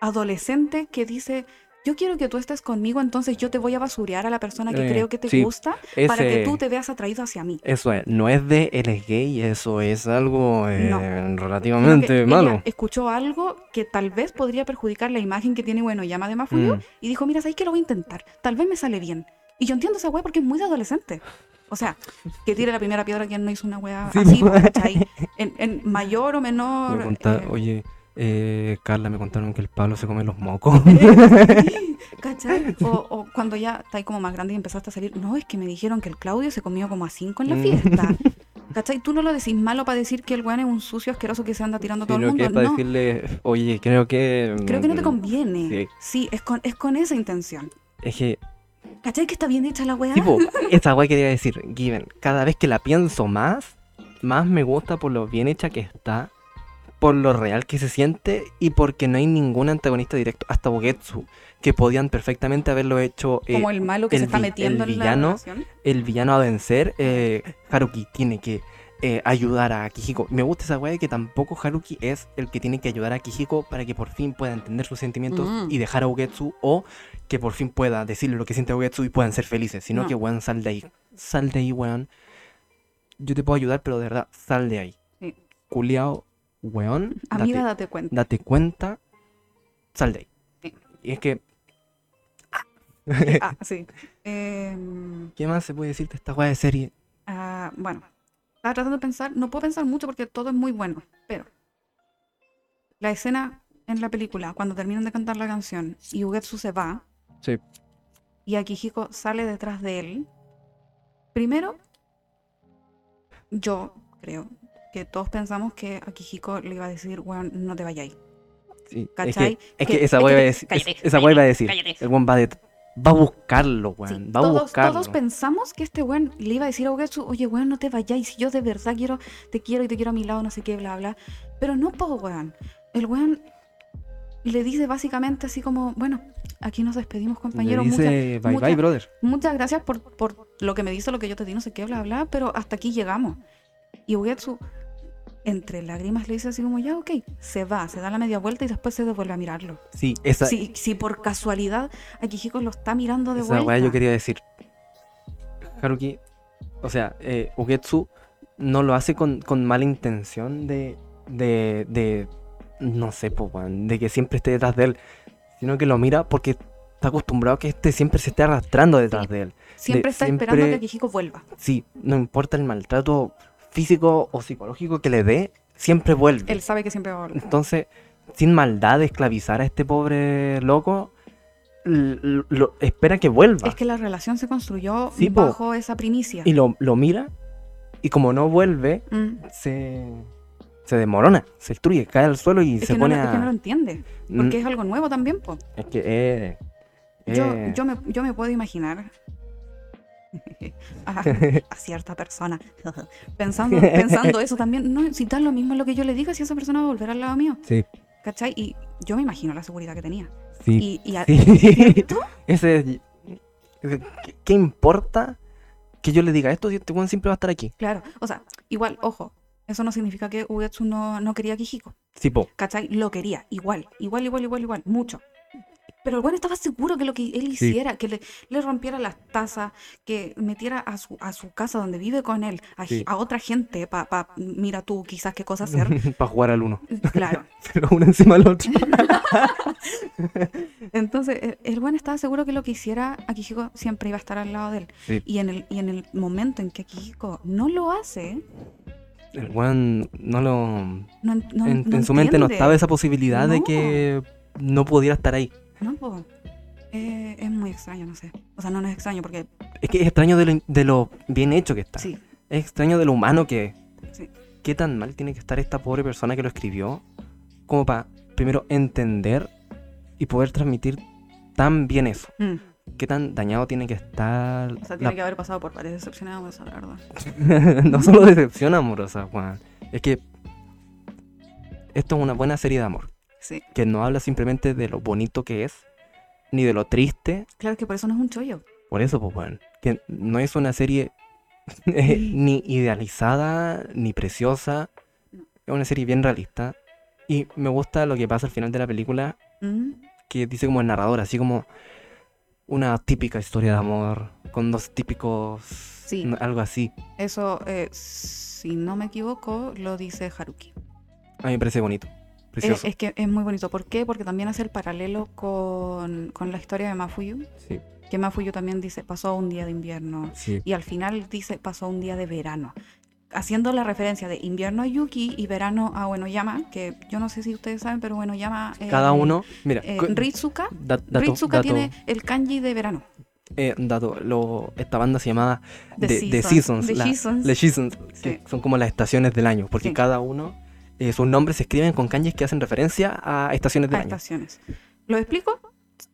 Speaker 2: adolescente que dice, yo quiero que tú estés conmigo, entonces yo te voy a basurear a la persona que
Speaker 1: Eh,
Speaker 2: creo que te
Speaker 1: sí,
Speaker 2: gusta
Speaker 1: ese,
Speaker 2: para que tú te veas atraído hacia mí.
Speaker 1: eso es, no es de él es gay, eso es algo eh,
Speaker 2: No. Sino que
Speaker 1: relativamente
Speaker 2: ella
Speaker 1: malo.
Speaker 2: escuchó algo que tal vez podría perjudicar la imagen que tiene Bueno Llama de Mafuyo
Speaker 1: Mm.
Speaker 2: y dijo, mira, ¿sabes que lo voy a intentar? Tal vez me sale bien. Y yo entiendo esa weá porque es muy de adolescente. O sea, que tire la primera piedra quien no hizo una weá
Speaker 1: Sí,
Speaker 2: así,
Speaker 1: po.
Speaker 2: ¿cachai? En, en mayor o menor...
Speaker 1: Me conta-
Speaker 2: eh,
Speaker 1: Oye, eh, Carla, me contaron que el Pablo se come los mocos.
Speaker 2: ¿Cachai? O, o cuando ya estás como más grande y empezaste a salir, no, es que me dijeron que el Claudio se comió como a cinco en la
Speaker 1: Mm.
Speaker 2: fiesta. ¿Cachai? Tú no lo decís malo para decir que el weón es un sucio asqueroso que se anda tirando todo el
Speaker 1: Sino que
Speaker 2: mundo.
Speaker 1: es para
Speaker 2: No,
Speaker 1: decirle, oye, creo que.
Speaker 2: creo que no te
Speaker 1: mm,
Speaker 2: conviene.
Speaker 1: Sí.
Speaker 2: Sí, es, con, es con esa intención.
Speaker 1: Es que,
Speaker 2: ¿Cachai? Que está bien hecha la weá.
Speaker 1: tipo, esta guay quería decir, Given, cada vez que la pienso más, más me gusta por lo bien hecha que está, por lo real que se siente y porque no hay ningún antagonista directo, hasta Bogetsu, que podían perfectamente haberlo hecho. eh,
Speaker 2: como el malo que
Speaker 1: el
Speaker 2: se está
Speaker 1: vi-
Speaker 2: metiendo
Speaker 1: el
Speaker 2: en la
Speaker 1: villano
Speaker 2: relación.
Speaker 1: el villano a vencer, eh, Haruki tiene que eh, ayudar a Kijiko. Me gusta esa weá de que tampoco Haruki es el que tiene que ayudar a Kijiko para que por fin pueda entender sus sentimientos
Speaker 2: Mm.
Speaker 1: y dejar a Ugetsu o que por fin pueda decirle lo que siente a Ugetsu y puedan ser felices. Sino
Speaker 2: No.
Speaker 1: que weón, sal de ahí. Sal de ahí, weón. Yo te puedo ayudar, pero de verdad, sal de ahí.
Speaker 2: Sí.
Speaker 1: Culeado, weón.
Speaker 2: Amiga,
Speaker 1: date-
Speaker 2: date cuenta.
Speaker 1: date cuenta, sal de ahí.
Speaker 2: Sí.
Speaker 1: Y es que,
Speaker 2: Ah, sí. Em,
Speaker 1: ¿qué más se puede decir de esta weá de serie?
Speaker 2: Ah, bueno, estaba tratando de pensar, no puedo pensar mucho porque todo es muy bueno, pero la escena en la película, cuando terminan de cantar la canción y Ugetsu se va
Speaker 1: Sí.
Speaker 2: y Akihiko sale detrás de él, primero, yo creo que todos pensamos que Akihiko le iba a decir, bueno, no te vayáis.
Speaker 1: Sí, es que,
Speaker 2: ¿Cachai?
Speaker 1: es
Speaker 2: Que-
Speaker 1: que esa
Speaker 2: es
Speaker 1: weá iba a
Speaker 2: que te-
Speaker 1: decir. es-
Speaker 3: cállate,
Speaker 1: esa weá iba a decir.
Speaker 3: cállate.
Speaker 1: El weón va, de- va a buscarlo, weón.
Speaker 2: Sí,
Speaker 1: va a
Speaker 2: todos,
Speaker 1: buscarlo.
Speaker 2: todos pensamos que este weón le iba a decir a Ugetsu, oye weón, no te vayáis, yo de verdad quiero, te quiero y te quiero a mi lado, no sé qué, bla, bla. Pero no, po, weón. El weón le dice básicamente así como, bueno, aquí nos despedimos,
Speaker 1: Le
Speaker 2: compañero. muchas,
Speaker 1: dice, bye bye,
Speaker 2: mucha-
Speaker 1: brother.
Speaker 2: muchas gracias por, por lo que me dice, lo que yo te di, no sé qué, bla, bla, pero hasta aquí llegamos. Y Ugetsu, entre lágrimas, le dice así como, ya, ok, se va, se da la media vuelta y después se devuelve a mirarlo.
Speaker 1: Sí, esa,
Speaker 2: Si, si por casualidad Akihiko lo está mirando de
Speaker 1: esa
Speaker 2: vuelta.
Speaker 1: weá yo quería decir. Haruki, o sea, eh, Ugetsu no lo hace con, con mala intención de, de, de. No sé, po, weón. De que siempre esté detrás de él. Sino que lo mira porque está acostumbrado a que este siempre se esté arrastrando detrás
Speaker 2: Sí.
Speaker 1: de él.
Speaker 2: Siempre
Speaker 1: de-
Speaker 2: está esperando a que
Speaker 1: siempre-
Speaker 2: Akihiko vuelva.
Speaker 1: Sí, no importa el maltrato físico o psicológico que le dé, siempre vuelve.
Speaker 2: Él sabe que siempre va a volver.
Speaker 1: Entonces, sin maldad de esclavizar a este pobre loco, l- l- lo- espera que vuelva.
Speaker 2: Es que la relación se construyó
Speaker 1: Sí, po.
Speaker 2: bajo esa primicia.
Speaker 1: Y lo, lo mira, y como no vuelve,
Speaker 2: Mm.
Speaker 1: se, se desmorona, se destruye, cae al suelo y
Speaker 2: Es,
Speaker 1: se
Speaker 2: que no,
Speaker 1: pone
Speaker 2: lo- es
Speaker 1: a...
Speaker 2: que no lo entiende,
Speaker 1: Mm,
Speaker 2: porque es algo nuevo también. po.
Speaker 1: es que, eh,
Speaker 2: Yo,
Speaker 1: eh.
Speaker 2: yo, me, yo me puedo imaginar a, a cierta persona pensando, pensando eso también. No, si tal lo mismo lo que yo le diga, si esa persona va a volver al lado mío.
Speaker 1: Sí,
Speaker 2: ¿Cachai? Y yo me imagino la seguridad que tenía.
Speaker 1: sí.
Speaker 2: Y, y a-
Speaker 1: sí.
Speaker 2: ¿Cierto?
Speaker 1: Ese... es- ¿qué, qué importa que yo le diga esto si este weón siempre va a estar aquí?
Speaker 2: Claro, o sea, igual, ojo, eso no significa que Ugetsu no, no quería a Kijiko.
Speaker 1: Sí, po.
Speaker 2: ¿Cachai? Lo quería, igual, igual, igual, igual, igual, mucho. Pero el bueno estaba seguro que lo que él hiciera, que le, le rompiera las tazas, que metiera a su, a su casa donde vive con él, a,
Speaker 1: Sí.
Speaker 2: a otra gente, para, pa, mira tú, quizás qué cosa hacer.
Speaker 1: Para jugar al uno.
Speaker 2: claro.
Speaker 1: Pero uno encima del otro.
Speaker 2: Entonces, el, el buen estaba seguro que lo que hiciera, Akihiko siempre iba a estar al lado de él.
Speaker 1: Sí.
Speaker 2: Y, en el, y en el momento en que Akihiko no lo hace,
Speaker 1: El weón no lo...
Speaker 2: no, en- no-
Speaker 1: en,
Speaker 2: no
Speaker 1: en su mente no
Speaker 2: entiende.
Speaker 1: estaba esa posibilidad de
Speaker 2: No.
Speaker 1: que no pudiera estar ahí.
Speaker 2: No, po. Eh, es muy extraño, no sé. O sea, no, no es extraño porque
Speaker 1: Es que es extraño de lo, in- de lo bien hecho que está.
Speaker 2: sí,
Speaker 1: Es extraño de lo humano que es.
Speaker 2: Sí.
Speaker 1: ¿Qué tan mal tiene que estar esta pobre persona que lo escribió? Como para primero entender y poder transmitir tan bien eso.
Speaker 2: Mm.
Speaker 1: ¿Qué tan dañado tiene que estar?
Speaker 2: O sea,
Speaker 1: la-
Speaker 2: tiene que haber pasado por varias decepciones amorosas, la verdad.
Speaker 1: no solo decepción amorosa, Juan. Es que esto es una buena serie de amor.
Speaker 2: Sí.
Speaker 1: Que no habla simplemente de lo bonito que es, ni de lo triste.
Speaker 2: Claro que por eso no es un chollo.
Speaker 1: Por eso, pues, Juan. Que no es una serie eh, ni idealizada, ni preciosa.
Speaker 2: No.
Speaker 1: Es una serie bien realista. Y me gusta lo que pasa al final de la película,
Speaker 2: Mm.
Speaker 1: que dice como el narrador, así como una típica historia de amor, con dos típicos...
Speaker 2: Sí.
Speaker 1: n- Algo así.
Speaker 2: Eso, eh, si no me equivoco, lo dice Haruki.
Speaker 1: A mí me parece bonito.
Speaker 2: Eh,
Speaker 1: Precioso.
Speaker 2: es que es muy bonito. ¿Por qué? Porque también hace el paralelo con, con la historia de Mafuyu.
Speaker 1: Sí,
Speaker 2: Que Mafuyu también dice, pasó un día de invierno.
Speaker 1: sí.
Speaker 2: Y al final dice, pasó un día de verano. Haciendo la referencia de invierno a Yuki y verano a Wenoyama. Que yo no sé si ustedes saben, pero Wenoyama... eh,
Speaker 1: Cada uno, mira,
Speaker 2: eh,
Speaker 1: co-
Speaker 2: Ritsuka.
Speaker 1: da- dato,
Speaker 2: Ritsuka
Speaker 1: dato,
Speaker 2: tiene el kanji de verano.
Speaker 1: eh, dato, lo- esta banda se llamaba
Speaker 2: The
Speaker 1: The- The Seasons,
Speaker 2: The
Speaker 1: la-
Speaker 2: Seasons.
Speaker 1: The Seasons,
Speaker 2: Sí.
Speaker 1: que son como las estaciones del año, porque
Speaker 2: Sí.
Speaker 1: cada uno, eh, sus nombres se escriben con kanjis que hacen referencia a estaciones del
Speaker 2: a
Speaker 1: año.
Speaker 2: estaciones. ¿Lo explico?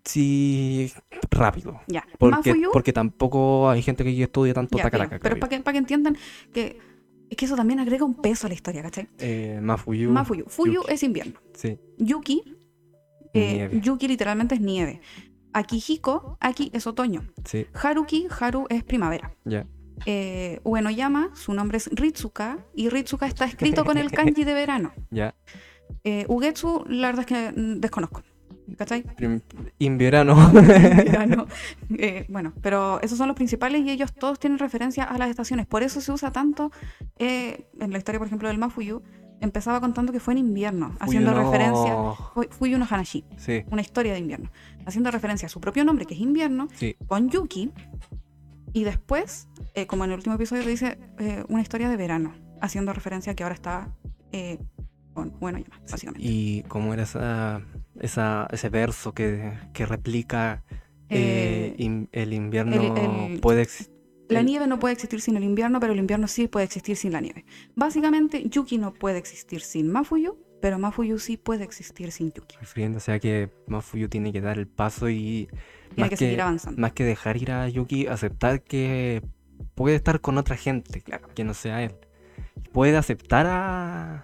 Speaker 1: Sí, rápido,
Speaker 2: Ya.
Speaker 1: porque,
Speaker 2: Mafuyu,
Speaker 1: porque tampoco hay gente que estudia tanto
Speaker 2: ya,
Speaker 1: Takaraka.
Speaker 2: bien. Pero para que, para que entiendan que es que eso también agrega un peso a la historia, ¿cachai?
Speaker 1: Mafuyu,
Speaker 2: Mafuyu. Fuyu
Speaker 1: Yuki.
Speaker 2: es invierno.
Speaker 1: Eh, sí,
Speaker 2: Yuki, eh,
Speaker 1: Nieve.
Speaker 2: Yuki literalmente es nieve. Akihiko, Aki es otoño.
Speaker 1: sí,
Speaker 2: Haruki, Haru es primavera.
Speaker 1: ya.
Speaker 2: Eh, Uenoyama, su nombre es Ritsuka, y Ritsuka está escrito con el kanji de verano.
Speaker 1: Ya,
Speaker 2: Eh, Ugetsu, la verdad es que mm, desconozco. ¿Cachai?
Speaker 1: prim- invierno.
Speaker 2: verano. Eh, bueno, pero esos son los principales y ellos todos tienen referencia a las estaciones. Por eso se usa tanto eh, en la historia, por ejemplo, del Mafuyu. Empezaba contando que fue en invierno, haciendo
Speaker 1: Fuyu no-
Speaker 2: referencia. Fue- Fuyu no Hanashi,
Speaker 1: Sí,
Speaker 2: una historia de invierno. Haciendo referencia a su propio nombre, que es invierno,
Speaker 1: sí,
Speaker 2: con Yuki. Y después, eh, como en el último episodio, te dice eh, una historia de verano, haciendo referencia a que ahora está. eh, con, bueno, ya más, básicamente.
Speaker 1: Y eh, cómo era esa, esa- ese verso que, que replica eh,
Speaker 2: Eh,
Speaker 1: in- el invierno
Speaker 2: el- el-
Speaker 1: puede existir.
Speaker 2: La
Speaker 1: El-
Speaker 2: nieve no puede existir sin el invierno, pero el invierno sí puede existir sin la nieve. Básicamente, Yuki no puede existir sin Mafuyu, pero Mafuyu sí puede existir sin Yuki.
Speaker 1: Refiriéndose a que Mafuyu tiene que dar el paso y
Speaker 2: Tiene
Speaker 1: más
Speaker 2: que,
Speaker 1: que,
Speaker 2: seguir avanzando.
Speaker 1: más que dejar ir a Yuki, aceptar que puede estar con otra gente
Speaker 2: Claro.
Speaker 1: que no sea él. Y Puede aceptar a,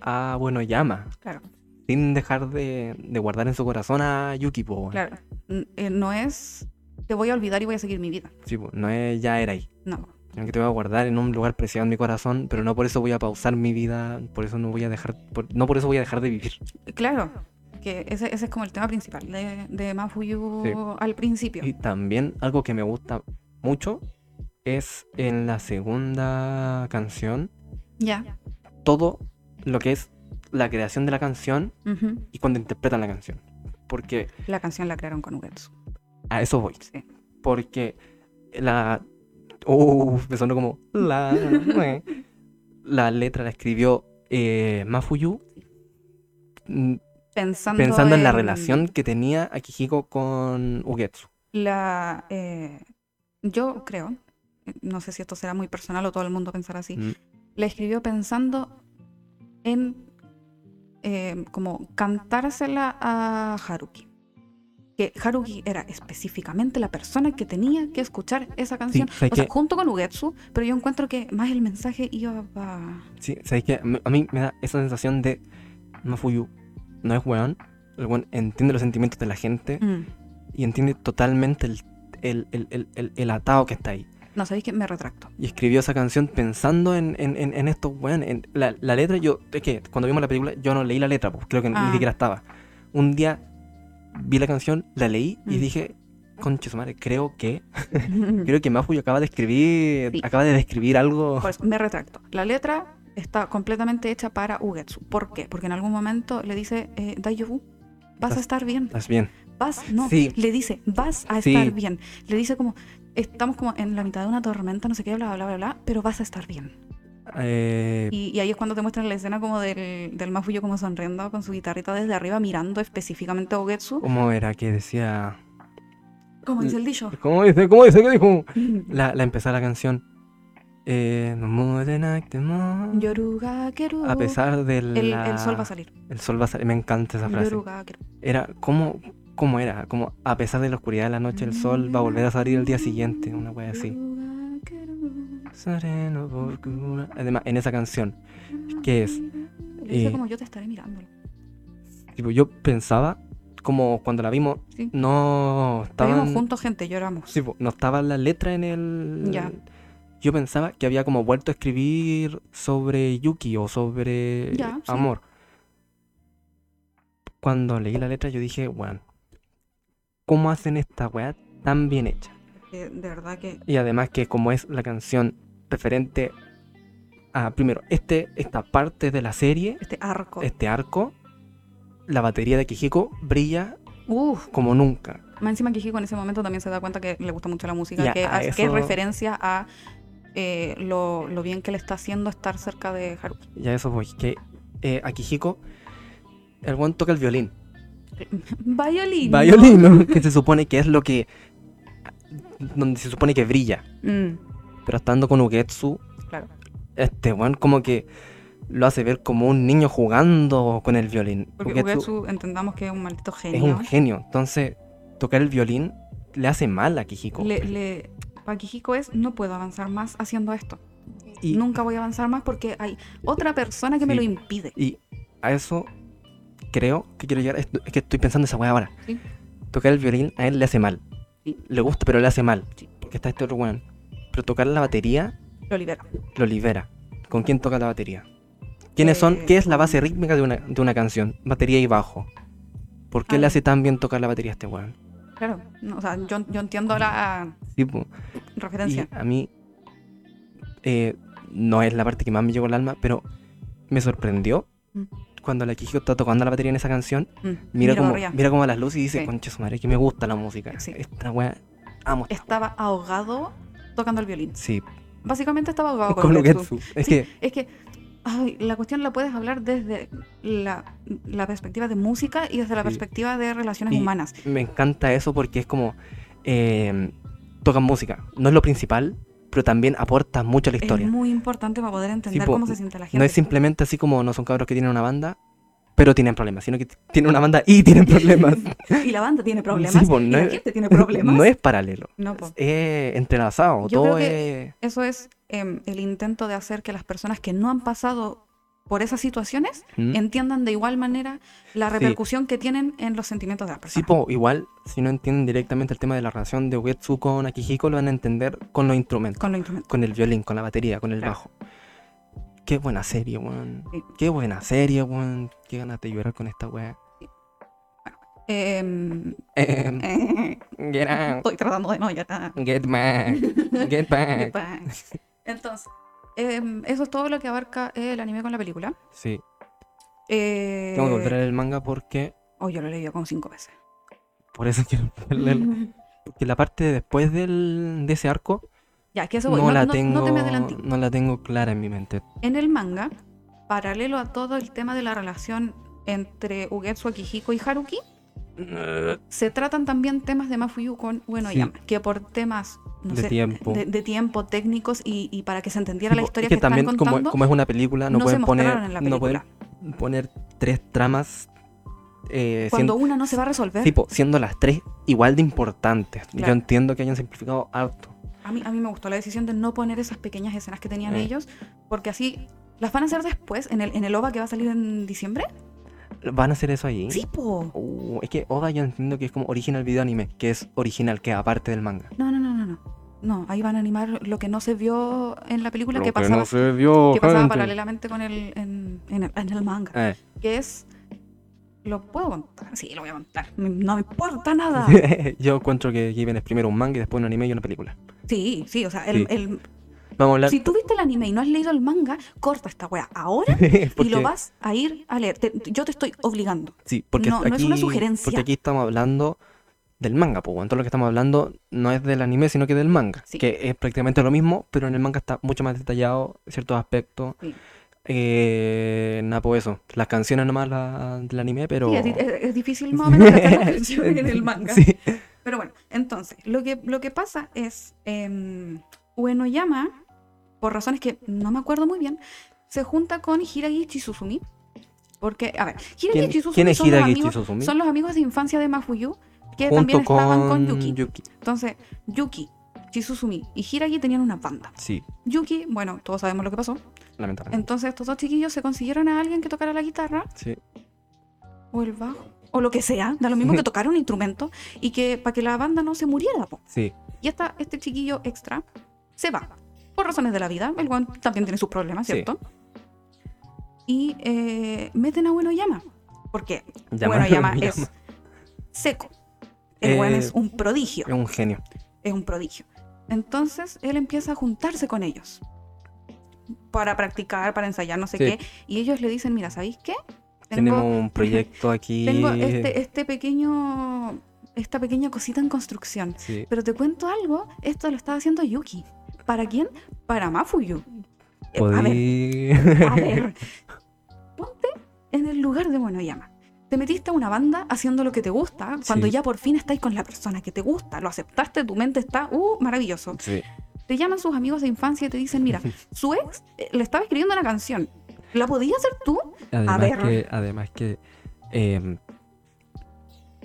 Speaker 1: a bueno, Yama,
Speaker 2: Claro,
Speaker 1: sin dejar de, de guardar en su corazón a Yuki. po, weón.
Speaker 2: claro. N- eh, no es te voy a olvidar y voy a seguir mi vida.
Speaker 1: Sí, po, no es ya era ahí.
Speaker 2: No.
Speaker 1: sino que te voy a guardar en un lugar preciado en mi corazón, pero no por eso voy a pausar mi vida, por eso no voy a dejar, por- no por eso voy a dejar de vivir.
Speaker 2: Claro, que ese, ese es como el tema principal de, de Mafuyu
Speaker 1: Sí.
Speaker 2: al principio.
Speaker 1: Y también algo que me gusta mucho es en la segunda canción
Speaker 2: Ya.
Speaker 1: todo lo que es la creación de la canción
Speaker 2: Ujú.
Speaker 1: y cuando interpretan la canción, porque
Speaker 2: La canción la crearon con Ugetsu.
Speaker 1: a eso voy,
Speaker 2: Sí.
Speaker 1: porque la, uh, me sonó como la, eh. la letra la escribió eh, Mafuyu. mm,
Speaker 2: Pensando,
Speaker 1: pensando en la relación que tenía Akihiko con Ugetsu.
Speaker 2: la eh, yo creo no sé si esto será muy personal o todo el mundo pensará así
Speaker 1: Mm.
Speaker 2: la escribió pensando en eh, como cantársela a Haruki que Haruki era específicamente la persona que tenía que escuchar esa canción
Speaker 1: ¿sabes
Speaker 2: o sea,
Speaker 1: qué?
Speaker 2: junto con Ugetsu pero yo encuentro que más el mensaje iba a...
Speaker 1: Sí, ¿sabes qué? Me- A mí me da esa sensación de Mafuyu no es weón. El weón entiende los sentimientos de la gente
Speaker 2: Mm.
Speaker 1: y entiende totalmente el, el, el- el- el- el atado que está ahí.
Speaker 2: no sabéis que me retracto
Speaker 1: Y escribió esa canción pensando en, en- en- en estos weones. En la, la letra, yo, es que cuando vimos la película, yo no leí la letra, pues creo que
Speaker 2: Ah.
Speaker 1: ni siquiera estaba. Un día vi la canción, la leí y
Speaker 2: Mm.
Speaker 1: dije, conche su madre, creo que Creo que Mafuyu acaba de escribir.
Speaker 2: Sí.
Speaker 1: Acaba de describir algo.
Speaker 2: Por eso, me retracto. La letra está completamente hecha para Ugetsu. ¿Por qué? Porque en algún momento le dice, eh, Daiyou, vas a
Speaker 1: Estás-
Speaker 2: estar bien.
Speaker 1: Estás bien.
Speaker 2: Vas, no.
Speaker 1: Sí.
Speaker 2: Le dice, vas a
Speaker 1: Sí.
Speaker 2: estar bien. Le dice como, estamos como en la mitad de una tormenta, no sé qué, bla, bla, bla, bla, pero vas a estar bien.
Speaker 1: Eh,
Speaker 2: Y, y ahí es cuando te muestran la escena como del, del Mafuyo como sonriendo con su guitarrita desde arriba, mirando específicamente a Ugetsu.
Speaker 1: ¿Cómo era que decía?
Speaker 2: Como dice el dicho.
Speaker 1: ¿Cómo dice? ¿Cómo dice? ¿Qué dijo? La, la empezó la canción. Eh, no more night, the more.
Speaker 2: Yoruga, keru.
Speaker 1: A pesar del.
Speaker 2: El, el sol va a salir.
Speaker 1: El sol va a salir. Me encanta esa frase.
Speaker 2: Yoruga, keru.
Speaker 1: Era como. ¿Cómo era? Como a pesar de la oscuridad de la noche, el sol va a volver a salir el día siguiente. Una wea así.
Speaker 2: Yoruga, keru.
Speaker 1: Sereno, oscura. Además, en esa canción. ¿Qué es?
Speaker 2: Dice
Speaker 1: Eh,
Speaker 2: como yo te estaré mirando.
Speaker 1: Tipo, yo pensaba, como cuando la vimos,
Speaker 2: Sí.
Speaker 1: no
Speaker 2: Estuvimos
Speaker 1: estaban.
Speaker 2: juntos, gente, lloramos.
Speaker 1: Sí, po, no estaba la letra en el.
Speaker 2: Ya.
Speaker 1: Yo pensaba que había como vuelto a escribir sobre Yuki o sobre
Speaker 2: Ya, sí.
Speaker 1: amor. Cuando leí la letra, yo dije, weón, ¿cómo hacen esta weá tan bien hecha?
Speaker 2: Eh, de verdad que.
Speaker 1: Y además que como es la canción referente a, primero, este, esta parte de la serie,
Speaker 2: Este arco.
Speaker 1: este arco, la batería de Kijiko brilla
Speaker 2: Uf.
Speaker 1: como nunca.
Speaker 2: Más encima que Hiko en ese momento también se da cuenta que le gusta mucho la música,
Speaker 1: Ya,
Speaker 2: que,
Speaker 1: a
Speaker 2: a- que es
Speaker 1: eso-
Speaker 2: referencia a eh, lo, lo bien que le está haciendo estar cerca de Haruki.
Speaker 1: Y a eso voy, que eh, a Kijiko, el buen toca el violín.
Speaker 2: Violín.
Speaker 1: Violín, ¿no? que se supone que es lo que... Donde se supone que brilla.
Speaker 2: Mm,
Speaker 1: Pero estando con Ugetsu,
Speaker 2: claro.
Speaker 1: este weón como que lo hace ver como un niño jugando con el violín.
Speaker 2: Porque
Speaker 1: Ugetsu
Speaker 2: Ugetsu entendamos que es un maldito
Speaker 1: es
Speaker 2: genio.
Speaker 1: un genio. Entonces, tocar el violín le hace mal a Kijiko.
Speaker 2: le, le, para Kijiko es, no puedo avanzar más haciendo esto.
Speaker 1: Y,
Speaker 2: Nunca voy a avanzar más porque hay otra persona que me
Speaker 1: Sí.
Speaker 2: lo impide.
Speaker 1: y a eso creo que quiero llegar. Es es que estoy pensando esa weá ahora.
Speaker 2: Sí.
Speaker 1: Tocar el violín a él le hace mal.
Speaker 2: Sí.
Speaker 1: Le gusta, pero le hace mal.
Speaker 2: Sí.
Speaker 1: Porque está este otro weón. Pero tocar la batería
Speaker 2: Lo libera.
Speaker 1: lo libera. ¿Con quién toca la batería? ¿Quiénes son?
Speaker 2: Eh,
Speaker 1: ¿Qué es la
Speaker 2: con-
Speaker 1: base rítmica de una, de una canción? Batería y bajo. ¿Por qué
Speaker 2: Ah,
Speaker 1: le
Speaker 2: ya.
Speaker 1: hace tan bien tocar la batería a este weón?
Speaker 2: Claro. no, o sea, yo, yo entiendo la
Speaker 1: Sí, po. Y
Speaker 2: referencia.
Speaker 1: a mí eh, no es la parte que más me llegó al alma, pero me sorprendió
Speaker 2: Mm.
Speaker 1: cuando la Kijiko está tocando la batería en esa canción.
Speaker 2: Mm,
Speaker 1: Mira,
Speaker 2: para
Speaker 1: como,
Speaker 2: arriba.
Speaker 1: mira como a las luces y dice,
Speaker 2: Sí.
Speaker 1: concha su madre, que me gusta la música.
Speaker 2: Sí.
Speaker 1: Esta weá, amo. esta-
Speaker 2: Estaba ahogado tocando el violín.
Speaker 1: Sí,
Speaker 2: Básicamente estaba ahogado con,
Speaker 1: con lo que
Speaker 2: Ugetsu.
Speaker 1: Es
Speaker 2: Sí,
Speaker 1: que,
Speaker 2: Es que ay, la cuestión la puedes hablar desde la, la perspectiva de música y desde la
Speaker 1: Sí.
Speaker 2: perspectiva de relaciones
Speaker 1: Y-
Speaker 2: humanas.
Speaker 1: me encanta eso porque es como eh, tocan música. No es lo principal, pero también aporta mucho a la historia.
Speaker 2: Es muy importante para poder entender
Speaker 1: po,
Speaker 2: cómo se siente la gente.
Speaker 1: No es simplemente así como no son cabros que tienen una banda, pero tienen problemas, sino que t- tienen una banda y tienen problemas.
Speaker 2: Y la banda tiene problemas.
Speaker 1: Sí, po,
Speaker 2: y
Speaker 1: no
Speaker 2: la
Speaker 1: es-
Speaker 2: gente tiene problemas.
Speaker 1: no es paralelo,
Speaker 2: No, po.
Speaker 1: es entrelazado,
Speaker 2: Yo
Speaker 1: todo
Speaker 2: creo que-
Speaker 1: es...
Speaker 2: Eso es em, el intento de hacer que las personas que no han pasado por esas situaciones
Speaker 1: ¿Mm?
Speaker 2: entiendan de igual manera la
Speaker 1: Sí.
Speaker 2: repercusión que tienen en los sentimientos de la
Speaker 1: Sí,
Speaker 2: persona.
Speaker 1: po, igual, si no entienden directamente el tema de la relación de Ugetsu con Akihiko, lo van a entender con los instrumentos,
Speaker 2: con los instrumentos.
Speaker 1: con el violín, con la batería, con el
Speaker 2: Claro.
Speaker 1: bajo. Qué buena serie, weón.
Speaker 2: Sí.
Speaker 1: Qué buena serie, weón. Qué ganas de llorar con esta weá.
Speaker 2: Em,
Speaker 1: Em,
Speaker 2: eh,
Speaker 1: get out,
Speaker 2: estoy tratando de no llorar.
Speaker 1: get back, get back.
Speaker 2: Bang. Entonces, em, eso es todo lo que abarca el anime con la película.
Speaker 1: Sí,
Speaker 2: Eh,
Speaker 1: tengo que volver a leer el manga porque...
Speaker 2: oh, yo lo he leído como cinco veces.
Speaker 1: Por eso quiero leerlo. Porque la parte de después del, de ese arco
Speaker 2: ya, es que eso
Speaker 1: no,
Speaker 2: voy.
Speaker 1: la tengo,
Speaker 2: no
Speaker 1: no,
Speaker 2: te me adelanté.
Speaker 1: la tengo clara en mi mente.
Speaker 2: En el manga, paralelo a todo el tema de la relación entre Ugetsu Akihiko y Haruki, se tratan también temas de Mafuyu con Uenoyama, que por temas no
Speaker 1: De
Speaker 2: sé,
Speaker 1: tiempo.
Speaker 2: de, de tiempo, técnicos y, y para que se entendiera la
Speaker 1: Tipo,
Speaker 2: historia
Speaker 1: es
Speaker 2: que,
Speaker 1: que también
Speaker 2: están
Speaker 1: como,
Speaker 2: contando,
Speaker 1: como es una película no,
Speaker 2: no se
Speaker 1: pueden poner
Speaker 2: mostraron en la
Speaker 1: no
Speaker 2: película.
Speaker 1: pueden poner tres tramas eh,
Speaker 2: cuando
Speaker 1: siendo,
Speaker 2: una no se va a resolver,
Speaker 1: tipo, siendo las tres igual de importantes. Yo
Speaker 2: Claro.
Speaker 1: entiendo que hayan simplificado harto.
Speaker 2: a mí, a mí me gustó la decisión de no poner esas pequeñas escenas que tenían
Speaker 1: Eh.
Speaker 2: ellos, porque así las van a hacer después, en el, en el OVA que va a salir en diciembre.
Speaker 1: ¿Van a hacer eso ahí?
Speaker 2: Sí, po.
Speaker 1: Uh, es que Oda yo entiendo que es como original video anime, que es original, que aparte del manga.
Speaker 2: No, no, no, no, no. No, ahí van a animar lo que no se vio en la película que pasaba,
Speaker 1: se vio,
Speaker 2: que pasaba paralelamente con el en, en el, en el manga.
Speaker 1: Eh.
Speaker 2: que es. ¿Lo puedo contar? Sí, lo voy a contar. Me- No me importa nada.
Speaker 1: Eh. yo encuentro que Given es primero un manga y después un anime y una película.
Speaker 2: Sí, sí, o sea, el,
Speaker 1: Sí.
Speaker 2: el-
Speaker 1: Vamos a hablar.
Speaker 2: si tú viste el anime y no has leído el manga, corta esta wea ahora y
Speaker 1: porque-
Speaker 2: lo vas a ir a leer. Te- yo te estoy obligando.
Speaker 1: Sí, porque
Speaker 2: no,
Speaker 1: aquí,
Speaker 2: no es una sugerencia.
Speaker 1: Porque aquí estamos hablando del manga, pues, entonces lo que estamos hablando no es del anime, sino que del manga,
Speaker 2: Sí.
Speaker 1: que es prácticamente lo mismo, pero en el manga está mucho más detallado ciertos aspectos.
Speaker 2: Sí.
Speaker 1: Eh, nada, pues eso. Las canciones nomás la- del anime, pero...
Speaker 2: Sí, es, di- es- es difícil más o menos cachar la canción en el manga. Eh,
Speaker 1: Sí.
Speaker 2: Pero bueno, entonces, lo que, lo que pasa es, eh, Uenoyama, por razones que no me acuerdo muy bien, se junta con Hiragi Chisuzumi. Porque, a ver, Hiragi
Speaker 1: ¿Quién,
Speaker 2: Chisuzumi
Speaker 1: quién es
Speaker 2: son los
Speaker 1: Hiragi
Speaker 2: amigos-
Speaker 1: Chisuzumi?
Speaker 2: son los amigos de infancia de Mafuyu que
Speaker 1: Junto
Speaker 2: también estaban con Yuki.
Speaker 1: Yuki.
Speaker 2: Entonces, Yuki, Chisuzumi y Hiragi tenían una banda.
Speaker 1: Sí,
Speaker 2: Yuki, bueno, todos sabemos lo que pasó.
Speaker 1: lamentablemente.
Speaker 2: Entonces, estos dos chiquillos se consiguieron a alguien que tocara la guitarra
Speaker 1: Sí.
Speaker 2: o el bajo o lo que sea, da lo mismo que tocar un instrumento y que para que la banda no se muriera. po.
Speaker 1: Sí,
Speaker 2: Y hasta este chiquillo extra se va por razones de la vida. El guan también tiene sus problemas,
Speaker 1: Sí.
Speaker 2: ¿cierto? Y eh, meten a Bueno Llama. Porque
Speaker 1: Llama-
Speaker 2: Bueno Llama
Speaker 1: Llama.
Speaker 2: es seco. El buen
Speaker 1: Eh,
Speaker 2: es un prodigio.
Speaker 1: Es un genio.
Speaker 2: es un prodigio. Entonces él empieza a juntarse con ellos para practicar, para ensayar, no sé
Speaker 1: Sí.
Speaker 2: qué. Y ellos le dicen, mira, ¿sabéis qué?
Speaker 1: Tenemos un proyecto aquí.
Speaker 2: tengo este, este pequeño, esta pequeña cosita en construcción.
Speaker 1: Sí.
Speaker 2: Pero te cuento algo, esto lo estaba haciendo Yuki. ¿Para quién? Para Mafuyu. Eh, A ver,
Speaker 1: Podí-
Speaker 2: a ver, ponte en el lugar de Monoyama. Te metiste a una banda haciendo lo que te gusta, cuando
Speaker 1: Sí.
Speaker 2: ya por fin estáis con la persona que te gusta, lo aceptaste, tu mente está, uh, maravilloso.
Speaker 1: Sí.
Speaker 2: Te llaman sus amigos de infancia y te dicen, mira, su ex eh, le estaba escribiendo una canción. ¿La podías hacer tú?
Speaker 1: Además
Speaker 2: ver.
Speaker 1: que, además que eh,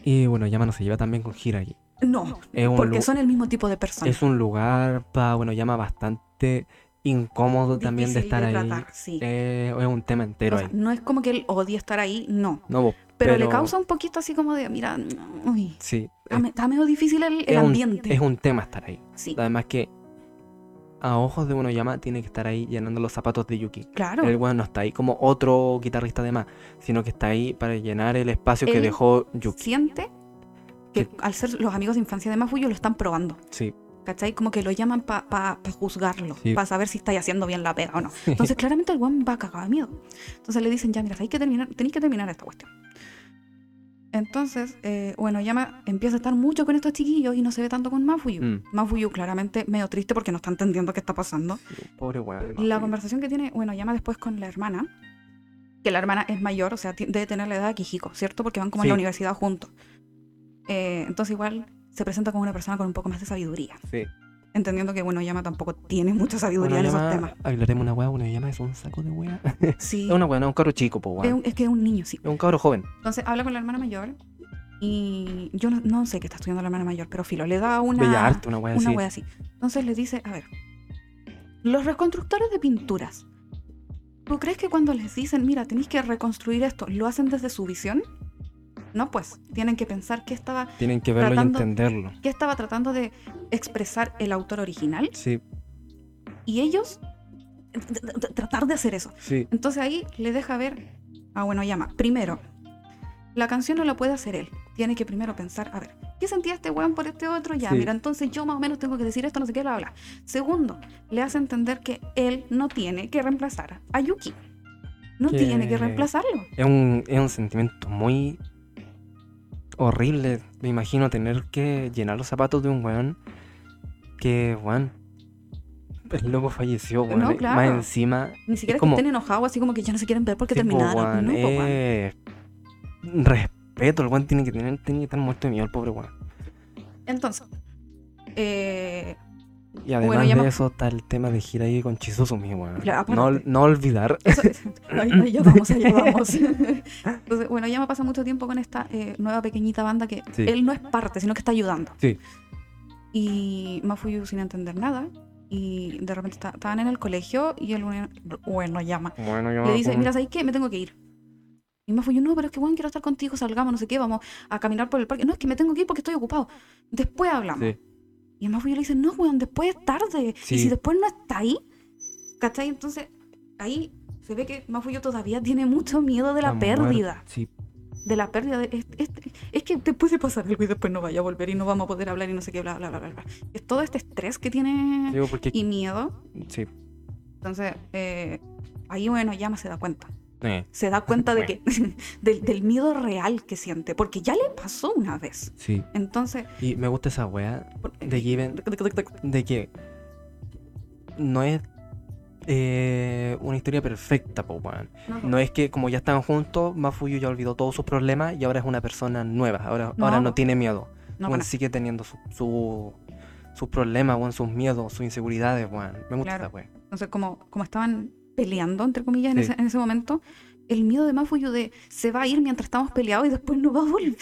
Speaker 1: y bueno, Yama no se lleva también con Hiragi.
Speaker 2: No,
Speaker 1: Es un,
Speaker 2: porque
Speaker 1: lu-
Speaker 2: son el mismo tipo de personas.
Speaker 1: es un lugar para bueno, Yama bastante incómodo también de estar
Speaker 2: Difícil
Speaker 1: ahí.
Speaker 2: tratar, sí.
Speaker 1: Eh, es un tema entero
Speaker 2: O sea,
Speaker 1: ahí.
Speaker 2: no es como que él odie estar ahí, no.
Speaker 1: No, vos,
Speaker 2: Pero, le
Speaker 1: Pero-
Speaker 2: causa un poquito así como de, mira, mm, uy,
Speaker 1: sí.
Speaker 2: está,
Speaker 1: Es,
Speaker 2: me- está medio difícil el, el
Speaker 1: es un,
Speaker 2: ambiente.
Speaker 1: es un tema estar ahí.
Speaker 2: sí,
Speaker 1: Además que a ojos de bueno, Yama tiene que estar ahí llenando los zapatos de Yuki.
Speaker 2: claro.
Speaker 1: El weón no está ahí como otro guitarrista de más, sino que está ahí para llenar el espacio que
Speaker 2: Él-
Speaker 1: dejó Yuki.
Speaker 2: Siente que
Speaker 1: Que-
Speaker 2: al ser los amigos de infancia de Mafuyo lo están probando.
Speaker 1: Sí,
Speaker 2: ¿Cachai? Como que lo llaman para juzgarlo,
Speaker 1: Sí.
Speaker 2: para saber si estáis haciendo bien la pega o no. Entonces, claramente el guan va cagado de miedo. Entonces le dicen, ya, mira, hay que terminar, tenéis que terminar esta cuestión. Entonces, eh, bueno, Yama empieza a estar mucho con estos chiquillos y no se ve tanto con Mafuyu.
Speaker 1: Mm.
Speaker 2: Mafuyu claramente medio triste porque no está entendiendo qué está pasando.
Speaker 1: pobre weón.
Speaker 2: La conversación que tiene, bueno, Yama después con la hermana, que la hermana es mayor, o sea, ti- debe tener la edad de Kijiko, ¿cierto? Porque van como en
Speaker 1: Sí.
Speaker 2: la universidad juntos. Eh, entonces igual se presenta como una persona con un poco más de sabiduría,
Speaker 1: Sí.
Speaker 2: entendiendo que, bueno, Yama tampoco tiene mucha sabiduría en esos temas.
Speaker 1: Hablaremos una weá, una llama es un saco de weá.
Speaker 2: Sí,
Speaker 1: Es una weá, no es un cabro chico, po,
Speaker 2: es,
Speaker 1: weón.
Speaker 2: un- es que es un niño, sí.
Speaker 1: Es un cabro joven.
Speaker 2: Entonces habla con la hermana mayor y yo no, no sé qué está estudiando la hermana mayor, pero filo, le da una,
Speaker 1: Bella arte, una weá
Speaker 2: una
Speaker 1: así.
Speaker 2: wea así. Entonces le dice, a ver, los reconstructores de pinturas, ¿tú crees que cuando les dicen, mira, tenéis que reconstruir esto, lo hacen desde su visión? No, pues, tienen que pensar qué estaba,
Speaker 1: Tienen que verlo
Speaker 2: tratando-
Speaker 1: y entenderlo.
Speaker 2: qué estaba tratando de expresar el autor original
Speaker 1: Sí,
Speaker 2: y ellos eh, t- t- t- tratar de hacer eso.
Speaker 1: sí.
Speaker 2: Entonces ahí le deja ver a bueno llama. Primero, la canción no la puede hacer él. Tiene que primero pensar, a ver, ¿qué sentía este weón por este otro? Ya,
Speaker 1: Sí.
Speaker 2: mira, entonces yo más o menos tengo que decir esto, no sé qué, bla, bla. Segundo, le hace entender que él no tiene que reemplazar a Yuki. No
Speaker 1: Que-
Speaker 2: tiene que reemplazarlo.
Speaker 1: Es un, es un sentimiento muy horrible. Me imagino tener que llenar los zapatos de un weón que, weón, el loco falleció, weón.
Speaker 2: No,
Speaker 1: Eh, Más
Speaker 2: claro.
Speaker 1: encima,
Speaker 2: Ni siquiera
Speaker 1: como-
Speaker 2: que estén enojados, así como que ya no se quieren ver porque
Speaker 1: sí, po,
Speaker 2: terminaron.
Speaker 1: weón,
Speaker 2: No, po, weón.
Speaker 1: eh, respeto, el weón tiene que tener, tiene que estar muerto de miedo, el pobre weón.
Speaker 2: Entonces, eh,
Speaker 1: Y además de
Speaker 2: ya más-
Speaker 1: eso está el tema de Hiragi con Chizuzumi, weón.
Speaker 2: Ya, aparte.
Speaker 1: No, ol- no olvidar.
Speaker 2: Eso- ahí, ahí ya vamos, ahí ya vamos. Entonces, bueno, ya me pasa mucho tiempo con esta eh, nueva pequeñita banda que
Speaker 1: Sí.
Speaker 2: él no es parte, sino que está ayudando.
Speaker 1: Sí.
Speaker 2: Y Mafuyu sin entender nada. Y de repente está- estaban en el colegio y el bueno- bueno llama.
Speaker 1: Bueno, yo
Speaker 2: Le dice, mira, ¿sabes qué? Me tengo que ir. Y Mafuyu, no, pero es que bueno, quiero estar contigo, salgamos, no sé qué, vamos a caminar por el parque. No, es que me tengo que ir porque estoy ocupado. Después hablamos.
Speaker 1: Sí.
Speaker 2: Y el Mafuyu le dice, no, weón, después es tarde.
Speaker 1: Sí.
Speaker 2: Y si después no está ahí, ¿cachai? Entonces, ahí se ve que Mafuyu todavía tiene mucho miedo de la,
Speaker 1: Está
Speaker 2: pérdida.
Speaker 1: muerto. Sí,
Speaker 2: De la pérdida. De, es, es- es que te puede pasar algo y después no vaya a volver y no vamos a poder hablar y no sé qué, bla, bla, bla, bla. bla. Es todo este estrés que tiene
Speaker 1: digo porque.
Speaker 2: y miedo.
Speaker 1: Sí.
Speaker 2: Entonces, eh, ahí, bueno, Yama se da cuenta.
Speaker 1: Eh,
Speaker 2: Se da cuenta de que, del, del miedo real que siente, porque ya le pasó una vez.
Speaker 1: sí.
Speaker 2: Entonces,
Speaker 1: Y me gusta esa wea
Speaker 2: por-
Speaker 1: de Given de que no es eh, una historia perfecta, po, weón. No es que como ya están juntos, Mafuyu ya olvidó todos sus problemas y ahora es una persona nueva, ahora,
Speaker 2: No.
Speaker 1: ahora no tiene miedo.
Speaker 2: No,
Speaker 1: weón,
Speaker 2: bueno,
Speaker 1: sigue teniendo su, su- sus problemas, weón, sus miedos, sus inseguridades, weón. Me gusta
Speaker 2: Claro.
Speaker 1: esa weá.
Speaker 2: Entonces, como, como estaban peleando, entre comillas, en,
Speaker 1: Sí.
Speaker 2: ese, en ese momento, el miedo de Mafuyu de se va a ir mientras estamos peleados y después no va a volver.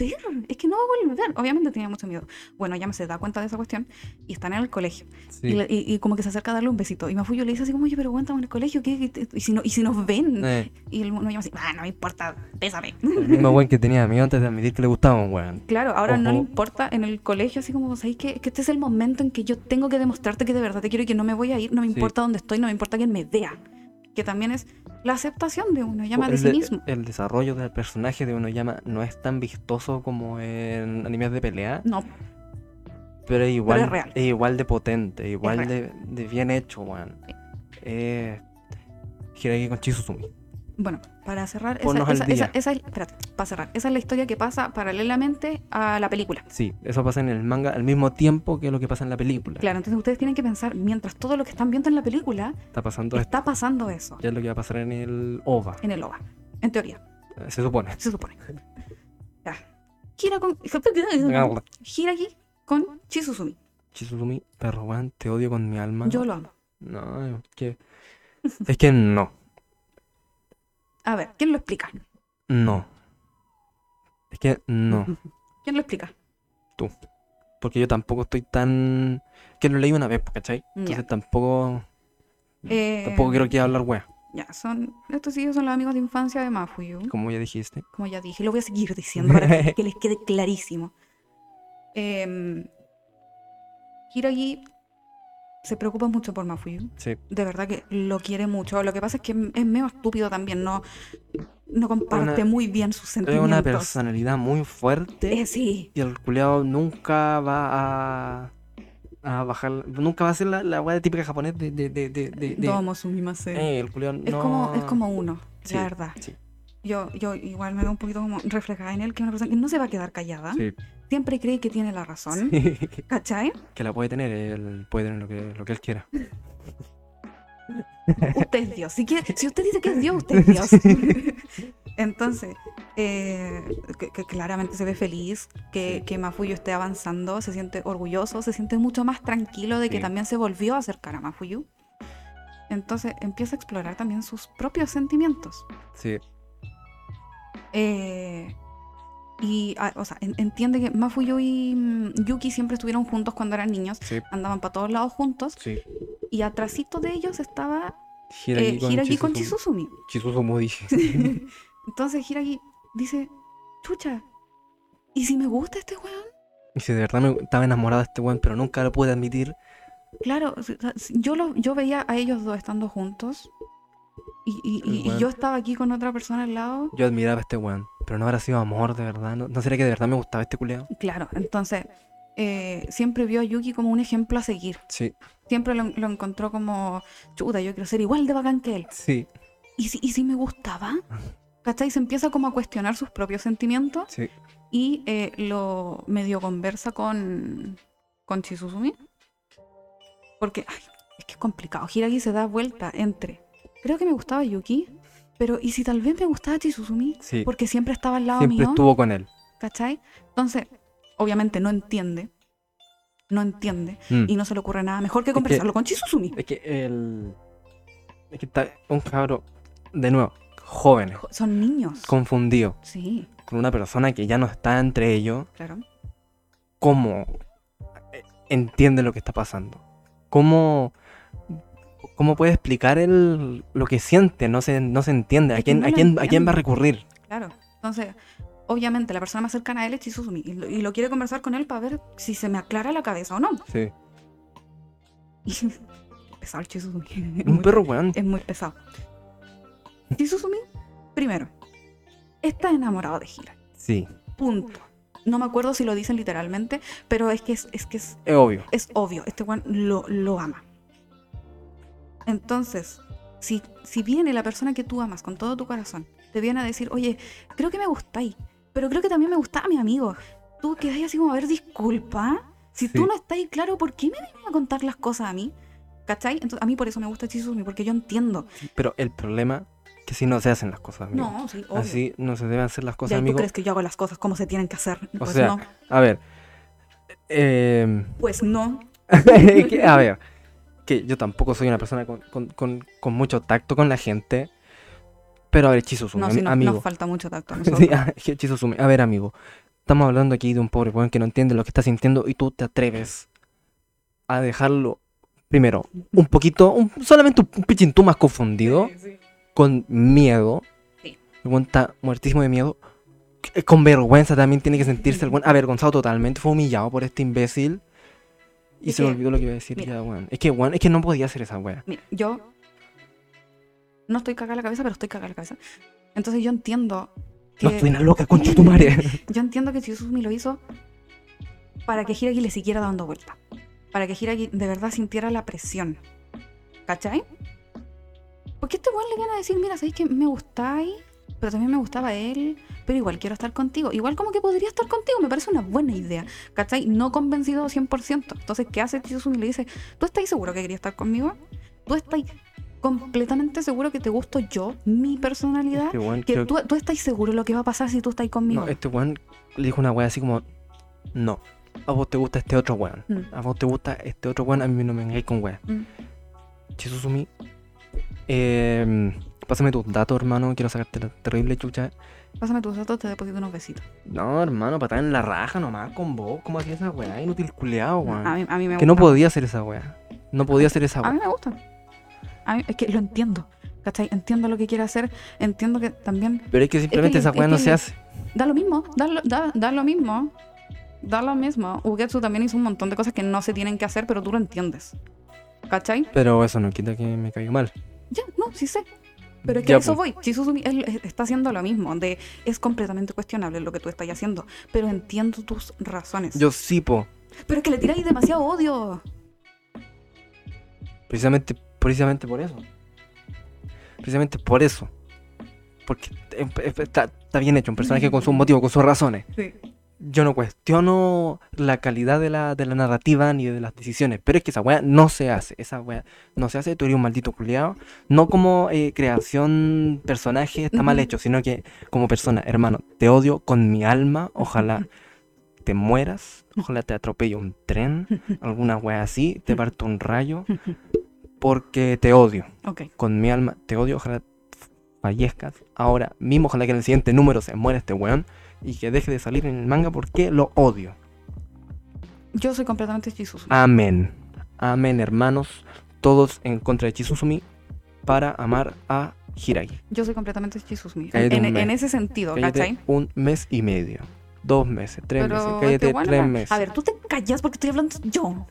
Speaker 2: Es que no va a volver. Obviamente tenía mucho miedo. Bueno, ya me se da cuenta de esa cuestión y están en el colegio. Y, le- y- y como que se acerca a darle un besito. Y Mafuyu le dice así como, oye, pero aguanta en el colegio. ¿qué, qué te- y, si no, y si nos ven.
Speaker 1: Eh,
Speaker 2: Y el mono llama así, ah, no me importa, pésame.
Speaker 1: el mismo weón que tenía miedo antes de admitir que le gustaban, weón.
Speaker 2: Claro, ahora no le
Speaker 1: Ojo.
Speaker 2: importa en el colegio, así como, ¿sabéis que, que este es el momento en que yo tengo que demostrarte que de verdad te quiero y que no me voy a ir, no me
Speaker 1: Sí.
Speaker 2: importa dónde estoy, no me importa quién me vea? Que también es la aceptación de uno, llama de
Speaker 1: el,
Speaker 2: sí
Speaker 1: de-
Speaker 2: mismo.
Speaker 1: el desarrollo del personaje de uno llama no es tan vistoso como en animes de pelea,
Speaker 2: No,
Speaker 1: pero es igual,
Speaker 2: es real.
Speaker 1: igual de potente, igual
Speaker 2: real.
Speaker 1: de, de bien hecho, weón.
Speaker 2: Sí.
Speaker 1: Eh, Hiragi con Chizuzumi.
Speaker 2: bueno, para cerrar, esa,
Speaker 1: Ponnos al
Speaker 2: esa-
Speaker 1: día.
Speaker 2: esa- esa es, espérate, para cerrar, esa es la historia que pasa paralelamente a la película.
Speaker 1: Sí, eso pasa en el manga al mismo tiempo que lo que pasa en la película.
Speaker 2: Claro, entonces ustedes tienen que pensar, mientras todo lo que están viendo en la película,
Speaker 1: Está pasando esto,
Speaker 2: está pasando eso
Speaker 1: ya es lo que va a pasar en el OVA,
Speaker 2: en el OVA, en teoría,
Speaker 1: eh, se supone.
Speaker 2: se supone. Ya. Gira con... Hiragi con Chizuzumi.
Speaker 1: Chizuzumi, perro, weón, te odio con mi alma.
Speaker 2: Yo lo amo.
Speaker 1: No, es que... es que no,
Speaker 2: A ver, ¿quién lo explica?
Speaker 1: no. Es que no.
Speaker 2: Mm. ¿Quién lo explica?
Speaker 1: porque yo tampoco estoy tan. que lo leí una vez, pues, ¿cachai? Entonces
Speaker 2: Ya.
Speaker 1: tampoco.
Speaker 2: Eh,
Speaker 1: tampoco quiero que hablar wea,
Speaker 2: Ya, son, estos sí son los amigos de infancia de Mafuyu,
Speaker 1: como ya dijiste.
Speaker 2: como ya dije, lo voy a seguir diciendo para que, que les quede clarísimo. Eh, Hiragi se preocupa mucho por Mafuyu,
Speaker 1: Sí,
Speaker 2: de verdad que lo quiere mucho. Lo que pasa es que es medio estúpido también, no, no comparte
Speaker 1: Una-
Speaker 2: muy bien sus
Speaker 1: es
Speaker 2: sentimientos.
Speaker 1: una personalidad muy fuerte
Speaker 2: Eh, sí,
Speaker 1: y el culeado nunca va a. a bajar. nunca va a ser la, la wea típica japonés de. de, de, de, de- de-
Speaker 2: Domo Sumimase.
Speaker 1: Eh, el culeado no.
Speaker 2: Es, como, es como uno,
Speaker 1: Sí,
Speaker 2: la verdad.
Speaker 1: sí.
Speaker 2: Yo, yo igual me veo un poquito como reflejada en él, que es una persona que no se va a quedar callada.
Speaker 1: Sí.
Speaker 2: Siempre cree que tiene la razón. ¿Cachai?
Speaker 1: que la puede tener, él puede tener lo que, lo que él quiera.
Speaker 2: Usted es Dios. Si, quiere- si usted dice que es Dios, usted es Dios. Entonces, eh, que, que claramente se ve feliz, que,
Speaker 1: Sí.
Speaker 2: que Mafuyu esté avanzando, se siente orgulloso, se siente mucho más tranquilo de que
Speaker 1: Sí.
Speaker 2: también se volvió a acercar a Mafuyu. Entonces empieza a explorar también sus propios sentimientos.
Speaker 1: Sí,
Speaker 2: Eh, y, ah, o sea, en- entiende que Mafuyu y mm, Yuki siempre estuvieron juntos cuando eran niños.
Speaker 1: sí,
Speaker 2: Andaban para todos lados juntos.
Speaker 1: sí.
Speaker 2: Y atrásito de ellos estaba
Speaker 1: Hiragi
Speaker 2: eh, Hiragi con
Speaker 1: Chizuzumi.
Speaker 2: Chizuzumi.
Speaker 1: Chizuzumi, dije.
Speaker 2: Entonces Hiragi dice, chucha, ¿y si me gusta este weón?
Speaker 1: Y si de verdad me estaba enamorada de este weón, pero nunca lo pude admitir.
Speaker 2: Claro, o sea, si- yo, lo, yo veía a ellos dos estando juntos. Y, y-
Speaker 1: El
Speaker 2: y- y
Speaker 1: weón.
Speaker 2: yo estaba aquí con otra persona al lado.
Speaker 1: Yo admiraba a este weón, pero no habrá sido amor de verdad. ¿No, no sería que de verdad me gustaba este culeado?
Speaker 2: Claro, entonces eh, siempre vio a Yuki como un ejemplo a seguir.
Speaker 1: Sí,
Speaker 2: siempre lo, lo encontró como, chuta, yo quiero ser igual de bacán que él.
Speaker 1: sí,
Speaker 2: ¿Y si, y si me gustaba? ¿Cachai? Se empieza como a cuestionar sus propios sentimientos
Speaker 1: sí.
Speaker 2: y eh, lo medio conversa con, con Chizuzumi. Porque, ay, es que es complicado. Hiragi se da vuelta entre, creo que me gustaba Yuki, pero ¿y si tal vez me gustaba Chizuzumi?
Speaker 1: Sí.
Speaker 2: Porque siempre estaba al lado
Speaker 1: Siempre
Speaker 2: mío.
Speaker 1: estuvo con él.
Speaker 2: ¿Cachai? Entonces, obviamente no entiende. No entiende.
Speaker 1: Mm.
Speaker 2: Y no se le ocurre nada mejor que
Speaker 1: que-
Speaker 2: conversarlo con Chizuzumi.
Speaker 1: Es que el. Es que está un cabro, de nuevo, joven,
Speaker 2: Jo- Son niños.
Speaker 1: confundido,
Speaker 2: Sí,
Speaker 1: con una persona que ya no está entre ellos.
Speaker 2: claro.
Speaker 1: ¿Cómo eh, entiende lo que está pasando? ¿Cómo.? ¿Cómo puede explicar él lo que siente? No se, no se entiende. ¿A
Speaker 2: Es que
Speaker 1: quién,
Speaker 2: no
Speaker 1: a,
Speaker 2: lo
Speaker 1: quién, ¿A quién va a
Speaker 2: entiende.
Speaker 1: recurrir?
Speaker 2: Claro. Entonces, obviamente la persona más cercana a él es Chizuzumi y lo, y lo quiere conversar con él para ver si se me aclara la cabeza o no.
Speaker 1: Sí.
Speaker 2: Y pesado el Chizuzumi. Es
Speaker 1: Un
Speaker 2: muy- Eh,
Speaker 1: perro weón.
Speaker 2: Es muy pesado. Chizuzumi, primero, está enamorado de Hira.
Speaker 1: Sí,
Speaker 2: Punto. No me acuerdo si lo dicen literalmente, pero es que es, es que es
Speaker 1: es obvio.
Speaker 2: es eh, obvio, este Juan lo, lo ama. Entonces, si, si viene la persona que tú amas con todo tu corazón, te viene a decir, oye, creo que me gustáis, pero creo que también me gustaba mi amigo, tú quedáis así como, a ver, disculpa, si
Speaker 1: Sí.
Speaker 2: tú no estás claro, ¿por qué me vienes a contar las cosas a mí? ¿Cachai? Entonces, a mí por eso me gusta Chizumi, porque yo entiendo.
Speaker 1: Pero el problema es que si no se hacen las cosas, amigo.
Speaker 2: No, sí, obvio.
Speaker 1: Así no se deben hacer las
Speaker 2: Ya,
Speaker 1: cosas,
Speaker 2: ¿y ¿Tú
Speaker 1: amigo.
Speaker 2: crees que yo hago las cosas como se tienen que hacer? Pues
Speaker 1: sea,
Speaker 2: no.
Speaker 1: A ver, Eh,
Speaker 2: Pues no.
Speaker 1: que, a ver, que yo tampoco soy una persona con, con- con- con mucho tacto con la gente. Pero a ver, Chizosumi,
Speaker 2: No,
Speaker 1: am-
Speaker 2: si no-
Speaker 1: amigo.
Speaker 2: nos falta mucho tacto a nosotros.
Speaker 1: Sí, a- Chizosumi, a ver, amigo. Estamos hablando aquí de un pobre weón que no entiende lo que está sintiendo y tú te atreves a dejarlo, primero, un poquito, un- solamente un pichintú más confundido, con miedo.
Speaker 2: Sí.
Speaker 1: El weón está muertísimo de miedo. eh, Con vergüenza también tiene que sentirse el weón avergonzado totalmente. Fue humillado por este imbécil. Y
Speaker 2: Es
Speaker 1: se me
Speaker 2: que,
Speaker 1: olvidó lo que iba a decir
Speaker 2: mira.
Speaker 1: ya, weón. Es que, weón, es que no podía hacer esa weá.
Speaker 2: Mira, yo no estoy cagada la cabeza, pero estoy cagada la cabeza. Entonces yo entiendo que
Speaker 1: No estoy una loca, concha tu madre.
Speaker 2: yo entiendo que Shizumi lo hizo para que Hiragi le siguiera dando vuelta, para que Hiragi de verdad sintiera la presión. ¿Cachai? Porque este weón le viene a decir, mira, sabéis que me gustáis, pero también me gustaba él, pero igual quiero estar contigo. Igual como que podría estar contigo, me parece una buena idea. ¿Cachai? No convencido 100%. Entonces, ¿qué hace Shizumi? Le dice, ¿tú estáis seguro que quería estar conmigo? ¿Tú estáis completamente seguro que te gusto yo, mi personalidad?
Speaker 1: Este weón,
Speaker 2: Que
Speaker 1: creo-
Speaker 2: tú, tú estáis seguro lo que va a pasar si tú estáis conmigo.
Speaker 1: no, este weón le dijo una weá así como: No, a vos te gusta este otro weón.
Speaker 2: Mm.
Speaker 1: A vos te gusta este otro weón, a mí no me vengáis con weá.
Speaker 2: Mm.
Speaker 1: Chizuzumi, eh, pásame tus datos, hermano. Quiero sacarte la terrible chucha.
Speaker 2: Pásame tus datos, te deposito unos besitos.
Speaker 1: No, hermano, patada en la raja nomás con vos. ¿Cómo hacía esa weá? Inútil culeado,
Speaker 2: No,
Speaker 1: weón.
Speaker 2: a, mí, a mí me
Speaker 1: Oh, que no
Speaker 2: gusta.
Speaker 1: podía hacer esa weá. No podía hacer esa
Speaker 2: A mí
Speaker 1: weá.
Speaker 2: me gusta. A mí- es que lo entiendo. ¿Cachai? Entiendo lo que quiere hacer. Entiendo que también.
Speaker 1: Pero es que simplemente
Speaker 2: es
Speaker 1: esa weá
Speaker 2: que
Speaker 1: no
Speaker 2: le-
Speaker 1: se hace.
Speaker 2: Da lo mismo. Da lo, da, da lo mismo. Da lo mismo. Ugetsu también hizo un montón de cosas que no se tienen que hacer, pero tú lo entiendes. ¿Cachai?
Speaker 1: Pero eso no quita que me caiga mal.
Speaker 2: Ya, no, sí sé. Pero es que
Speaker 1: Ya,
Speaker 2: a eso
Speaker 1: pues.
Speaker 2: voy. Chizuzumi él es- está haciendo lo mismo. De, es completamente cuestionable lo que tú estás haciendo. Pero entiendo tus razones.
Speaker 1: Yo sí, po.
Speaker 2: Pero es que le tiráis demasiado odio.
Speaker 1: Precisamente, precisamente por eso. Precisamente por eso. Porque eh, eh, está, está bien hecho, un
Speaker 2: Mm.
Speaker 1: personaje con sus motivos, con sus razones.
Speaker 2: Sí.
Speaker 1: Yo no cuestiono la calidad de la, de la narrativa ni de las decisiones, pero es que esa weá no se hace. Esa weá no se hace, tú eres un maldito culiado. No como eh, creación, personaje, está mal
Speaker 2: Ujú.
Speaker 1: hecho, sino que como persona, hermano, te odio con mi alma, ojalá te mueras, ojalá te atropelle un tren, alguna weá así, te parto un rayo, porque te odio
Speaker 2: ok.
Speaker 1: con mi alma te odio, ojalá fallezcas ahora mismo, ojalá que en el siguiente número se muera este weón y que deje de salir en el manga porque lo odio.
Speaker 2: Yo soy completamente Chizuzumi.
Speaker 1: Amén. Amén, hermanos, todos en contra de Chizuzumi para amar a Hiragi.
Speaker 2: Yo soy completamente Chizuzumi.
Speaker 1: Cállate
Speaker 2: En,
Speaker 1: un mes.
Speaker 2: en ese sentido,
Speaker 1: Cállate
Speaker 2: ¿cachai?
Speaker 1: un mes y medio, dos meses, tres
Speaker 2: Pero
Speaker 1: meses,
Speaker 2: este
Speaker 1: cállate
Speaker 2: weón
Speaker 1: tres
Speaker 2: era-
Speaker 1: meses.
Speaker 2: A ver, tú te callas porque estoy hablando yo.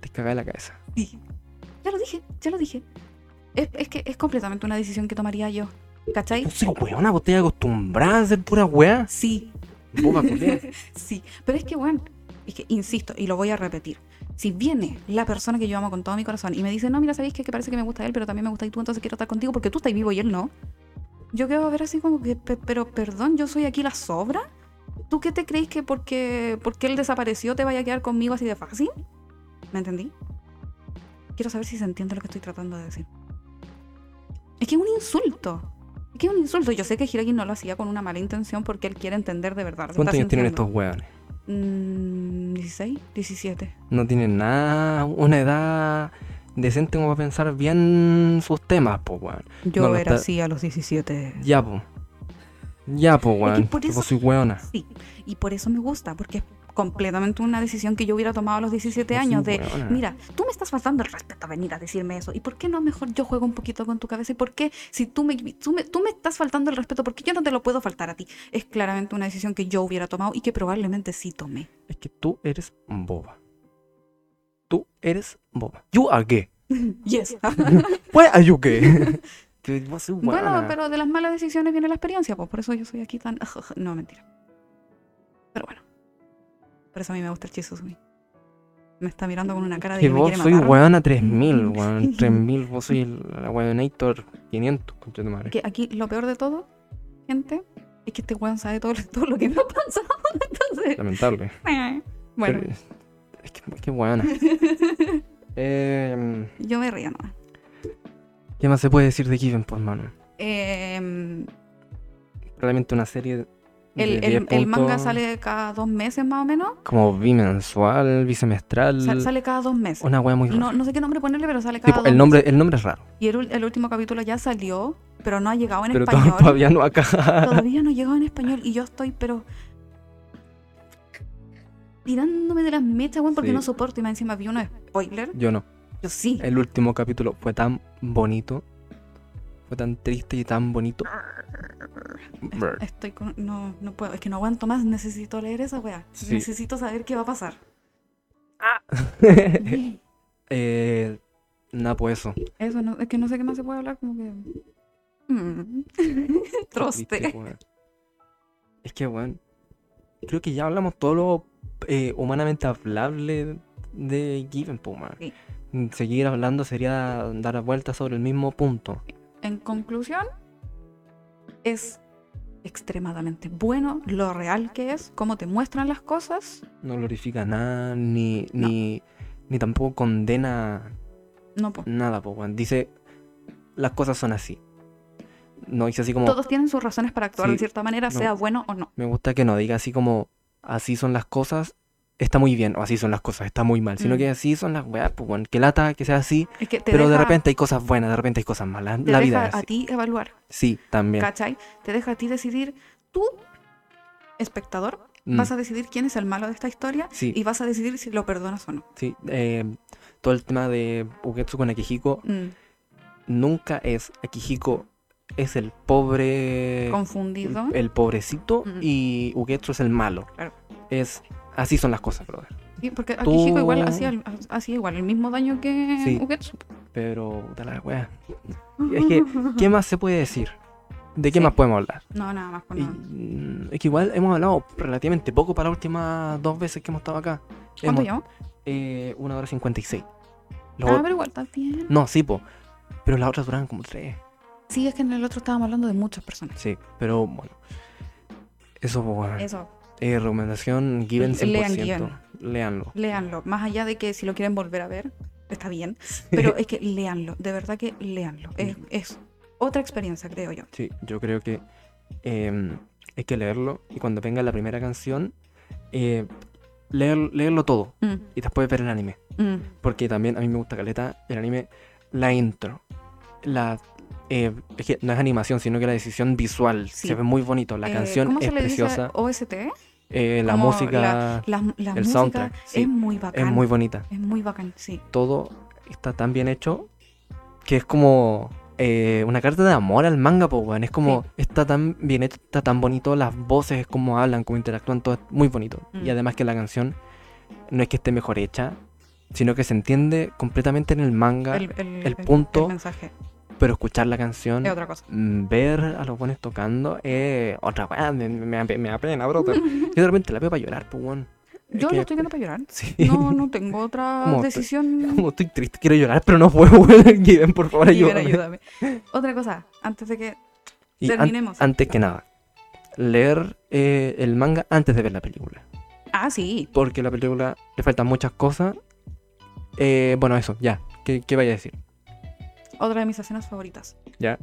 Speaker 1: Te cagas la cabeza.
Speaker 2: Sí. Ya lo dije, ya lo dije. Es, es que es completamente una decisión que tomaría yo. ¿Cachai?
Speaker 1: No sé, weón, vos te acostumbrada a hacer pura weá.
Speaker 2: Sí,
Speaker 1: Boca culiá.
Speaker 2: sí. Pero es que, bueno, es que insisto, y lo voy a repetir. Si viene la persona que yo amo con todo mi corazón y me dice, no, mira, sabéis que, que parece que me gusta él, pero también me gusta y tú, entonces quiero estar contigo porque tú estás vivo y él no. Yo quedo a ver así como que, "Pe- pero perdón, yo soy aquí la sobra. ¿Tú qué te crees que porque, porque él desapareció te vaya a quedar conmigo así de fácil? ¿Me entendí? Quiero saber si se entiende lo que estoy tratando de decir. Es que es un insulto. Es que es un insulto. Yo sé que Hiragi no lo hacía con una mala intención porque él quiere entender de verdad. lo que
Speaker 1: ¿Cuántos
Speaker 2: está
Speaker 1: años tienen
Speaker 2: sintiendo.
Speaker 1: estos weones?
Speaker 2: Mm, 16, 17.
Speaker 1: no tienen nada, una edad decente como para pensar bien sus temas, po, weón.
Speaker 2: Yo
Speaker 1: No, no,
Speaker 2: era
Speaker 1: está-
Speaker 2: así a los 17.
Speaker 1: Ya, po. Ya, po, weón.
Speaker 2: por
Speaker 1: que
Speaker 2: eso-
Speaker 1: Vos soy weona.
Speaker 2: Sí, y por eso me gusta, porque es completamente una decisión que yo hubiera tomado a los 17
Speaker 1: Vos
Speaker 2: años
Speaker 1: soy
Speaker 2: de,
Speaker 1: weona.
Speaker 2: mira, tú me estás faltando el respeto a venir a decirme eso, ¿y por qué no mejor yo juego un poquito con tu cabeza? ¿Y por qué si tú me, tú me, tú me estás faltando el respeto, por qué yo no te lo puedo faltar a ti? Es claramente una decisión que yo hubiera tomado y que probablemente sí tomé.
Speaker 1: Es que tú eres boba. Tú eres boba. You are gay.
Speaker 2: Yes.
Speaker 1: Why are you gay? que vos soy weona.
Speaker 2: Bueno, pero de las malas decisiones viene la experiencia, pues por eso yo soy aquí tan... No, mentira. Pero bueno. Por eso a mí me gusta el Chizuzumi. Me está mirando con una cara de
Speaker 1: que
Speaker 2: me
Speaker 1: vos
Speaker 2: quiere
Speaker 1: soy
Speaker 2: matar.
Speaker 1: weona 3000, weón. 3000, vos soy la weonator 500, concha de tu madre.
Speaker 2: Que aquí lo peor de todo, gente, es que este weón sabe todo, lo- todo lo que me ha pasado. Entonces,
Speaker 1: Lamentable.
Speaker 2: eh, bueno,
Speaker 1: Pero es- es que, qué weona. eh,
Speaker 2: yo me río nomás.
Speaker 1: ¿Qué más se puede decir de Given, pues, mano?
Speaker 2: Em,
Speaker 1: realmente una serie de
Speaker 2: El,
Speaker 1: 10
Speaker 2: el- el manga
Speaker 1: puntos,
Speaker 2: sale cada dos meses más o menos.
Speaker 1: Como bimensual, bisemestral.
Speaker 2: Sa- sale cada dos meses.
Speaker 1: Una wea muy rara.
Speaker 2: No, no sé qué nombre ponerle, pero sale cada
Speaker 1: Tipo,
Speaker 2: dos
Speaker 1: el nombre, el nombre es raro.
Speaker 2: meses. Y el, ul- el último capítulo ya salió, pero no ha llegado en
Speaker 1: Pero to-
Speaker 2: español.
Speaker 1: todavía no acá.
Speaker 2: Todavía no ha llegado en español y yo estoy, pero. tirándome de las mechas, weón, porque
Speaker 1: Sí. Eh,
Speaker 2: no soporto. Y más encima vi unos spoiler.
Speaker 1: Yo no.
Speaker 2: Yo sí.
Speaker 1: El último capítulo fue tan bonito. Fue tan triste y tan bonito. Brr.
Speaker 2: Estoy con. No, no puedo. Es que no aguanto más. Necesito leer esa weá.
Speaker 1: Sí.
Speaker 2: Necesito saber qué va a pasar.
Speaker 1: eh, nada, pues eso.
Speaker 2: Eso, no, es que no sé qué más se puede hablar, como que. Mm.
Speaker 1: Viste,
Speaker 2: Troste.
Speaker 1: weón. Es que, weón, creo que ya hablamos todo lo eh, humanamente hablable de Given, po, man.
Speaker 2: Sí.
Speaker 1: Seguir hablando sería dar vueltas sobre el mismo punto.
Speaker 2: En conclusión, es extremadamente bueno lo real que es, cómo te muestran las cosas.
Speaker 1: No glorifica nada, ni,
Speaker 2: No.
Speaker 1: ni, ni tampoco condena
Speaker 2: No, pues, po.
Speaker 1: nada, po, weón. Dice, las cosas son así. No dice así como,
Speaker 2: Todos tienen sus razones para actuar
Speaker 1: Sí,
Speaker 2: de cierta manera,
Speaker 1: no.
Speaker 2: sea bueno o no.
Speaker 1: me gusta que no diga así como, así son las cosas, está muy bien, o así son las cosas, está muy mal. Sino
Speaker 2: Mm.
Speaker 1: que así son las weas, po, weón. Que lata que sea así,
Speaker 2: Es que te
Speaker 1: Pero de
Speaker 2: deja-
Speaker 1: repente hay cosas buenas, de repente hay cosas malas.
Speaker 2: te
Speaker 1: La vida
Speaker 2: deja
Speaker 1: es
Speaker 2: a
Speaker 1: así.
Speaker 2: ti evaluar,
Speaker 1: Sí, también.
Speaker 2: ¿cachai? Te deja a ti decidir, tú, espectador,
Speaker 1: Mm,
Speaker 2: vas a decidir quién es el malo de esta historia
Speaker 1: Sí.
Speaker 2: y vas a decidir si lo perdonas o no.
Speaker 1: Sí, eh, todo el tema de Ugetsu con Akihiko
Speaker 2: Mm,
Speaker 1: nunca es Akihiko es el pobre
Speaker 2: Confundido.
Speaker 1: el pobrecito
Speaker 2: Mm.
Speaker 1: y Ugetsu es el malo.
Speaker 2: Claro.
Speaker 1: Es así son las cosas, brother.
Speaker 2: Sí, porque aquí
Speaker 1: Tú-
Speaker 2: Chico igual hacía, el- hacía igual el mismo daño que
Speaker 1: Sí.
Speaker 2: Ugetsu.
Speaker 1: Pero puta la wea. Es que, ¿qué más se puede decir? ¿De qué
Speaker 2: Sí.
Speaker 1: más podemos hablar?
Speaker 2: No, nada más con
Speaker 1: Y, mm, es que igual hemos hablado relativamente poco para las últimas dos veces que hemos estado acá.
Speaker 2: ¿Cuánto
Speaker 1: Hemos-
Speaker 2: llevamos?
Speaker 1: eh, una hora cincuenta y seis. Los
Speaker 2: Ah,
Speaker 1: ot-
Speaker 2: pero igual está bien.
Speaker 1: No, sí, po. Pero las otras duran como tres.
Speaker 2: Sí, es que en el otro estábamos hablando de muchas personas.
Speaker 1: Sí, pero bueno. Eso, po, weón.
Speaker 2: Eso,
Speaker 1: Eh, recomendación, Given
Speaker 2: L-
Speaker 1: 100%.
Speaker 2: lean
Speaker 1: Leanlo.
Speaker 2: léanlo. Más allá de que si lo quieren volver a ver, está bien. Pero es que léanlo, de verdad que léanlo. Es, es otra experiencia, creo yo.
Speaker 1: Sí, yo creo que eh, hay que leerlo. Y cuando venga la primera canción, eh, leer- leerlo todo.
Speaker 2: Mm,
Speaker 1: Y después ver el anime.
Speaker 2: mm.
Speaker 1: Porque también a mí me gusta caleta el anime, la intro. La. eh, es que no es animación, sino que la decisión visual.
Speaker 2: Sí.
Speaker 1: Se ve muy bonito. La
Speaker 2: Eh,
Speaker 1: canción
Speaker 2: ¿Cómo
Speaker 1: es
Speaker 2: se le
Speaker 1: preciosa.
Speaker 2: dice OST?
Speaker 1: eh, la
Speaker 2: Como
Speaker 1: música.
Speaker 2: La, la
Speaker 1: El
Speaker 2: música
Speaker 1: soundtrack, sí.
Speaker 2: es muy bacán.
Speaker 1: Es muy bonita.
Speaker 2: es muy bacán, sí.
Speaker 1: Todo está tan bien hecho que es como eh, una carta de amor al manga, po, weón. Es como,
Speaker 2: Sí.
Speaker 1: está tan bien hecho, está tan bonito, las voces, es como hablan, como interactúan, todo es muy bonito.
Speaker 2: Mm.
Speaker 1: Y además que la canción no es que esté mejor hecha, sino que se entiende completamente en el manga,
Speaker 2: El, el-
Speaker 1: el punto.
Speaker 2: El mensaje
Speaker 1: pero escuchar la canción,
Speaker 2: es otra cosa.
Speaker 1: mm, ver a los buenos tocando, eh, otra weá, me, me, me da pena, brother. Yo de repente la veo para llorar, po, weón. Es
Speaker 2: Yo
Speaker 1: que-
Speaker 2: lo estoy viendo para llorar.
Speaker 1: Sí.
Speaker 2: No, no tengo otra
Speaker 1: ¿Cómo te-
Speaker 2: decisión.
Speaker 1: Como estoy triste, quiero llorar, pero no puedo, weón. Given, por favor,
Speaker 2: Liber,
Speaker 1: ayúdame.
Speaker 2: ayúdame. Otra cosa, antes de que
Speaker 1: Y an-
Speaker 2: terminemos.
Speaker 1: antes que nada, leer eh, el manga antes de ver la película.
Speaker 2: Ah, sí.
Speaker 1: Porque a la película le faltan muchas cosas. Eh, bueno, eso, ya. ¿Qué, qué vaya a decir?
Speaker 2: Otra de mis escenas favoritas.
Speaker 1: Ya.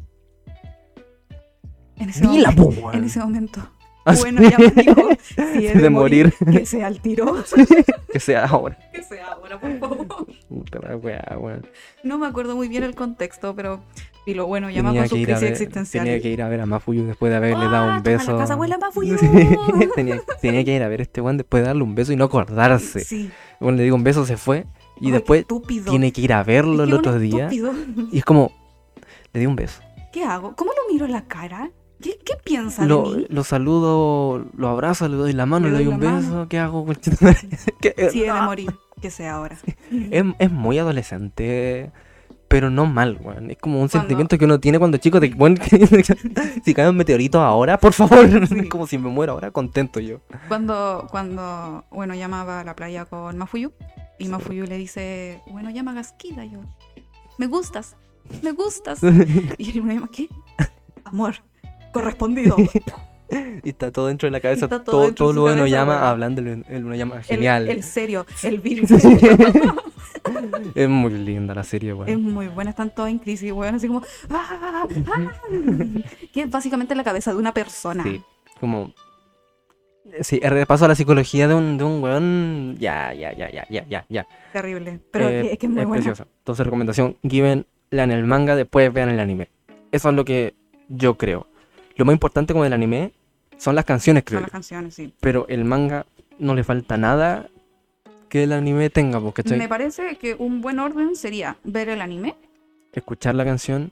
Speaker 2: En ese,
Speaker 1: ¡Dila,
Speaker 2: momento,
Speaker 1: po, weón!
Speaker 2: en ese momento.
Speaker 1: Ah,
Speaker 2: Bueno, ya pues, me dijo. Si
Speaker 1: sí,
Speaker 2: he
Speaker 1: de morir,
Speaker 2: Que sea al tiro.
Speaker 1: que sea ahora.
Speaker 2: que sea ahora, por favor.
Speaker 1: Puta la weá, weón.
Speaker 2: No me acuerdo muy bien el contexto, pero. Y lo bueno, llama
Speaker 1: Tenía que,
Speaker 2: con su
Speaker 1: ir a
Speaker 2: crisis
Speaker 1: ver,
Speaker 2: existencial.
Speaker 1: tenía que ir a ver a Mafuyu después de haberle dado
Speaker 2: Ah,
Speaker 1: un
Speaker 2: toma la
Speaker 1: beso.
Speaker 2: casa, abuela, Mafuyu.
Speaker 1: tenía, tenía que ir a ver a este weón después de darle un beso y no acordarse.
Speaker 2: Sí.
Speaker 1: Bueno, le digo un beso, se fue. Y
Speaker 2: Ay,
Speaker 1: después
Speaker 2: qué estúpido.
Speaker 1: tiene que ir a verlo el
Speaker 2: Es que
Speaker 1: otro
Speaker 2: un
Speaker 1: día.
Speaker 2: estúpido.
Speaker 1: Y es como, le di un beso.
Speaker 2: ¿Qué hago? ¿Cómo lo miro en la cara? ¿Qué, qué piensa
Speaker 1: Lo,
Speaker 2: de mí?
Speaker 1: lo saludo, lo abrazo, le doy la mano,
Speaker 2: Le
Speaker 1: le doy,
Speaker 2: doy
Speaker 1: un
Speaker 2: la
Speaker 1: beso. ¿Qué hago? conchetumare? ¿Qué-
Speaker 2: Si he de
Speaker 1: Ah,
Speaker 2: morir, que sea ahora.
Speaker 1: es, es muy adolescente, pero no mal, weón. Es como un
Speaker 2: Cuando-
Speaker 1: sentimiento que uno tiene cuando chico. De, bueno, si cae un meteorito ahora, por favor.
Speaker 2: Sí.
Speaker 1: como si me muero ahora, contento yo.
Speaker 2: Cuando, cuando, bueno, llamaba a la playa con Mafuyu y
Speaker 1: Sí.
Speaker 2: Mafuyu le dice, bueno, llama a Gasquida, yo, me gustas, me gustas. Y él me llama, ¿qué? Amor, correspondido.
Speaker 1: y está todo dentro de la cabeza.
Speaker 2: Está todo
Speaker 1: todo
Speaker 2: dentro
Speaker 1: todo
Speaker 2: de su
Speaker 1: lo uno
Speaker 2: cabeza, weón.
Speaker 1: llama hablando, el, el uno llama
Speaker 2: El,
Speaker 1: genial.
Speaker 2: el serio, el virgen. es
Speaker 1: Es muy linda la serie, weón.
Speaker 2: muy buena, están todos en crisis, weón, así como, "Ah, ah, ah", que es básicamente la cabeza de una persona.
Speaker 1: Sí, como Sí, el repaso a la psicología de un, de un weón. Ya, ya, ya, ya, ya, ya, ya.
Speaker 2: Terrible. Pero
Speaker 1: Eh,
Speaker 2: es que es muy bueno.
Speaker 1: preciosa. Entonces, recomendación: Given la en el manga, después vean el anime. Eso es lo que yo creo. Lo más importante con el anime son las canciones, creo.
Speaker 2: Son las
Speaker 1: yo.
Speaker 2: canciones, sí.
Speaker 1: Pero el manga no le falta nada que el anime tenga, pues, porque
Speaker 2: Me parece que un buen orden sería ver el anime,
Speaker 1: escuchar la canción,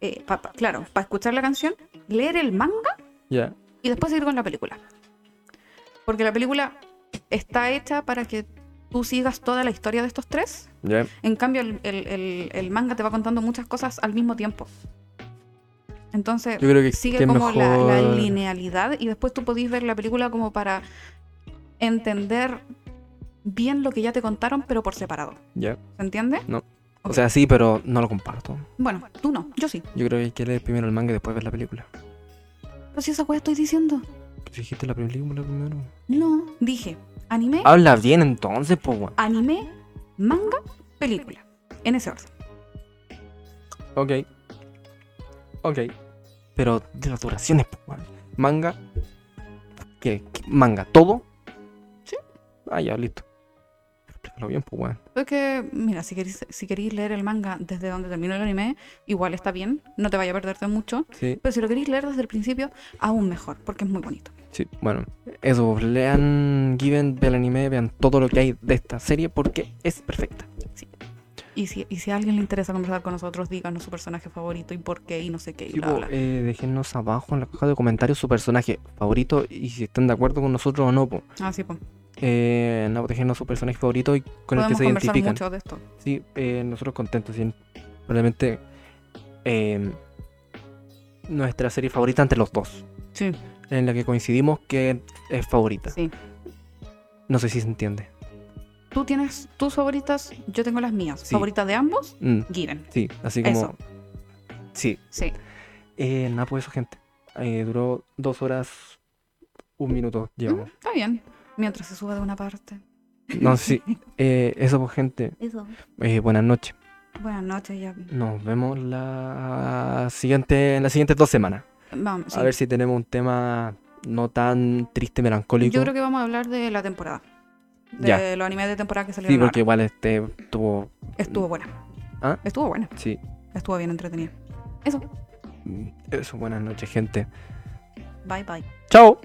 Speaker 2: eh, pa- pa- claro, para escuchar la canción, leer el manga
Speaker 1: ya.
Speaker 2: y después seguir con la película. Porque la película está hecha para que tú sigas toda la historia de estos tres.
Speaker 1: ya.
Speaker 2: En cambio, el, el- el- el manga te va contando muchas cosas al mismo tiempo. Entonces,
Speaker 1: Yo creo que, que
Speaker 2: sigue
Speaker 1: es
Speaker 2: como la, la
Speaker 1: mejor-
Speaker 2: linealidad y después tú podís ver la película como para entender bien lo que ya te contaron, pero por separado.
Speaker 1: ya.
Speaker 2: ¿Se entiende?
Speaker 1: O sea, sí, pero no lo comparto.
Speaker 2: Bueno, tú no, yo sí.
Speaker 1: Yo creo que hay que leer primero el manga y después ver la película.
Speaker 2: Pero si esa cosa estoy diciendo.
Speaker 1: Pero si dijiste la película primero.
Speaker 2: No, dije anime,
Speaker 1: Habla bien entonces, pues, weón.
Speaker 2: anime, manga, película. En ese orden.
Speaker 1: Ok. Ok. Pero de las duraciones, po, weón. Manga. ¿Qué? ¿Qué? ¿Manga? ¿Todo?
Speaker 2: Sí.
Speaker 1: Ah, ya, listo. Explícalo bien, pues, weón.
Speaker 2: Porque, mira, si queréis si queréis leer el manga desde donde terminó el anime, igual está bien, no te vaya a perderte mucho.
Speaker 1: Sí,
Speaker 2: Pero si lo queréis leer desde el principio, aún mejor, porque es muy bonito.
Speaker 1: sí. Bueno, eso, lean Given, vean el anime, vean todo lo que hay de esta serie porque es perfecta.
Speaker 2: Y si, y si a alguien le interesa conversar con nosotros, díganos su personaje favorito y por qué y no sé qué. Y
Speaker 1: Sí,
Speaker 2: bla,
Speaker 1: po,
Speaker 2: bla.
Speaker 1: eh, déjenos abajo en la caja de comentarios su personaje favorito y si están de acuerdo con nosotros o no, po.
Speaker 2: Ah, sí, po.
Speaker 1: Eh, no, déjenos su personaje favorito y con el que
Speaker 2: podemos
Speaker 1: se
Speaker 2: conversar
Speaker 1: identifican.
Speaker 2: mucho de esto.
Speaker 1: Sí, eh, nosotros contentos. sí. Probablemente eh, nuestra serie favorita entre los dos,
Speaker 2: Sí,
Speaker 1: en la que coincidimos que es favorita.
Speaker 2: sí.
Speaker 1: No sé si se entiende.
Speaker 2: Tú tienes tus favoritas, yo tengo las mías.
Speaker 1: Sí.
Speaker 2: Favorita de ambos,
Speaker 1: Mm,
Speaker 2: Given.
Speaker 1: sí, así como.
Speaker 2: Eso.
Speaker 1: Sí,
Speaker 2: Sí.
Speaker 1: eh, nada, pues eso, gente. Eh, duró dos horas, un minuto,
Speaker 2: Mm,
Speaker 1: llevamos.
Speaker 2: Está bien. Mientras se suba de una parte. Mm.
Speaker 1: No, sí, eh, eso, pues, gente.
Speaker 2: Eso.
Speaker 1: Eh, buenas noches.
Speaker 2: Buenas noches, ya.
Speaker 1: Nos vemos la siguiente, en las siguientes dos semanas.
Speaker 2: Vamos.
Speaker 1: A
Speaker 2: sí.
Speaker 1: ver si tenemos un tema no tan triste, melancólico.
Speaker 2: Yo creo que vamos a hablar de la temporada. De
Speaker 1: Ya.
Speaker 2: los animes de temporada que
Speaker 1: Sí,
Speaker 2: salieron.
Speaker 1: porque igual este tuvo.
Speaker 2: ahora. Estuvo buena.
Speaker 1: ¿Ah?
Speaker 2: Estuvo buena.
Speaker 1: Sí.
Speaker 2: Estuvo bien entretenida. Eso.
Speaker 1: eh, Eso, buenas noches, gente.
Speaker 2: Bye, bye.
Speaker 1: ¡Chao!